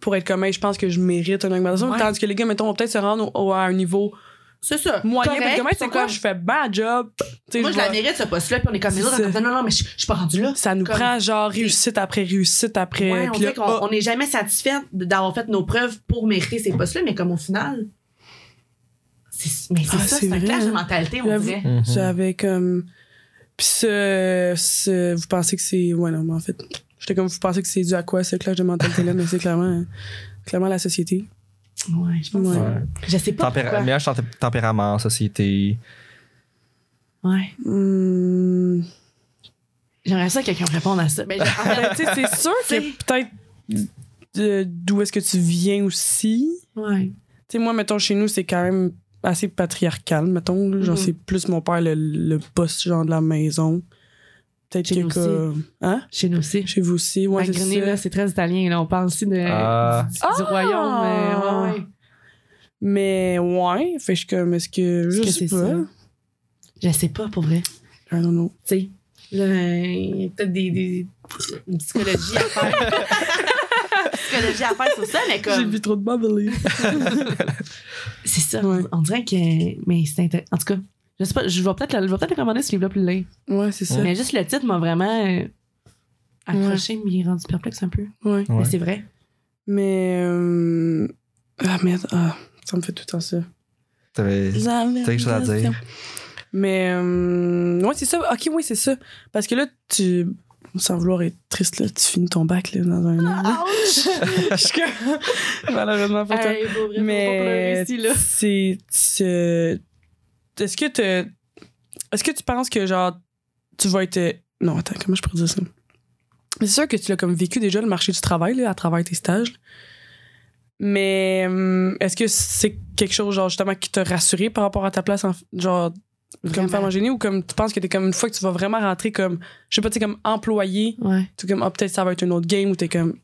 Speaker 2: pour être comme, Hey, je pense que je mérite une augmentation.
Speaker 3: Ouais.
Speaker 2: Tandis que les gars, mettons, vont peut-être se rendre au- au- à un niveau
Speaker 3: C'est ça.
Speaker 2: moyen.
Speaker 3: correct,
Speaker 2: Parce que, Hey, tu sais
Speaker 3: c'est
Speaker 2: quoi,
Speaker 3: comme-
Speaker 2: je fais bad job. Tu sais,
Speaker 3: moi, je la
Speaker 2: vais-
Speaker 3: mérite ce poste-là, puis on est comme les autres, on est
Speaker 2: C'est
Speaker 3: comme, non, non, non, mais je je suis pas rendu là.
Speaker 2: Ça nous
Speaker 3: Comme-
Speaker 2: prend genre réussite après réussite après.
Speaker 3: Ouais, on
Speaker 2: puis
Speaker 3: dirait
Speaker 2: là,
Speaker 3: qu'on
Speaker 2: ah,
Speaker 3: on n'est jamais satisfait de- d'avoir fait nos preuves pour mériter ces postes-là, mais comme au final, c'est mais c'est
Speaker 2: Ah,
Speaker 3: ça,
Speaker 2: c'est
Speaker 3: c'est un
Speaker 2: vrai,
Speaker 3: clash de
Speaker 2: hein.
Speaker 3: mentalité, on
Speaker 2: J'avoue.
Speaker 3: dirait.
Speaker 2: J'avais comme. Puis ce, ce- Vous pensez que c'est. Ouais, non, mais en fait. J'étais comme, vous pensez que c'est dû à quoi ce clash de mentalité-là? mais c'est clairement, clairement la société.
Speaker 3: Ouais, je pense.
Speaker 2: Ouais.
Speaker 3: que- Je sais pas
Speaker 1: Tempéra-
Speaker 3: pourquoi.
Speaker 1: meilleur tempé- tempérament, société.
Speaker 3: Ouais.
Speaker 2: Hum,
Speaker 3: J'aimerais ça que quelqu'un me réponde à ça. Mais je- en fait,
Speaker 2: ben, tu sais, c'est sûr
Speaker 3: C'est-
Speaker 2: que peut-être de- d'où est-ce que tu viens aussi.
Speaker 3: ouais.
Speaker 2: Tu sais, moi, mettons, chez nous, c'est quand même assez patriarcal, mettons. là. Genre,
Speaker 3: Mhm.
Speaker 2: c'est plus mon père le, le boss, genre, de la maison. Peut-être
Speaker 3: Chez nous
Speaker 2: que.
Speaker 3: aussi.
Speaker 2: comme- Hein?
Speaker 3: Chez nous aussi.
Speaker 2: Chez vous aussi, ouais, c'est
Speaker 3: Malgré,
Speaker 2: ça.
Speaker 3: là, c'est très italien. Là. On parle aussi de,
Speaker 1: Ah.
Speaker 3: du, du royaume.
Speaker 2: Ah.
Speaker 3: Mais, ouais, ouais.
Speaker 2: Mais ouais, fait que je suis comme, est-ce que je
Speaker 3: Est-ce que
Speaker 2: sais
Speaker 3: c'est
Speaker 2: pas.
Speaker 3: ça? Je sais pas, pour vrai.
Speaker 2: I don't know.
Speaker 3: Tu sais, là, il y a peut-être des, des, une psychologie à faire. psychologie à faire sur ça, mais
Speaker 2: J'ai
Speaker 3: comme...
Speaker 2: vu trop de bubbly.
Speaker 3: C'est ça.
Speaker 2: Ouais.
Speaker 3: On dirait que. Mais c'est intéressant. En tout cas, je sais pas, je vais peut-être le, je vais peut-être le commander ce livre-là plus late.
Speaker 2: ouais, c'est ça.
Speaker 3: Mais juste le titre m'a vraiment euh, accroché, mais il est rendu perplexe un peu.
Speaker 2: Ouais.
Speaker 1: Ouais.
Speaker 3: Mais c'est vrai.
Speaker 2: Mais euh, ah merde, ah, ça me fait tout le temps ça.
Speaker 1: T'avais
Speaker 2: J'avais
Speaker 1: t'as quelque chose à
Speaker 2: une question.
Speaker 1: dire.
Speaker 2: Mais euh, ouais, c'est ça. OK, oui, c'est ça. Parce que là tu sans vouloir être triste là, tu finis ton bac là dans un an. là. Je suis comme- Malheureusement pour toi. Mais c'est c'est- est-ce que te est-ce que tu penses que genre tu vas être non attends comment je pourrais dire ça Mais c'est sûr que tu l'as comme vécu déjà le marché du travail là, à travers tes stages mais hum, est-ce que c'est quelque chose genre justement qui t'a rassuré par rapport à ta place en, genre comme
Speaker 3: Vraiment.
Speaker 2: femme en génie ou comme tu penses que t'es comme une fois que tu vas vraiment rentrer comme je sais pas tu sais, comme employé
Speaker 3: Ouais.
Speaker 2: tu es comme ah peut-être ça va être une autre game ou t'es comme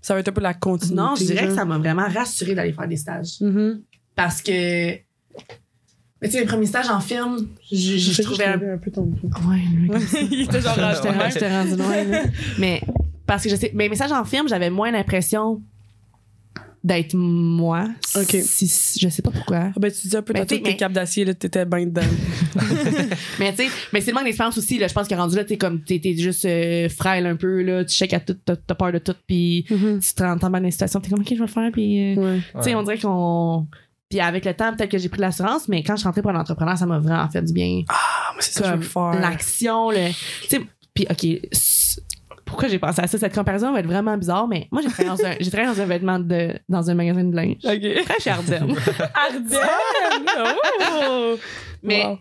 Speaker 2: ça va être un peu la continuité
Speaker 3: Non, je dirais que
Speaker 2: genre.
Speaker 3: ça m'a vraiment rassurée d'aller faire des stages.
Speaker 2: Mhm.
Speaker 3: Parce que. Mais tu sais, les premiers stages en film, je, je- je
Speaker 2: Fais juste
Speaker 3: trouvais un
Speaker 2: lever un peu ton
Speaker 3: Ouais,
Speaker 2: il était genre
Speaker 1: Ouais,
Speaker 2: racheté.
Speaker 1: ouais.
Speaker 3: je t'ai rendu loin. là. Mais Parce que je sais, mes messages en film, j'avais moins l'impression d'être moi.
Speaker 2: Ok.
Speaker 3: Si- si- je sais pas pourquoi.
Speaker 2: Ah ben, tu dis un peu,
Speaker 3: Mais
Speaker 2: t'as
Speaker 3: t'sais,
Speaker 2: toutes tes
Speaker 3: mais-
Speaker 2: capes d'acier, là, t'étais bien dedans.
Speaker 3: Mais tu sais, mais c'est le manque d'expérience aussi. Là, je pense que rendu là, t'es comme t'es t'es juste euh, frêle un peu là. Tu check à tout, t'as t'as peur de tout, puis tu te rends dans une situation. T'es comme ok, je vais le faire, puis euh,
Speaker 2: Mm-hmm. Ouais.
Speaker 3: tu sais, on dirait qu'on. Puis avec le temps, peut-être que j'ai pris de l'assurance, mais quand je rentrais pour l'entrepreneur, ça m'a vraiment fait du bien.
Speaker 2: Ah, moi, c'est ça que je veux
Speaker 3: Comme
Speaker 2: faire.
Speaker 3: L'action, le. Tu sais, puis OK. s- Pourquoi j'ai pensé à ça? Cette comparaison va être vraiment bizarre, mais moi, j'ai travaillé dans un, j'ai travaillé dans un vêtement de. dans un magasin de linge.
Speaker 2: OK.
Speaker 3: Très chez Ardenne.
Speaker 2: Ardenne! Oh!
Speaker 3: Mais-
Speaker 2: Wow.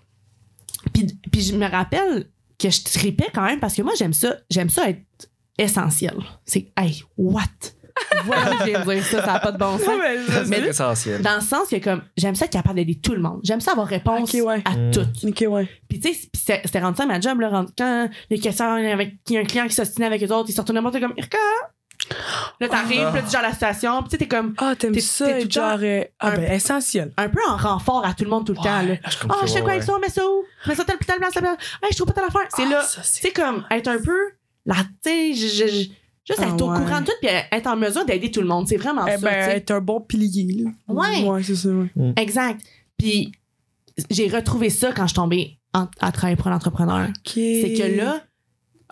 Speaker 3: puis, puis je me rappelle que je tripais quand même parce que moi, j'aime ça. J'aime ça être essentiel. C'est, hey, what? Voilà, je viens de dire ça, ça n'a pas de bon sens.
Speaker 2: Ouais, mais ça,
Speaker 3: Mais-
Speaker 2: c'est-
Speaker 1: essentiel.
Speaker 3: Dans le sens que, comme, j'aime ça être capable d'aider tout le monde. J'aime ça avoir réponse
Speaker 2: Ok, ouais.
Speaker 3: à
Speaker 1: Mm.
Speaker 3: tout.
Speaker 2: Ok, ouais.
Speaker 3: Puis tu sais, c'est- puis c'est- c'était rendu ça à ma job, là, rendu quand les questions avec qui un client qui s'ostinait avec eux autres, ils se retournaient moi, t'es comme Irka! Là, t'arrives,
Speaker 1: Ah.
Speaker 3: puis là, tu gères la station, puis tu sais, t'es comme
Speaker 2: Ah, t'aimes
Speaker 3: T'es-
Speaker 2: ça,
Speaker 3: t'es tout
Speaker 2: être
Speaker 3: le temps
Speaker 2: genre. euh, Ah,
Speaker 3: un-
Speaker 2: ben, essentiel.
Speaker 3: un peu en renfort à tout le monde tout le temps. Là.
Speaker 1: Ah, je
Speaker 3: Ah,
Speaker 1: comprends.
Speaker 3: je sais quoi avec ça, mais ça où? Mais ça, telle, telle place, telle place. Hey, je trouve pas telle affaire. C'est
Speaker 2: Ah,
Speaker 3: là.
Speaker 2: ça,
Speaker 3: Tu
Speaker 2: c'est-
Speaker 3: sais, comme être un peu là, tu sais, je- je- je- juste
Speaker 2: Ah,
Speaker 3: être au
Speaker 2: ouais.
Speaker 3: courant de tout, puis être en mesure d'aider tout le monde. C'est vraiment
Speaker 2: Eh
Speaker 3: ça.
Speaker 2: ben,
Speaker 3: tu sais.
Speaker 2: être un bon pilier, là.
Speaker 3: Ouais.
Speaker 2: Ouais, c'est ça, ouais.
Speaker 3: Exact. Puis j'ai retrouvé ça quand je suis tombée en- à travailler pour un entrepreneur.
Speaker 2: Ok.
Speaker 3: c'est que là,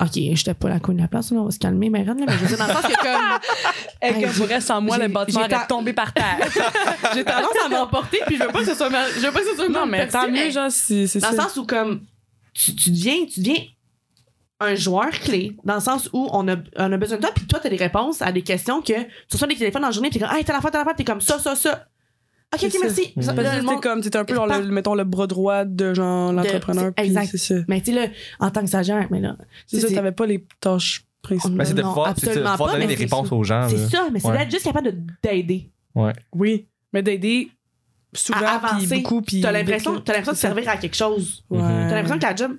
Speaker 3: OK, j'étais pas la queen de la place, là, on va se calmer, mais regarde, là, mais je veux dire, dans le sens que comme,
Speaker 2: Elle
Speaker 3: Hey,
Speaker 2: que pour elle, sans moi,
Speaker 3: j'ai-
Speaker 2: le bâtiment
Speaker 3: j'ai
Speaker 2: aurait
Speaker 3: ta-
Speaker 2: tombé par terre.
Speaker 3: j'ai tendance à m'emporter, puis je veux pas que ce soit mal, je veux pas que ce soit
Speaker 2: non,
Speaker 3: mal
Speaker 2: mais
Speaker 3: perçu,
Speaker 2: tant mieux, genre, c'est c'est
Speaker 3: Dans
Speaker 2: ça.
Speaker 3: le sens où, comme, tu, tu deviens, tu deviens un joueur clé, dans le sens où on a, on a besoin de toi, puis toi, t'as des réponses à des questions que tu reçois des téléphones dans la journée, puis t'es comme, hey, t'as la t'as la t'es comme ça, ça, ça. OK,
Speaker 2: C'est
Speaker 3: OK,
Speaker 2: ça.
Speaker 3: merci. Puis ça,
Speaker 2: Parce
Speaker 3: là,
Speaker 2: que
Speaker 3: le
Speaker 2: t'es
Speaker 3: monde-
Speaker 2: comme, t'es un peu, genre,
Speaker 3: Par-
Speaker 2: le, mettons, le bras droit de, genre, l'entrepreneur.
Speaker 3: c'est-
Speaker 2: puis
Speaker 3: exact.
Speaker 2: C'est ça.
Speaker 3: Mais tu sais, là, en tant que stagiaire, mais là,
Speaker 2: C'est
Speaker 3: C'est-
Speaker 2: ça, t'avais pas les tâches principales.
Speaker 1: Ben, c'est de
Speaker 3: Non,
Speaker 1: pouvoir, c'est de
Speaker 3: absolument
Speaker 1: pouvoir
Speaker 3: pas,
Speaker 1: donner
Speaker 3: mais
Speaker 1: des
Speaker 3: c'est
Speaker 1: réponses
Speaker 3: ça.
Speaker 1: aux gens.
Speaker 3: c'est
Speaker 1: là.
Speaker 3: ça, mais c'est
Speaker 1: Ah, Ouais.
Speaker 3: d'être juste capable de- d'aider.
Speaker 2: Oui, mais d'aider souvent,
Speaker 3: À avancer.
Speaker 2: puis beaucoup, puis...
Speaker 3: T'as l'impression
Speaker 2: vite,
Speaker 3: t'as
Speaker 2: là.
Speaker 3: l'impression de servir à quelque chose.
Speaker 2: Ouais.
Speaker 1: Mhm.
Speaker 3: T'as l'impression que la job,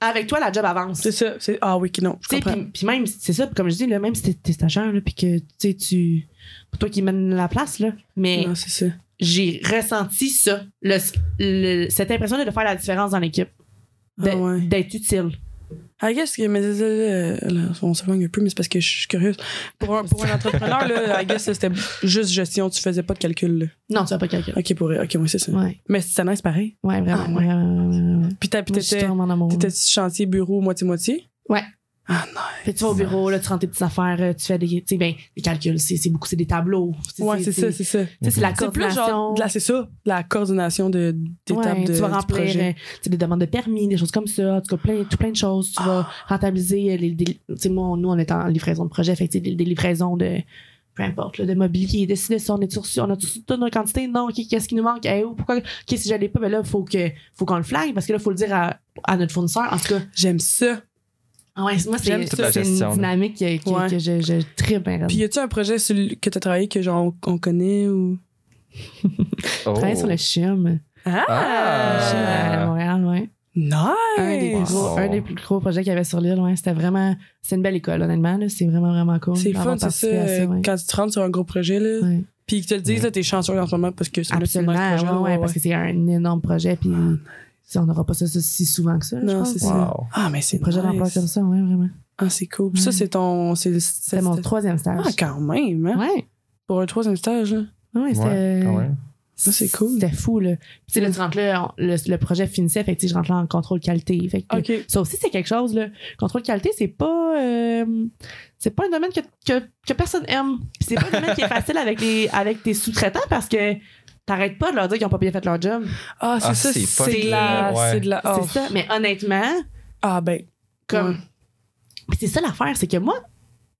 Speaker 3: avec toi, la job avance.
Speaker 2: C'est ça, c'est... Ah oui, qui non, je
Speaker 3: Tu sais,
Speaker 2: comprends.
Speaker 3: puis puis même, c'est ça, comme je dis, là, même si t'es- t'es stagiaire, là, puis que tu sais, tu. C'est toi qui mène la place, là. Mais
Speaker 2: Non, c'est ça.
Speaker 3: j'ai ressenti ça, le, le- cette impression de faire la différence dans l'équipe, de-
Speaker 2: Ah ouais.
Speaker 3: d'être utile.
Speaker 2: I guess que, mais euh, là, on s'éloigne un peu, mais c'est parce que je suis curieuse. Pour un, pour un entrepreneur, là, I guess c'était juste gestion, tu faisais pas de calcul. là.
Speaker 3: Non, tu vas pas calculer.
Speaker 2: Ok, pour ok, moi c'est ça.
Speaker 3: Ouais,
Speaker 2: Mais c'est nice pareil.
Speaker 3: ouais, vraiment.
Speaker 2: Ah ouais.
Speaker 3: vraiment, vraiment, vraiment.
Speaker 2: Puis t'as- puis
Speaker 3: Moi, je suis
Speaker 2: t'étais
Speaker 3: tombée en amour.
Speaker 2: t'étais chantier bureau moitié-moitié.
Speaker 3: Fait que tu vas au bureau, là, tu rentres tes petites affaires, euh, tu fais des, tu sais, ben, des calculs, c'est c'est beaucoup, c'est des tableaux.
Speaker 2: Ouais, c'est ça,
Speaker 3: Tu
Speaker 2: c'est ça.
Speaker 3: sais, c'est la
Speaker 2: C'est plus genre,
Speaker 3: coordination.
Speaker 2: de la- c'est ça, la coordination de, d'étapes
Speaker 3: Ouais,
Speaker 2: de,
Speaker 3: tu vas
Speaker 2: du
Speaker 3: remplir euh,
Speaker 2: projet.
Speaker 3: tu sais, des demandes de permis, des choses comme ça, en tout cas plein, tout plein de choses. Tu vas rentabiliser euh, les, des- tu sais, moi, on- nous on est en livraison de projet, fait que, tu sais, des, des livraisons de peu importe, là, de mobilier, de ci, de ça, on est sur on a sur toute notre quantité, non, ok, qu'est-ce qui nous manque, Eh, oh, pourquoi, qu'est-ce si j'allais pas, ben là, faut que, faut qu'on le flag, parce que là, faut le dire à, à notre fournisseur, en tout cas.
Speaker 2: J'aime ça.
Speaker 3: Ah Ouais, moi,
Speaker 2: J'aime
Speaker 3: c'est,
Speaker 2: toute
Speaker 1: la
Speaker 3: c'est une
Speaker 1: gestion, là.
Speaker 3: dynamique que, que-
Speaker 2: Ouais.
Speaker 3: que je, je tripe bien. raide.
Speaker 2: Puis y a-tu un projet sur le- que t'as travaillé que genre on, on connaît ou.
Speaker 1: Oh.
Speaker 3: Je travaille sur le CHUM, Euh,
Speaker 1: Ah.
Speaker 3: CHUM à Montréal, ouais.
Speaker 2: Nice!
Speaker 3: un des, gros,
Speaker 1: Wow.
Speaker 3: un des plus gros projets qu'il y avait sur l'île. Ouais. C'était vraiment. C'est une belle école, honnêtement. là. C'est vraiment, vraiment cool.
Speaker 2: C'est
Speaker 3: d'avoir
Speaker 2: fun, c'est ça.
Speaker 3: participé à
Speaker 2: euh,
Speaker 3: ouais.
Speaker 2: Quand tu te rentres sur un gros projet, là,
Speaker 3: Ouais.
Speaker 2: puis qu'ils te le disent, là, t'es chanceux en ce moment parce que c'est le
Speaker 3: Absolument,
Speaker 2: projet.
Speaker 3: ouais,
Speaker 2: là,
Speaker 3: ouais, parce que c'est un énorme projet. Puis si on n'aura pas ça, ça si souvent que ça.
Speaker 2: Non,
Speaker 3: je pense.
Speaker 2: c'est ça.
Speaker 1: Wow.
Speaker 2: Ah, mais c'est
Speaker 3: Des projets d'emploi
Speaker 2: nice.
Speaker 3: comme ça, ouais, vraiment.
Speaker 2: Ah, c'est cool. Ça,
Speaker 3: Ouais.
Speaker 2: c'est ton. C'est c'est-
Speaker 3: C'était mon
Speaker 2: c'est-
Speaker 3: troisième stage.
Speaker 2: Ah, quand même, hein?
Speaker 3: ouais.
Speaker 2: Pour un troisième stage, là.
Speaker 3: Ouais, c'était-
Speaker 1: Ouais, quand même.
Speaker 2: Ça, c'est cool.
Speaker 3: C'était fou, là. Puis, tu sais, là,
Speaker 2: Mm.
Speaker 3: tu rentres là, on- le, le projet finissait, fait que, tu sais, je rentre là en contrôle qualité. Fait que,
Speaker 2: OK.
Speaker 3: Ça aussi, c'est quelque chose, là. Contrôle qualité, c'est pas. euh, c'est pas un domaine que, que, que personne aime. Puis C'est pas un domaine qui est facile avec, les, avec tes sous-traitants parce que t'arrêtes pas de leur dire qu'ils ont pas bien fait leur job.
Speaker 2: Ah, c'est
Speaker 1: Ah,
Speaker 2: ça,
Speaker 1: c'est pas
Speaker 2: c'est de la.
Speaker 1: clair, ouais.
Speaker 2: C'est de la. oh.
Speaker 3: C'est ça. Mais honnêtement,
Speaker 2: Ah, ben.
Speaker 3: comme.
Speaker 2: Ouais.
Speaker 3: Puis c'est ça l'affaire, c'est que moi,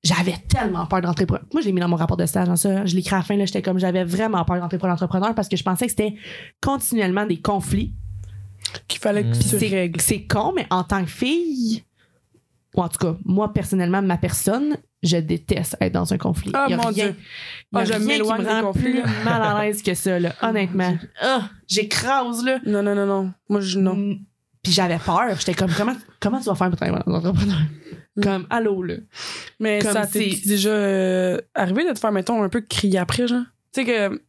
Speaker 3: j'avais tellement peur de rentrer pro. Moi, j'ai mis dans mon rapport de stage, dans ça. Je l'ai écrit à la fin, là. J'étais comme, j'avais vraiment peur de rentrer pro l'entrepreneur parce que je pensais que c'était continuellement des conflits.
Speaker 2: Qu'il fallait que
Speaker 1: Mm.
Speaker 2: tu
Speaker 3: C'est-
Speaker 2: règles.
Speaker 3: C'est con, mais en tant que fille, ou en tout cas, moi personnellement, ma personne, je déteste être dans un conflit.
Speaker 2: Ah,
Speaker 3: Il y a
Speaker 2: mon
Speaker 3: rien,
Speaker 2: Dieu.
Speaker 3: il y a
Speaker 2: Ah, je
Speaker 3: rien qui
Speaker 2: m'éloigne
Speaker 3: me
Speaker 2: des
Speaker 3: rend
Speaker 2: conflits,
Speaker 3: plus mal à l'aise que ça, là, honnêtement. Ah, j'écrase, là.
Speaker 2: Non, non, non, non. Moi, je. Non.
Speaker 3: Mm. Puis j'avais peur. J'étais comme, comment, comment tu vas faire pour travailler dans un entrepreneur?
Speaker 2: Mm.
Speaker 3: Comme, allô, là.
Speaker 2: Mais
Speaker 3: Comme
Speaker 2: ça t'est
Speaker 3: c'est-
Speaker 2: déjà euh, arrivé de te faire, mettons, un peu crier après, genre? Tu sais, que.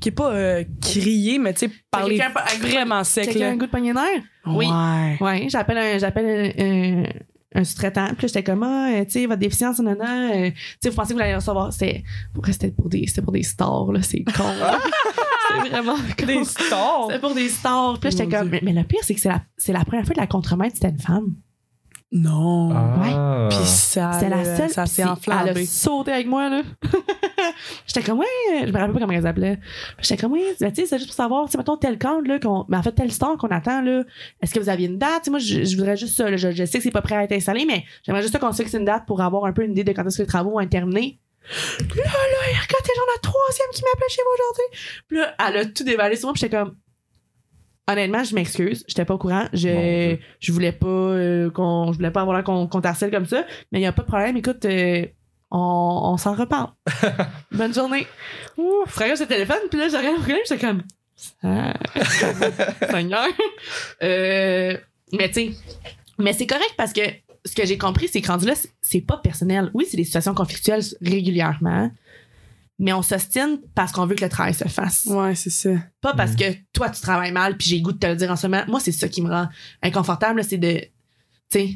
Speaker 2: Qui est pas euh, crier, mais tu sais, parler
Speaker 3: quelqu'un pas-
Speaker 2: vraiment sec,
Speaker 3: Quelqu'un a
Speaker 2: là.
Speaker 3: un goût de poignée d'air? Oui.
Speaker 2: Ouais.
Speaker 3: Ouais, j'appelle un, j'appelle un, un- un sous-traitant. Puis là, j'étais comme, ah, euh, tu sais, votre déficience, nanana, euh, tu sais, vous pensez que vous allez le recevoir. C'était pour, c'était pour, des, c'était pour des stars, là, c'est con. c'est vraiment con.
Speaker 2: Des stars!
Speaker 3: C'était pour des stars. Puis là, j'étais
Speaker 2: Mon
Speaker 3: comme, mais, mais le pire, c'est que c'est la, c'est la première fois que la contremaître, c'était une femme.
Speaker 2: Non!
Speaker 1: Ah.
Speaker 2: Puis ça,
Speaker 3: C'était la
Speaker 2: euh,
Speaker 3: seule.
Speaker 2: ça
Speaker 3: puis
Speaker 2: s'est
Speaker 3: Elle a
Speaker 2: enflammé.
Speaker 3: sauté avec moi, là. j'étais comme, ouais, je me rappelle pas comment elle s'appelait. Puis J'étais comme, ouais, ben, tu sais, c'est juste pour savoir, tu sais, mettons, tel compte, là, qu'on, mais en fait, tel star qu'on attend, là, est-ce que vous aviez une date? Tu sais, moi, je, je voudrais juste ça, là, je, je sais que c'est pas prêt à être installé, mais j'aimerais juste ça qu'on fixe une date pour avoir un peu une idée de quand est-ce que les travaux vont être terminés. Là, là, regarde, t'es genre la troisième qui m'appelle chez moi aujourd'hui. Puis là, elle a tout déballé sur moi, puis j'étais comme, Honnêtement, je m'excuse, j'étais pas au courant,
Speaker 1: Mon
Speaker 3: je,
Speaker 1: Dieu.
Speaker 3: je voulais pas euh, qu'on je voulais pas avoir l'air qu'on qu'on t'harcèle comme ça, mais il y a pas de problème, écoute, euh, on, on s'en reparle. Bonne journée. Ouh, je regarde le téléphone, puis là, j'ai regardé mon collègue, j'étais comme, Ah, Seigneur. Euh, mais tu sais, mais c'est correct parce que ce que j'ai compris, c'est que rendu là, c'est- c'est pas personnel. Oui, c'est des situations conflictuelles régulièrement, mais on s'ostine parce qu'on veut que le travail se fasse
Speaker 2: Ouais, c'est ça.
Speaker 3: pas parce que toi tu travailles mal puis j'ai le goût de te le dire en ce moment moi c'est ça qui me rend inconfortable là, c'est de tu sais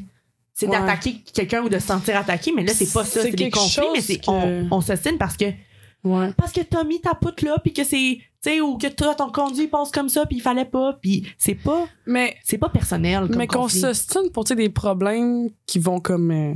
Speaker 3: c'est
Speaker 2: Ouais.
Speaker 3: d'attaquer quelqu'un ou de se sentir attaqué mais là c'est pas ça
Speaker 2: C'est
Speaker 3: c'est des
Speaker 2: quelque
Speaker 3: conflits mais
Speaker 2: chose
Speaker 3: c'est
Speaker 2: que-
Speaker 3: on, on se signe parce que
Speaker 2: Ouais.
Speaker 3: parce que t'as mis ta poutre là puis que c'est tu sais ou que toi ton conduit passe comme ça puis il fallait pas puis c'est pas
Speaker 2: Mais
Speaker 3: c'est pas personnel comme
Speaker 2: Mais qu'on
Speaker 3: conflit.
Speaker 2: s'ostine pour tu sais, des problèmes qui vont comme euh,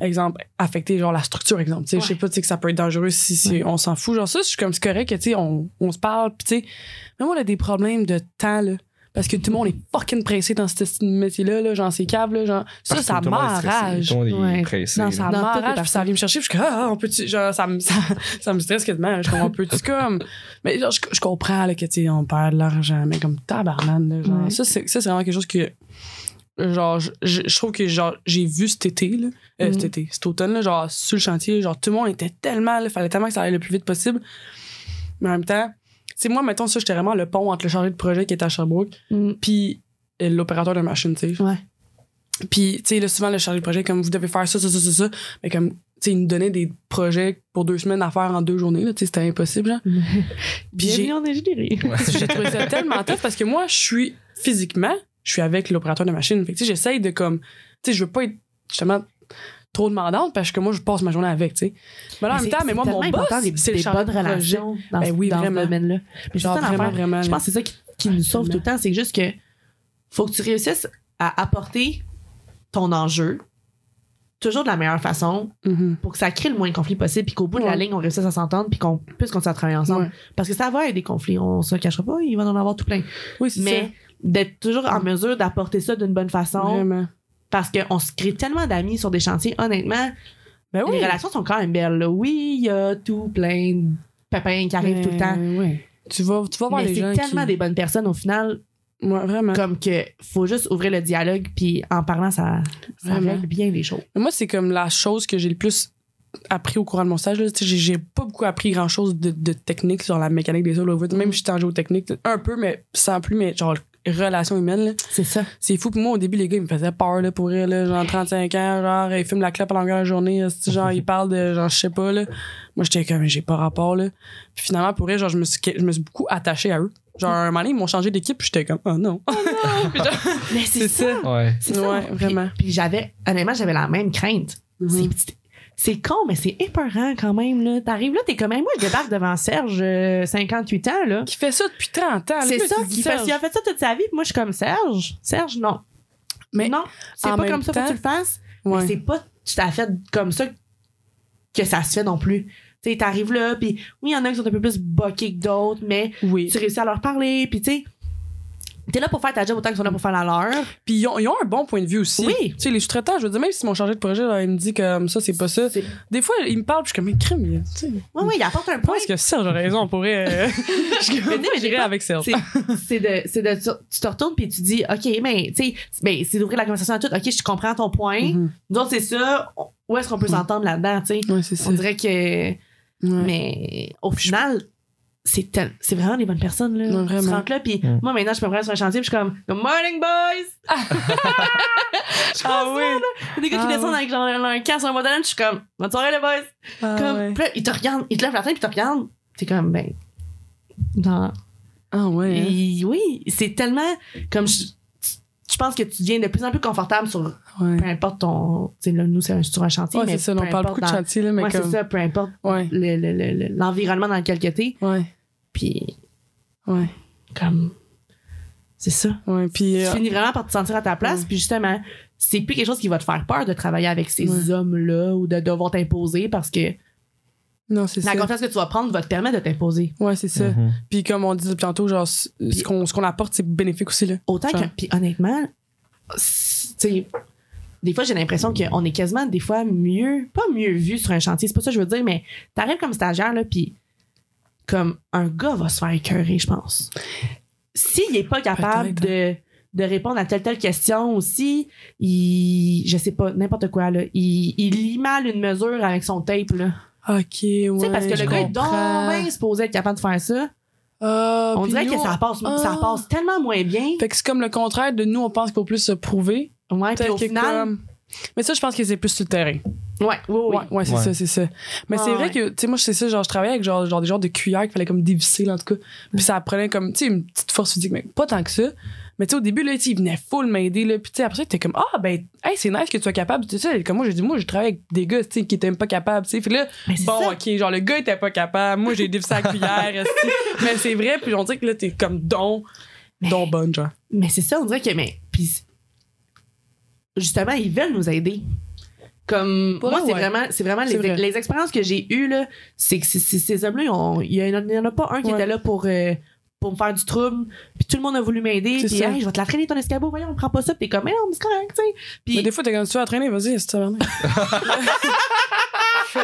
Speaker 2: exemple affecter genre la structure exemple tu sais je sais
Speaker 3: Ouais.
Speaker 2: pas tu sais que ça peut être dangereux si, si on s'en fout genre ça je suis comme c'est correct que tu sais on, on se parle puis tu sais même on a des problèmes de temps là parce que tout le monde est fucking pressé dans ce métier là là genre ces câbles là genre ça
Speaker 1: Parce que
Speaker 2: ça
Speaker 1: tout le monde est stressé,
Speaker 2: m'arrage
Speaker 1: Tout le monde est
Speaker 3: Ouais.
Speaker 1: pressé,
Speaker 2: non,
Speaker 1: là.
Speaker 2: ça
Speaker 3: Dans toutes les
Speaker 2: m'arrache, puis ça
Speaker 3: parties.
Speaker 2: vient me chercher, puis je suis comme, ah, on peut-tu, genre, ça me, ça, ça me stresse quasiment, je comprends, on peut-tu comme. Mais genre, je, je comprends, là, que, tu sais, on perd de l'argent, mais comme tabarnane, là, genre,
Speaker 3: Ouais.
Speaker 2: ça, c'est, ça, c'est vraiment quelque chose que, genre, je, je- je trouve que, genre, j'ai vu cet été, là, euh,
Speaker 3: Mhm.
Speaker 2: cet été, cet automne, là, genre, sur le chantier, genre, tout le monde était tellement, il fallait tellement que ça aille le plus vite possible. Mais en même temps, tu sais, moi, mettons, ça, j'étais vraiment le pont entre le chargé de projet qui était à Sherbrooke,
Speaker 3: Mm.
Speaker 2: puis euh, l'opérateur de machine, tu sais.
Speaker 3: Ouais.
Speaker 2: Puis, tu sais, là, souvent, le chargé de projet, comme vous devez faire ça, ça, ça, ça, ça. Mais comme, tu sais, il nous donnait des projets pour deux semaines à faire en deux journées, là, tu sais, c'était impossible, genre. Puis j'ai-
Speaker 3: Bienvenue en ingénierie
Speaker 2: j'ai trouvé ça tellement tough parce que moi, je suis physiquement, je suis avec l'opérateur de machine. Fait que, tu sais, j'essaye de comme, tu sais, je veux pas être justement trop demandante parce que moi, je passe ma journée avec, tu sais. Mais là, en
Speaker 3: C'est-
Speaker 2: même temps, mais moi,
Speaker 3: c'est
Speaker 2: mon
Speaker 3: tellement
Speaker 2: boss,
Speaker 3: important, des,
Speaker 2: c'est le
Speaker 3: des
Speaker 2: chargé
Speaker 3: bonnes
Speaker 2: de projet.
Speaker 3: relations dans,
Speaker 2: Ben
Speaker 3: ce-
Speaker 2: oui,
Speaker 3: dans ce
Speaker 2: vraiment.
Speaker 3: domaine-là mais
Speaker 2: Genre,
Speaker 3: c'est ça l'affaire.
Speaker 2: vraiment, euh, vraiment.
Speaker 3: Je
Speaker 2: là.
Speaker 3: pense que c'est ça qui, qui nous sauve tout le temps. C'est juste que faut que tu réussisses à apporter ton enjeu toujours de la meilleure façon
Speaker 2: Mhm.
Speaker 3: pour que ça crée le moins de conflits possible puis qu'au bout de la
Speaker 2: Ouais.
Speaker 3: ligne, on réussisse à s'entendre puis qu'on puisse continuer à travailler ensemble.
Speaker 2: Ouais.
Speaker 3: Parce que ça va être des conflits, on se le cachera pas, il va en avoir tout plein.
Speaker 2: Oui, c'est
Speaker 3: Mais d'être toujours en mesure d'apporter ça d'une bonne
Speaker 2: ça.
Speaker 3: façon
Speaker 2: Vraiment.
Speaker 3: parce qu'on se crée tellement d'amis sur des chantiers. Honnêtement,
Speaker 2: Ben oui.
Speaker 3: les relations sont quand même belles. là. Oui, il y a tout plein de pépins qui arrivent tout le temps.
Speaker 2: Mais ouais. Tu vas, tu vas voir
Speaker 3: Mais
Speaker 2: les gens.
Speaker 3: c'est tellement
Speaker 2: qui...
Speaker 3: des bonnes personnes au final
Speaker 2: Ouais, vraiment.
Speaker 3: comme que faut juste ouvrir le dialogue puis en parlant ça ça
Speaker 2: Vraiment.
Speaker 3: règle bien les choses.
Speaker 2: Moi, c'est comme la chose que j'ai le plus appris au courant de mon stage. là. Tu sais, J'ai j'ai pas beaucoup appris grand chose de, de technique sur la mécanique des sols. là.
Speaker 3: Mm.
Speaker 2: Même si j'étais en géotechnique, un peu, mais sans plus, mais genre relations humaines. là.
Speaker 3: C'est ça.
Speaker 2: C'est fou. Puis moi, au début, les gars, ils me faisaient peur là, pour rire. Là, genre 35 ans, genre, ils fument la clope à longueur de journée. là. C'est-tu, genre, ils parlent de genre, je sais pas. Là. Moi, j'étais comme, j'ai pas rapport. Là. Puis finalement, pour rire, genre, je me suis, je me suis beaucoup attachée à eux. Genre,
Speaker 3: Mm.
Speaker 2: un moment donné, ils m'ont changé d'équipe, puis j'étais comme, oh non.
Speaker 3: Mais c'est ça.
Speaker 1: Ouais.
Speaker 3: C'est ça.
Speaker 2: Ouais,
Speaker 3: Puis-
Speaker 2: vraiment.
Speaker 3: Puis, j'avais honnêtement j'avais la même crainte.
Speaker 2: Mhm.
Speaker 3: C'est- c'est- C'est con, mais c'est épeurant quand même. là. T'arrives là, t'es comme Hey, moi, je débarque devant Serge, euh, 58 ans. là.
Speaker 2: Qui fait ça depuis 30 ans. là.
Speaker 3: C'est
Speaker 2: Là,
Speaker 3: ça
Speaker 2: tu dis,
Speaker 3: qui fait.
Speaker 2: Serge,
Speaker 3: Il a fait ça toute sa vie, puis moi, je suis comme Serge. Serge, non.
Speaker 2: Mais
Speaker 3: non, c'est
Speaker 2: en
Speaker 3: pas
Speaker 2: même
Speaker 3: comme ça faut que
Speaker 2: temps-
Speaker 3: tu le fasses.
Speaker 2: ouais.
Speaker 3: Mais c'est pas tout à fait comme ça que ça se fait non plus. Tu sais, t'arrives là, puis oui, il y en a qui sont un peu plus boqués que d'autres, mais
Speaker 2: Oui.
Speaker 3: tu réussis à leur parler, puis tu sais, t'es là pour faire ta job autant qu'ils sont là pour faire la leur.
Speaker 2: Puis ils ont, ils ont un bon point de vue aussi.
Speaker 3: Oui.
Speaker 2: Tu sais, les sous-traitants, je veux dire, même s'ils m'ont changé de projet, là, ils me disent comme ça, c'est pas ça.
Speaker 3: C'est-
Speaker 2: Des fois, ils me parlent, puis je suis comme, mais crime, il y a- tu sais.
Speaker 3: Oui, oui, il apporte un point.
Speaker 2: Est-ce que Serge a raison? On pourrait. euh, je
Speaker 3: Mais tu sais, mais
Speaker 2: j'irais
Speaker 3: des fois,
Speaker 2: avec Serge.
Speaker 3: C'est c'est de, c'est de, tu te retournes puis tu dis, OK, mais tu sais, ben, c'est d'ouvrir la conversation à tout. OK, je comprends ton point.
Speaker 2: Mhm.
Speaker 3: Nous autres, c'est ça. On- Où est-ce qu'on peut s'entendre là-dedans, tu sais?
Speaker 2: Oui, Mhm. c'est ça.
Speaker 3: On dirait que.
Speaker 2: Ouais.
Speaker 3: Mais au final, c'est tel- c'est vraiment des bonnes personnes, là.
Speaker 2: Ouais,
Speaker 3: Tu
Speaker 2: vraiment.
Speaker 3: rentres là, puis
Speaker 1: Mm.
Speaker 3: moi, maintenant, je me prends sur un chantier, puis je suis comme, Good morning, boys!
Speaker 2: ah oui.
Speaker 3: Des gars qui
Speaker 2: Ah,
Speaker 3: descendent
Speaker 2: ouais.
Speaker 3: avec genre un casque sur un modèle, je suis comme, bonne soirée, les boys!
Speaker 2: Ah
Speaker 3: comme,
Speaker 2: ouais.
Speaker 3: puis là, ils te regardent, ils te lèvent la tête, puis ils te regardent. T'es comme, ben. Non.
Speaker 2: Ah ouais. hein.
Speaker 3: Et oui, c'est tellement. Comme je, je pense que tu deviens de plus en plus confortable sur
Speaker 2: Ouais.
Speaker 3: peu importe ton. tu sais, là, nous, c'est un- sur un chantier.
Speaker 2: Ouais,
Speaker 3: mais
Speaker 2: c'est ça.
Speaker 3: peu
Speaker 2: On parle
Speaker 3: importe
Speaker 2: beaucoup de
Speaker 3: dans-
Speaker 2: chantier, là, mais
Speaker 3: Ouais, c'est
Speaker 2: comme.
Speaker 3: ça, peu importe
Speaker 2: Ouais.
Speaker 3: le- le- le- le- l'environnement dans lequel que t'es.
Speaker 2: Ouais.
Speaker 3: Puis,
Speaker 2: Ouais.
Speaker 3: comme. C'est ça.
Speaker 2: Ouais. Puis. euh,
Speaker 3: Tu finis vraiment par te sentir à ta place.
Speaker 2: Ouais.
Speaker 3: Puis, justement, c'est plus quelque chose qui va te faire peur de travailler avec ces
Speaker 2: Ouais.
Speaker 3: hommes-là ou de devoir t'imposer parce que
Speaker 2: Non, c'est ça.
Speaker 3: la confiance que tu vas prendre va te permettre de t'imposer.
Speaker 2: Ouais, c'est ça.
Speaker 1: Mhm.
Speaker 2: Puis comme on disait tantôt, genre, ce ce qu'on ce qu'on apporte, c'est bénéfique aussi, là.
Speaker 3: Autant que.
Speaker 2: Genre.
Speaker 3: Puis, honnêtement, c'est- tu sais. Des fois, j'ai l'impression qu'on est quasiment des fois mieux, pas mieux vu sur un chantier, c'est pas ça que je veux dire, mais t'arrives comme stagiaire, là, puis comme un gars va se faire écœurer, je pense. S'il n'est pas capable
Speaker 2: hein.
Speaker 3: de, de répondre à telle telle question aussi, il, je sais pas, n'importe quoi, là, il, il lit mal une mesure avec son tape, là.
Speaker 2: OK, ouais.
Speaker 3: tu sais, parce que
Speaker 2: je
Speaker 3: le gars est donc
Speaker 2: comprends.
Speaker 3: bien supposé être capable de faire ça.
Speaker 2: Ah,
Speaker 3: On
Speaker 2: puis
Speaker 3: dirait
Speaker 2: nous,
Speaker 3: que ça passe, ça
Speaker 2: Ah.
Speaker 3: passe tellement moins bien.
Speaker 2: Fait que c'est comme le contraire de nous, on pense qu'il faut plus se prouver.
Speaker 3: Ouais, puis
Speaker 2: Peut-être
Speaker 3: au
Speaker 2: que
Speaker 3: final,
Speaker 2: comme- Mais ça, je pense que c'est plus sur le terrain.
Speaker 3: ouais, oui, oui.
Speaker 2: Ouais, ouais, c'est
Speaker 1: Ouais.
Speaker 2: ça, c'est ça. Mais
Speaker 3: Ouais,
Speaker 2: c'est vrai
Speaker 3: ouais.
Speaker 2: que, tu sais, moi, c'est ça, genre, je travaillais avec genre, genre des genres de cuillères qu'il fallait comme dévisser, là, en tout cas. Puis ça prenait comme, tu sais, une petite force physique, mais pas tant que ça. Mais tu sais, au début, là, tu sais, il venait full m'aider, là. Puis tu sais, après ça, t'es comme, ah, ben, hey, c'est nice que tu sois capable. Tu sais, comme moi, j'ai dit, moi, je travaille avec des gars, tu sais, qui étaient même pas capables, tu sais. Fait que là,
Speaker 3: Mais c'est
Speaker 2: bon,
Speaker 3: ça.
Speaker 2: ok, genre, le gars était pas capable. Moi, j'ai dévissé la cuillère, esti. Mais c'est vrai, puis on dirait que là, t'es comme don, don bonne, genre.
Speaker 3: Mais c'est ça, on dirait que. Mais, puis, justement, ils veulent nous aider. Comme,
Speaker 2: Pour
Speaker 3: moi,
Speaker 2: eux,
Speaker 3: c'est
Speaker 2: ouais.
Speaker 3: vraiment, c'est vraiment les,
Speaker 2: C'est vrai.
Speaker 3: les expériences que j'ai eues, là, c'est que c- c- ces hommes-là, ils ont- il y, en a- il y en a pas un qui
Speaker 2: Ouais.
Speaker 3: était là pour, euh, pour me faire du trouble. Puis tout le monde a voulu m'aider.
Speaker 2: C'est
Speaker 3: Puis,
Speaker 2: ça.
Speaker 3: hey, je vais te la traîner ton escabeau, voyons, on prend pas ça. Puis, t'es comme, mais non, mais c'est correct, tu sais.
Speaker 2: Mais
Speaker 3: Puis,
Speaker 2: des fois, t'es comme, tu vas traîner, vas-y, c'est ça,
Speaker 3: t'es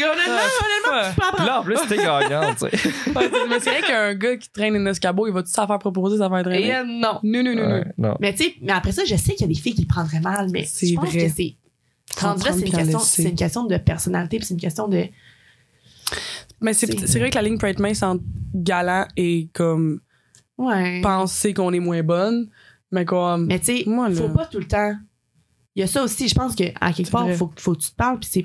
Speaker 3: comme, honnêtement, honnêtement, tu peux en
Speaker 1: Puis
Speaker 3: prendre.
Speaker 1: Là, en plus, t'es gagnant, tu sais.
Speaker 2: Mais c'est vrai qu'un gars qui traîne une escabeau, il va tout ça faire proposer, ça va être
Speaker 3: Et,
Speaker 2: traîner.
Speaker 3: euh, non.
Speaker 2: Non, non, non, non.
Speaker 1: Ouais, non.
Speaker 3: Mais, tu sais, mais après ça, je sais qu'il y a des filles qui le prendraient mal, mais
Speaker 2: C'est
Speaker 3: je pense
Speaker 2: vrai.
Speaker 3: que c'est.
Speaker 2: Faut en
Speaker 3: Rendu là,
Speaker 2: prendre
Speaker 3: c'est une,
Speaker 2: puis en
Speaker 3: question-
Speaker 2: laisser.
Speaker 3: c'est une question de personnalité, puis c'est une question de.
Speaker 2: Mais c'est
Speaker 3: C'est-
Speaker 2: c'est vrai que la ligne peut être mince entre galant et comme
Speaker 3: Ouais.
Speaker 2: penser qu'on est moins bonne, Mm. mais comme.
Speaker 3: Mais tu sais,
Speaker 2: Moi, là-
Speaker 3: faut pas tout le temps. Il y a ça aussi, je pense que à quelque
Speaker 2: C'est
Speaker 3: part,
Speaker 2: vrai.
Speaker 3: faut, faut que tu te parles, puis c'est.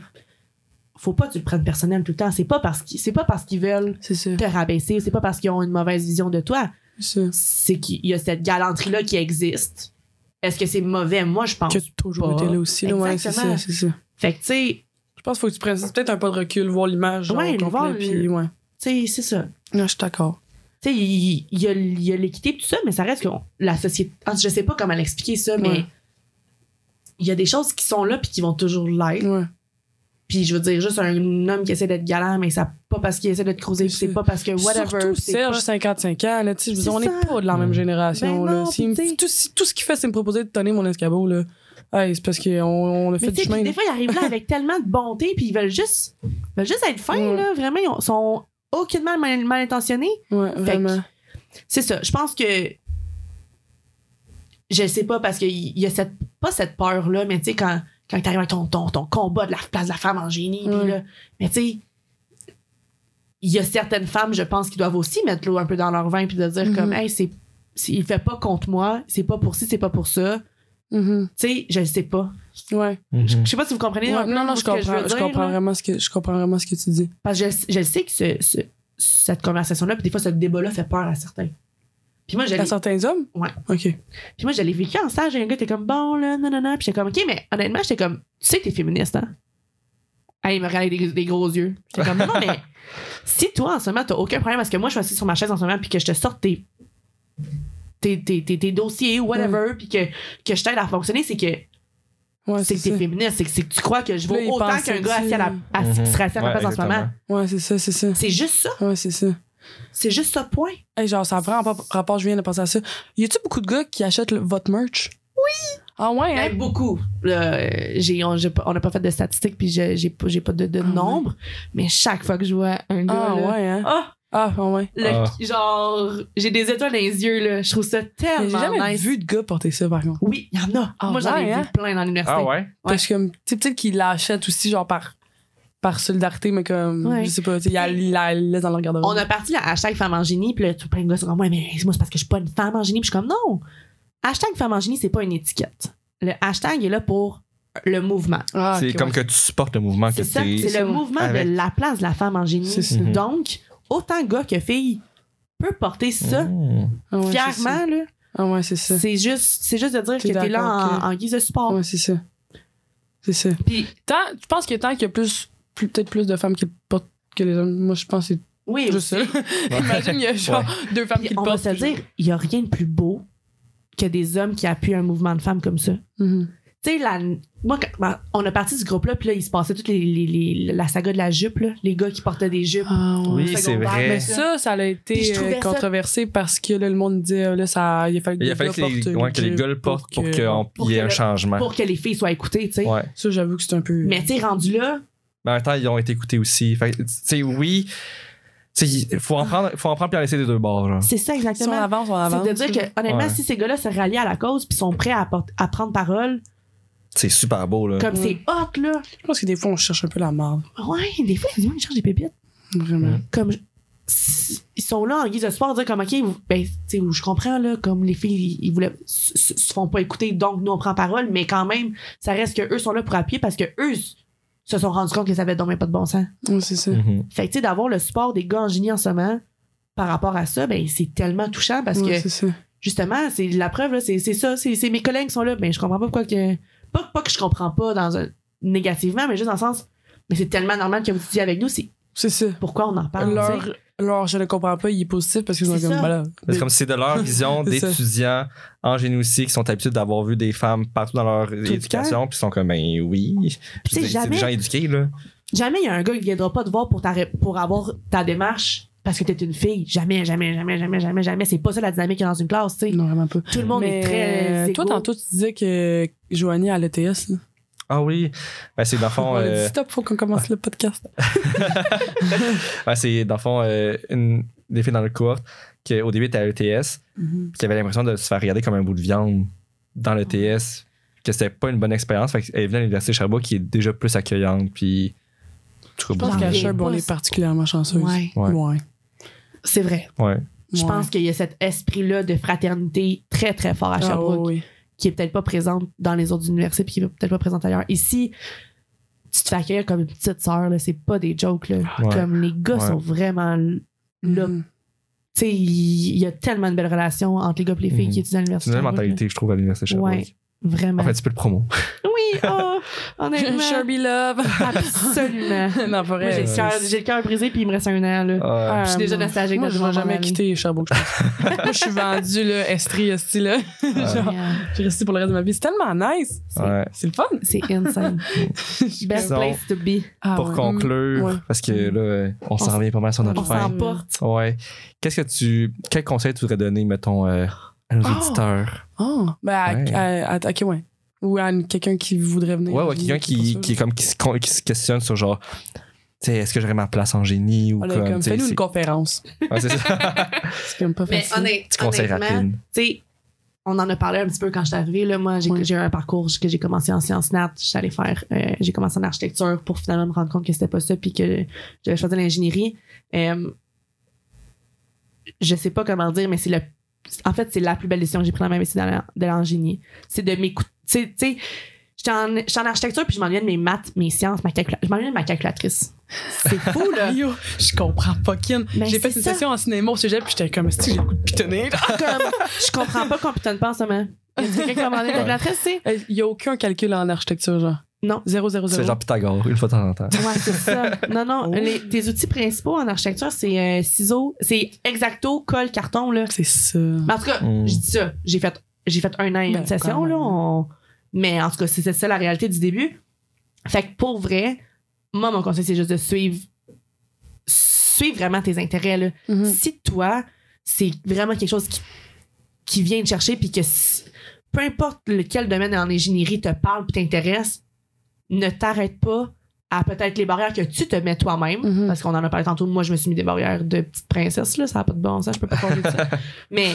Speaker 3: Faut pas que tu le prennes personnel tout le temps. C'est pas parce qu'ils, c'est pas parce qu'ils veulent
Speaker 2: C'est ça.
Speaker 3: te rabaisser, c'est pas parce qu'ils ont une mauvaise vision de toi.
Speaker 2: c'est ça.
Speaker 3: C'est qu'il y a cette galanterie-là qui existe. Est-ce que c'est mauvais? Moi, je pense.
Speaker 2: Que tu as toujours
Speaker 3: pas.
Speaker 2: été là aussi. Là, ouais, c'est
Speaker 3: Exactement.
Speaker 2: ça, c'est ça.
Speaker 3: Fait que, tu sais,
Speaker 2: Je pense qu'il faut que tu prennes c'est peut-être un pas de recul, voir l'image. genre,
Speaker 3: Ouais,
Speaker 2: au complet,
Speaker 3: voir le-
Speaker 2: puis ouais.
Speaker 3: tu sais, c'est ça.
Speaker 2: Non, je suis d'accord.
Speaker 3: Tu sais, il il y, a- il y a l'équité et tout ça, mais ça reste que on- la société. ah, Je sais pas comment l'expliquer ça, mais
Speaker 2: Ouais.
Speaker 3: il y a des choses qui sont là puis qui vont toujours l'être.
Speaker 2: Ouais.
Speaker 3: Puis je veux dire, juste un homme qui essaie d'être galant, mais ça pas parce qu'il essaie de te creuser, puis
Speaker 2: C'est-
Speaker 3: c'est pas parce que whatever.
Speaker 2: Surtout
Speaker 3: c'est
Speaker 2: Serge,
Speaker 3: pas-
Speaker 2: 55 ans, là, tu sais, je veux dire,
Speaker 3: C'est
Speaker 2: on
Speaker 3: ça.
Speaker 2: n'est pas de la même
Speaker 1: Mm.
Speaker 2: génération,
Speaker 3: Ben
Speaker 2: là.
Speaker 3: non,
Speaker 2: S'il me-
Speaker 3: puis tu sais-
Speaker 2: tout, si- tout ce qu'il fait, c'est me proposer de tonner mon escabeau, là. Hey, c'est parce qu'on on a fait
Speaker 3: Mais
Speaker 2: du
Speaker 3: tu sais,
Speaker 2: chemin.
Speaker 3: puis
Speaker 2: là.
Speaker 3: des fois, ils arrivent là avec tellement de bonté, puis ils veulent juste, ils veulent juste être fins,
Speaker 2: Ouais.
Speaker 3: là. Vraiment, ils ont- sont aucunement mal, mal intentionnés.
Speaker 2: Ouais,
Speaker 3: que-
Speaker 2: vraiment.
Speaker 3: C'est ça. Je pense que. Je sais pas, parce qu'il y a cette. Pas cette peur-là, mais tu sais, quand, quand t'arrives avec ton, ton, ton combat de la place de la femme en génie, puis
Speaker 2: Ouais.
Speaker 3: là. Mais tu sais. Il y a certaines femmes, je pense, qui doivent aussi mettre l'eau un peu dans leur vin, puis de dire
Speaker 2: Mhm.
Speaker 3: comme, hey, c'est. c'est- Il fait pas contre moi, c'est pas pour ci, c'est pas pour ça.
Speaker 2: Mhm.
Speaker 3: tu sais, je le sais pas.
Speaker 2: Ouais.
Speaker 1: Mhm.
Speaker 3: Je sais pas si vous comprenez. un
Speaker 2: Ouais,
Speaker 3: peu
Speaker 2: non, non,
Speaker 3: ce
Speaker 2: je
Speaker 3: que
Speaker 2: comprends,
Speaker 3: veux
Speaker 2: je,
Speaker 3: dire,
Speaker 2: comprends
Speaker 3: là.
Speaker 2: vraiment ce que, je comprends vraiment ce que tu dis.
Speaker 3: Parce que je, je le sais que ce- ce- cette conversation-là, puis des fois, ce débat-là fait peur à certains. Puis moi, je
Speaker 2: À
Speaker 3: l'ai-
Speaker 2: certains hommes?
Speaker 3: Ouais.
Speaker 2: OK.
Speaker 3: puis moi, je l'ai vécu en stage. et Un gars était comme bon, là, non, non, non. Puis j'étais comme, OK, mais honnêtement, j'étais comme, tu sais que t'es féministe, hein? Ah, il me regardait avec des, des gros yeux. J'étais comme, non, non, mais si toi, en ce moment, t'as aucun problème parce que moi, je suis assise sur ma chaise en ce moment, puis que je te sorte tes, tes, tes, tes, tes dossiers, whatever, puis que, que je t'aide à fonctionner, c'est que
Speaker 2: Ouais,
Speaker 3: c'est
Speaker 2: c'est
Speaker 3: que t'es
Speaker 2: ça.
Speaker 3: féministe, c'est que, c'est que tu crois que je vaux
Speaker 2: Là, il
Speaker 3: autant
Speaker 2: pense
Speaker 3: qu'un
Speaker 2: que
Speaker 3: gars
Speaker 2: tu-
Speaker 3: assis à la, assis- qui serait assis à ma
Speaker 1: Mm-hmm. Mhm. Ouais,
Speaker 3: place en ce moment.
Speaker 1: exactement.
Speaker 2: Ouais, c'est ça, c'est ça.
Speaker 3: C'est juste ça.
Speaker 2: Ouais, c'est ça.
Speaker 3: C'est juste ça, point.
Speaker 2: Hey, genre, ça prend rapport, rapport, je viens de penser à ça. Y a-tu beaucoup de gars qui achètent le- votre merch? Oui! Ah ouais, hein?
Speaker 3: Hey, beaucoup. Euh, j'ai- on j'ai pas- on n'a pas fait de statistiques, puis je- j'ai pas- j'ai pas de, de
Speaker 2: Ah ouais.
Speaker 3: nombre, mais chaque fois que je vois un gars.
Speaker 2: Ah
Speaker 3: là,
Speaker 2: ouais, hein?
Speaker 3: Ah,
Speaker 2: Ah ah ouais.
Speaker 3: le-
Speaker 1: Ah.
Speaker 3: genre, j'ai des étoiles dans les yeux, là. Je trouve ça
Speaker 2: Mais J'ai
Speaker 3: tellement
Speaker 2: jamais
Speaker 3: nice.
Speaker 2: vu de gars porter ça, par contre.
Speaker 3: Oui, il y en a.
Speaker 2: Ah
Speaker 3: Moi, j'en ai
Speaker 2: ouais, hein?
Speaker 3: vu plein dans l'université.
Speaker 1: Ah ouais?
Speaker 2: Ouais. Je suis comme, tu sais, peut-être qu'ils l'achètent aussi, genre, par, par solidarité, mais comme,
Speaker 3: Ouais.
Speaker 2: je sais pas, tu sais, ils la- ils la laissent dans leur garde-robe.
Speaker 3: On a parti la hashtag femme en génie, puis là, tout plein de gars sont comme, ouais, mais moi, c'est parce que je suis pas une femme en génie. Puis je suis comme, non! Hashtag femme en génie, c'est pas une étiquette. Le hashtag est là pour le mouvement.
Speaker 2: Ah,
Speaker 1: c'est
Speaker 2: ok,
Speaker 1: comme
Speaker 2: ouais.
Speaker 1: que tu supportes le mouvement que
Speaker 3: C'est ça,
Speaker 1: t'es.
Speaker 3: c'est le mouvement
Speaker 1: Avec-
Speaker 3: de la place de la femme en génie.
Speaker 2: C'est ça.
Speaker 1: Mhm.
Speaker 3: Donc, autant gars que filles peut porter ça
Speaker 1: Mmh.
Speaker 2: Ah ouais, c'est ça.
Speaker 3: fièrement, là.
Speaker 2: Ah ouais, c'est ça.
Speaker 3: C'est juste, c'est juste de dire que
Speaker 2: T'es
Speaker 3: t'es là en,
Speaker 2: d'accord, ok.
Speaker 3: en guise de support.
Speaker 2: Ouais, c'est ça. C'est ça.
Speaker 3: Puis-
Speaker 2: Tant- je pense que tant qu'il y a plus, plus- peut-être plus de femmes qui le portent que les hommes, moi, je pense que
Speaker 3: Oui,
Speaker 2: c'est juste ça. Imagine, il y a genre deux femmes
Speaker 3: Puis
Speaker 2: qui le
Speaker 3: on va
Speaker 2: portent.
Speaker 3: se le dire, il n'y a rien de plus beau que des hommes qui appuient un mouvement de femmes comme ça.
Speaker 2: Mhm.
Speaker 3: Tu sais, la- moi, quand- ben, on a parti de ce groupe-là, puis là, il se passait toute les, les- les- la saga de la jupe, là, les gars qui portaient des jupes.
Speaker 2: Ah ouais.
Speaker 1: Oui, c'est
Speaker 3: secondaire,
Speaker 1: vrai.
Speaker 2: Mais ça, ça a
Speaker 3: Puis
Speaker 2: été
Speaker 3: je trouvais
Speaker 2: euh,
Speaker 3: ça-
Speaker 2: controversé parce que là, le monde dit là, ça, il a fallu que,
Speaker 1: Il a fallu que les, ouais, que les gars le portent pour qu'il
Speaker 3: pour
Speaker 1: y ait
Speaker 3: que
Speaker 1: un
Speaker 3: le-
Speaker 1: changement.
Speaker 3: Pour que les filles soient écoutées, tu sais.
Speaker 1: Ouais.
Speaker 2: Ça, j'avoue que c'est un peu.
Speaker 3: Mais tu sais, rendu là,
Speaker 1: Mais en même temps, ils ont été écoutés aussi. Fait que, tu sais, oui, tu sais, il faut en prendre, faut en prendre puis en laisser des deux bords. là.
Speaker 3: c'est ça
Speaker 2: si on
Speaker 3: exactement.
Speaker 2: avance, on avance.
Speaker 3: C'est de dire que, honnêtement,
Speaker 1: Ouais.
Speaker 3: si ces gars-là se rallient à la cause puis sont prêts à, porter- à prendre parole,
Speaker 1: C'est super beau, là.
Speaker 3: comme
Speaker 2: Ouais.
Speaker 3: c'est hot, là.
Speaker 2: Je pense que des fois, on cherche un peu la marde.
Speaker 3: Ouais, des fois, ils cherchent des pépites.
Speaker 2: Vraiment.
Speaker 1: Mm.
Speaker 3: comme s- ils sont là en guise de sport dire comme ok vous- ben tu sais je comprends là comme les filles ils, ils voulaient se- se se font pas écouter donc nous on prend parole mais quand même ça reste que eux sont là pour appuyer parce que eux s- se sont rendus compte que ça avait donc même pas de bon sens
Speaker 2: Ouais, c'est ça.
Speaker 1: Mhm.
Speaker 3: fait que tu sais d'avoir le support des gars en génie en ce moment par rapport à ça ben c'est tellement touchant parce
Speaker 2: Ouais,
Speaker 3: que
Speaker 2: c'est ça.
Speaker 3: justement c'est la preuve là c'est c'est ça c'est c'est mes collègues qui sont là ben je comprends pas pourquoi que pas, pas que je comprends pas dans un négativement mais juste dans le sens mais c'est tellement normal que vous étiez avec nous c'est
Speaker 2: C'est ça.
Speaker 3: pourquoi on en parle tu sais.
Speaker 2: Leur, leur, je ne comprends pas, il est positif parce que
Speaker 3: C'est
Speaker 2: je comme,
Speaker 3: ça.
Speaker 2: voilà.
Speaker 1: C'est comme si c'est de leur vision
Speaker 2: C'est ça.
Speaker 1: d'étudiants en génie aussi qui sont habitués d'avoir vu des femmes partout dans leur
Speaker 3: le
Speaker 1: éducation, puis ils sont comme, ben oui.
Speaker 3: Puis
Speaker 1: Je
Speaker 3: tu
Speaker 1: veux
Speaker 3: sais,
Speaker 1: dire, C'est des
Speaker 3: jamais
Speaker 1: gens éduqués, là.
Speaker 3: Jamais il y a un gars qui viendra pas te voir pour, ta ré- pour avoir ta démarche parce que t'es une fille. Jamais, jamais, jamais, jamais, jamais, jamais. C'est pas ça la dynamique qu'il y a dans une classe, tu sais.
Speaker 2: Non, vraiment pas.
Speaker 3: Tout le monde
Speaker 2: Mais,
Speaker 3: est très.
Speaker 2: euh, Toi,
Speaker 3: égaux.
Speaker 2: tantôt, tu disais que Joanie à l'ETS. là.
Speaker 1: Ah oui. Ben, c'est dans le fond.
Speaker 2: On a
Speaker 1: euh,
Speaker 2: dit stop, faut qu'on commence le podcast.
Speaker 1: Ouais, Ben, c'est dans le fond euh, une des filles dans le cohorte qui au début était à E l'ETS,
Speaker 2: Mhm. Ah.
Speaker 1: qui avait l'impression de se faire regarder comme un bout de viande dans l'ETS, que c'était pas une bonne expérience. Fait qu'elle est venue à l'université de Sherbrooke qui est déjà plus accueillante, puis tout
Speaker 2: Je pense
Speaker 3: J'en
Speaker 2: qu'à
Speaker 3: reviens
Speaker 2: Sherbrooke,
Speaker 3: pas,
Speaker 2: on est
Speaker 3: ça.
Speaker 2: particulièrement chanceux.
Speaker 3: Ah. Ouais.
Speaker 1: Ouais.
Speaker 3: C'est vrai. Je pense qu'il y a cet esprit-là de fraternité très, très fort
Speaker 2: Ah,
Speaker 3: à Sherbrooke qui est peut-être pas présente dans les autres universités puis qui est peut-être pas présente ailleurs. Ici, tu te fais accueillir comme une petite sœur, là. C'est pas des jokes, là.
Speaker 1: Ouais.
Speaker 3: Comme les gars
Speaker 1: Ouais.
Speaker 3: sont vraiment. Tu Là.
Speaker 2: Mm.
Speaker 3: sais, il y a tellement de belles relations entre les gars et les filles
Speaker 1: Mhm.
Speaker 3: qui étudient à
Speaker 1: C'est
Speaker 3: l'université.
Speaker 1: une nouvelle
Speaker 3: de Sherbrooke,
Speaker 1: mentalité, je trouve, à l'université de Sherbrooke.
Speaker 3: Ouais. là. Vraiment.
Speaker 1: En fait, tu peux le promo.
Speaker 3: Oui, oh, honnêtement.
Speaker 2: Sherby Love.
Speaker 3: Absolument.
Speaker 2: non, pour
Speaker 3: Moi,
Speaker 2: vrai.
Speaker 3: j'ai le cœur- j'ai le cœur brisé, puis il me reste un an. Là.
Speaker 1: Ah,
Speaker 2: Ah,
Speaker 3: je suis déjà
Speaker 2: moi-
Speaker 3: nostalgique
Speaker 2: Moi,
Speaker 3: de
Speaker 2: je
Speaker 3: voir
Speaker 2: vais
Speaker 3: mon
Speaker 2: jamais
Speaker 3: ami.
Speaker 2: quitter Sherbrooke. je pense. moi, je suis vendue, là, estrie, esti, là.
Speaker 1: Ah,
Speaker 2: Genre, je suis restée pour le reste de ma vie. C'est tellement nice. C'est-
Speaker 1: Ouais.
Speaker 2: C'est le fun.
Speaker 3: C'est insane. Best
Speaker 1: Sinon,
Speaker 3: place to be.
Speaker 2: Ah,
Speaker 1: Pour
Speaker 2: ouais.
Speaker 1: conclure,
Speaker 2: Ouais. Mm.
Speaker 1: parce que là, euh, on s'en
Speaker 3: s-
Speaker 1: revient pas mal sur notre
Speaker 3: On
Speaker 1: fin.
Speaker 3: s'emporte.
Speaker 1: Ouais. Qu'est-ce que tu. Quel conseil tu voudrais donner, mettons, euh, à nos
Speaker 2: Oh!
Speaker 1: auditeurs?
Speaker 3: Mm. Oh.
Speaker 2: Ah, ben, à-
Speaker 1: Ouais.
Speaker 2: à- à- ok, ouais. Ou à une- quelqu'un qui voudrait venir.
Speaker 1: Ouais, ouais,
Speaker 2: Oui,
Speaker 1: quelqu'un
Speaker 2: pour
Speaker 1: qui,
Speaker 2: ça.
Speaker 1: qui, est comme, qui, se, con- qui se questionne sur genre, tu sais, est-ce que j'aurais ma place en génie ou
Speaker 2: Voilà,
Speaker 1: comme.
Speaker 2: Ah, comme,
Speaker 1: tu sais,
Speaker 2: fais-nous
Speaker 1: c'est-
Speaker 2: une conférence.
Speaker 1: Ouais, c'est ça.
Speaker 2: C'est comme pas
Speaker 3: Mais
Speaker 2: facile.
Speaker 3: honnête-
Speaker 1: Petit conseil
Speaker 3: honnêtement,
Speaker 1: rapide.
Speaker 3: tu sais, on en a parlé un petit peu quand je suis arrivée. Là, moi, j'ai
Speaker 2: Ouais.
Speaker 3: j'ai eu un parcours que j'ai commencé en sciences nat. Je suis allée faire, euh, j'ai commencé en architecture pour finalement me rendre compte que c'était pas ça, puis que j'avais choisi l'ingénierie. Euh, je sais pas comment dire, mais c'est le, en fait, c'est la plus belle décision que j'ai prise dans ma vie, c'est dans de l'ingénierie. C'est de m'écouter. Tu sais- tu sais, j'étais en, j'étais en architecture, puis je m'ennuyais de mes maths, mes sciences, ma calcula- je m'ennuyais de ma calculatrice. C'est fou, là.
Speaker 2: Yo, je comprends fucking.
Speaker 3: Ben,
Speaker 2: j'ai fait
Speaker 3: c'est
Speaker 2: une
Speaker 3: ça.
Speaker 2: session en cinéma au sujet, puis j'étais comme, est-ce que j'ai le goût de pitonner? là?
Speaker 3: Comme, je comprends pas qu'on putain de pense, hein, mais. Est-ce que quelqu'un qui m'a demandé de la calculatrice, tu sais?
Speaker 2: Hey, Il y a aucun calcul en architecture, genre.
Speaker 3: Non.
Speaker 2: Zéro, zéro,
Speaker 1: C'est
Speaker 2: zéro.
Speaker 1: genre Pythagore, une fois de temps en temps.
Speaker 3: Ouais, c'est ça. Non, non, les, tes outils principaux en architecture, c'est euh, ciseaux, c'est exacto, colle, carton, là.
Speaker 2: C'est ça.
Speaker 3: Mais en tout cas,
Speaker 1: Mm.
Speaker 3: je dis ça. J'ai fait, j'ai fait un an et
Speaker 2: Ben,
Speaker 3: une session,
Speaker 2: quand
Speaker 3: là.
Speaker 2: même.
Speaker 3: on- Mais en tout cas, c'est c'est ça la réalité du début. Fait que pour vrai, moi, mon conseil, c'est juste de suivre, suivre vraiment tes intérêts, là.
Speaker 2: Mhm.
Speaker 3: Si toi, c'est vraiment quelque chose qui, qui vient te chercher, puis que si- peu importe lequel domaine en ingénierie te parle puis t'intéresse, ne t'arrête pas à peut-être les barrières que tu te mets toi-même.
Speaker 2: Mhm.
Speaker 3: Parce qu'on en a parlé tantôt, moi, je me suis mis des barrières de petite princesse, là, ça n'a pas de bon sens, je peux pas parler de ça. Mais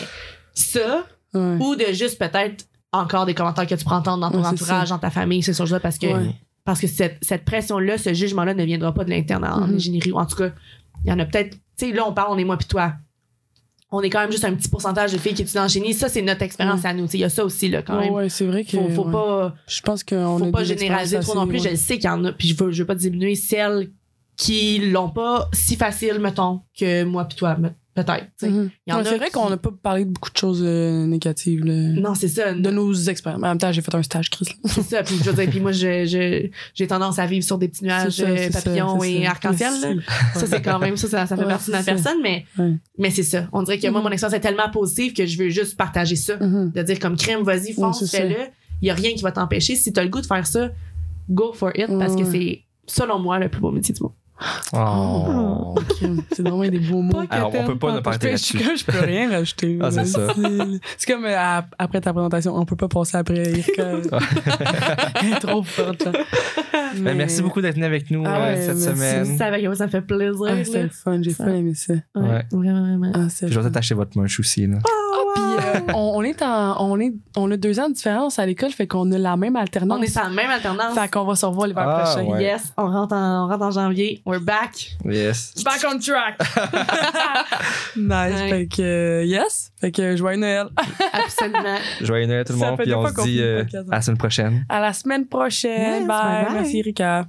Speaker 3: ça,
Speaker 2: Ouais.
Speaker 3: ou de juste peut-être encore des commentaires que tu prends entendre dans ton
Speaker 2: Mm. Ouais, c'est
Speaker 3: entourage, dans ta famille, ces choses-là, parce que
Speaker 2: Ouais.
Speaker 3: parce que cette, cette pression-là, ce jugement-là ne viendra pas de l'interne en
Speaker 2: Mhm.
Speaker 3: ingénierie. Ou en tout cas, il y en a peut-être. Tu sais, là, on parle, on est moi puis toi. On est quand même juste un petit pourcentage de filles qui étudient en génie. Ça, c'est notre expérience à nous. Tu sais, Il y a ça aussi, là, quand
Speaker 2: Mm. Ouais,
Speaker 3: même.
Speaker 2: ouais, c'est vrai que.
Speaker 3: Faut, faut
Speaker 2: ouais.
Speaker 3: pas,
Speaker 2: Je pense qu'on
Speaker 3: faut
Speaker 2: a
Speaker 3: pas
Speaker 2: des
Speaker 3: généraliser
Speaker 2: expériences
Speaker 3: trop non plus.
Speaker 2: assez-
Speaker 3: Je le sais qu'il y en a. Puis je veux, je veux pas diminuer celles qui l'ont pas si facile, mettons, que moi puis toi. me- Peut-être. tu sais.
Speaker 2: Mhm.
Speaker 3: Il y en
Speaker 2: Ouais,
Speaker 3: a
Speaker 2: C'est vrai
Speaker 3: qui-
Speaker 2: qu'on n'a pas parlé de beaucoup de choses euh, négatives là,
Speaker 3: Non, c'est ça.
Speaker 2: de nos expériences. En même temps, j'ai fait un stage, Chris.
Speaker 3: C'est ça. Puis, je veux dire, puis moi, je- je- j'ai tendance à vivre sur des petits nuages
Speaker 2: C'est ça,
Speaker 3: euh,
Speaker 2: c'est ça,
Speaker 3: papillons
Speaker 2: c'est
Speaker 3: et
Speaker 2: ça.
Speaker 3: arc-en-ciel. là.
Speaker 2: Ouais.
Speaker 3: Ça, c'est quand même, ça, ça, ça fait
Speaker 2: Ouais,
Speaker 3: partie de la
Speaker 2: c'est ça.
Speaker 3: personne, mais,
Speaker 2: Ouais.
Speaker 3: mais c'est ça. On dirait que moi,
Speaker 2: Mhm.
Speaker 3: mon expérience est tellement positive que je veux juste partager ça.
Speaker 2: Mhm.
Speaker 3: De dire comme crème, vas-y, fonce,
Speaker 2: Ouais, c'est
Speaker 3: fais-le. Il n'y a rien qui va t'empêcher. Si tu as le goût de faire ça, go for it, parce que
Speaker 2: Ouais.
Speaker 3: c'est, selon moi, le plus beau métier du monde.
Speaker 2: Ah.
Speaker 1: Oh.
Speaker 2: C'est vraiment des beaux mots.
Speaker 1: Alors, on peut Ah, pas ne pas arrêter
Speaker 2: Ah, Je suis
Speaker 1: là-dessus.
Speaker 2: comme, je peux rien rajouter.
Speaker 1: Ah, c'est ça.
Speaker 2: C'est comme euh, à- après ta présentation, on peut pas passer après Irka. Elle est trop forte. là.
Speaker 1: Ben, Merci beaucoup d'être venu avec nous
Speaker 2: Ah
Speaker 1: euh,
Speaker 2: ouais,
Speaker 1: cette
Speaker 2: merci.
Speaker 1: semaine.
Speaker 3: Ça, avec moi, ça me fait plaisir.
Speaker 2: Ah, c'était
Speaker 3: là.
Speaker 2: le fun, j'ai
Speaker 3: Ça-
Speaker 2: fun aimé ça.
Speaker 1: Ouais.
Speaker 3: Ouais, Vraiment, vraiment.
Speaker 2: Ah, c'est
Speaker 1: Puis Je vais
Speaker 2: le
Speaker 1: peut-être acheter votre merch aussi. Là.
Speaker 2: fun. Puis, euh, on, on est en- on, est, on a deux ans de différence à l'école, fait qu'on a la même alternance.
Speaker 3: On est sur la même alternance.
Speaker 2: Fait qu'on va se revoir l'hiver
Speaker 1: Ah,
Speaker 2: prochain.
Speaker 1: ouais.
Speaker 3: Yes, on rentre, en, on rentre en janvier. We're back.
Speaker 1: Yes.
Speaker 3: Back on track.
Speaker 2: Nice.
Speaker 3: Ouais.
Speaker 2: Fait que, euh, yes. Fait que, joyeux Noël.
Speaker 3: Absolument.
Speaker 1: Joyeux Noël tout le
Speaker 2: Ça
Speaker 1: monde.
Speaker 2: fait
Speaker 1: Puis
Speaker 2: deux
Speaker 1: on
Speaker 2: fois
Speaker 1: se
Speaker 2: qu'on
Speaker 1: dit
Speaker 2: finit le
Speaker 1: euh,
Speaker 2: podcast, hein.
Speaker 1: à la semaine prochaine.
Speaker 2: À la semaine prochaine.
Speaker 3: Yes,
Speaker 2: bye.
Speaker 3: bye bye.
Speaker 2: Merci, Erika.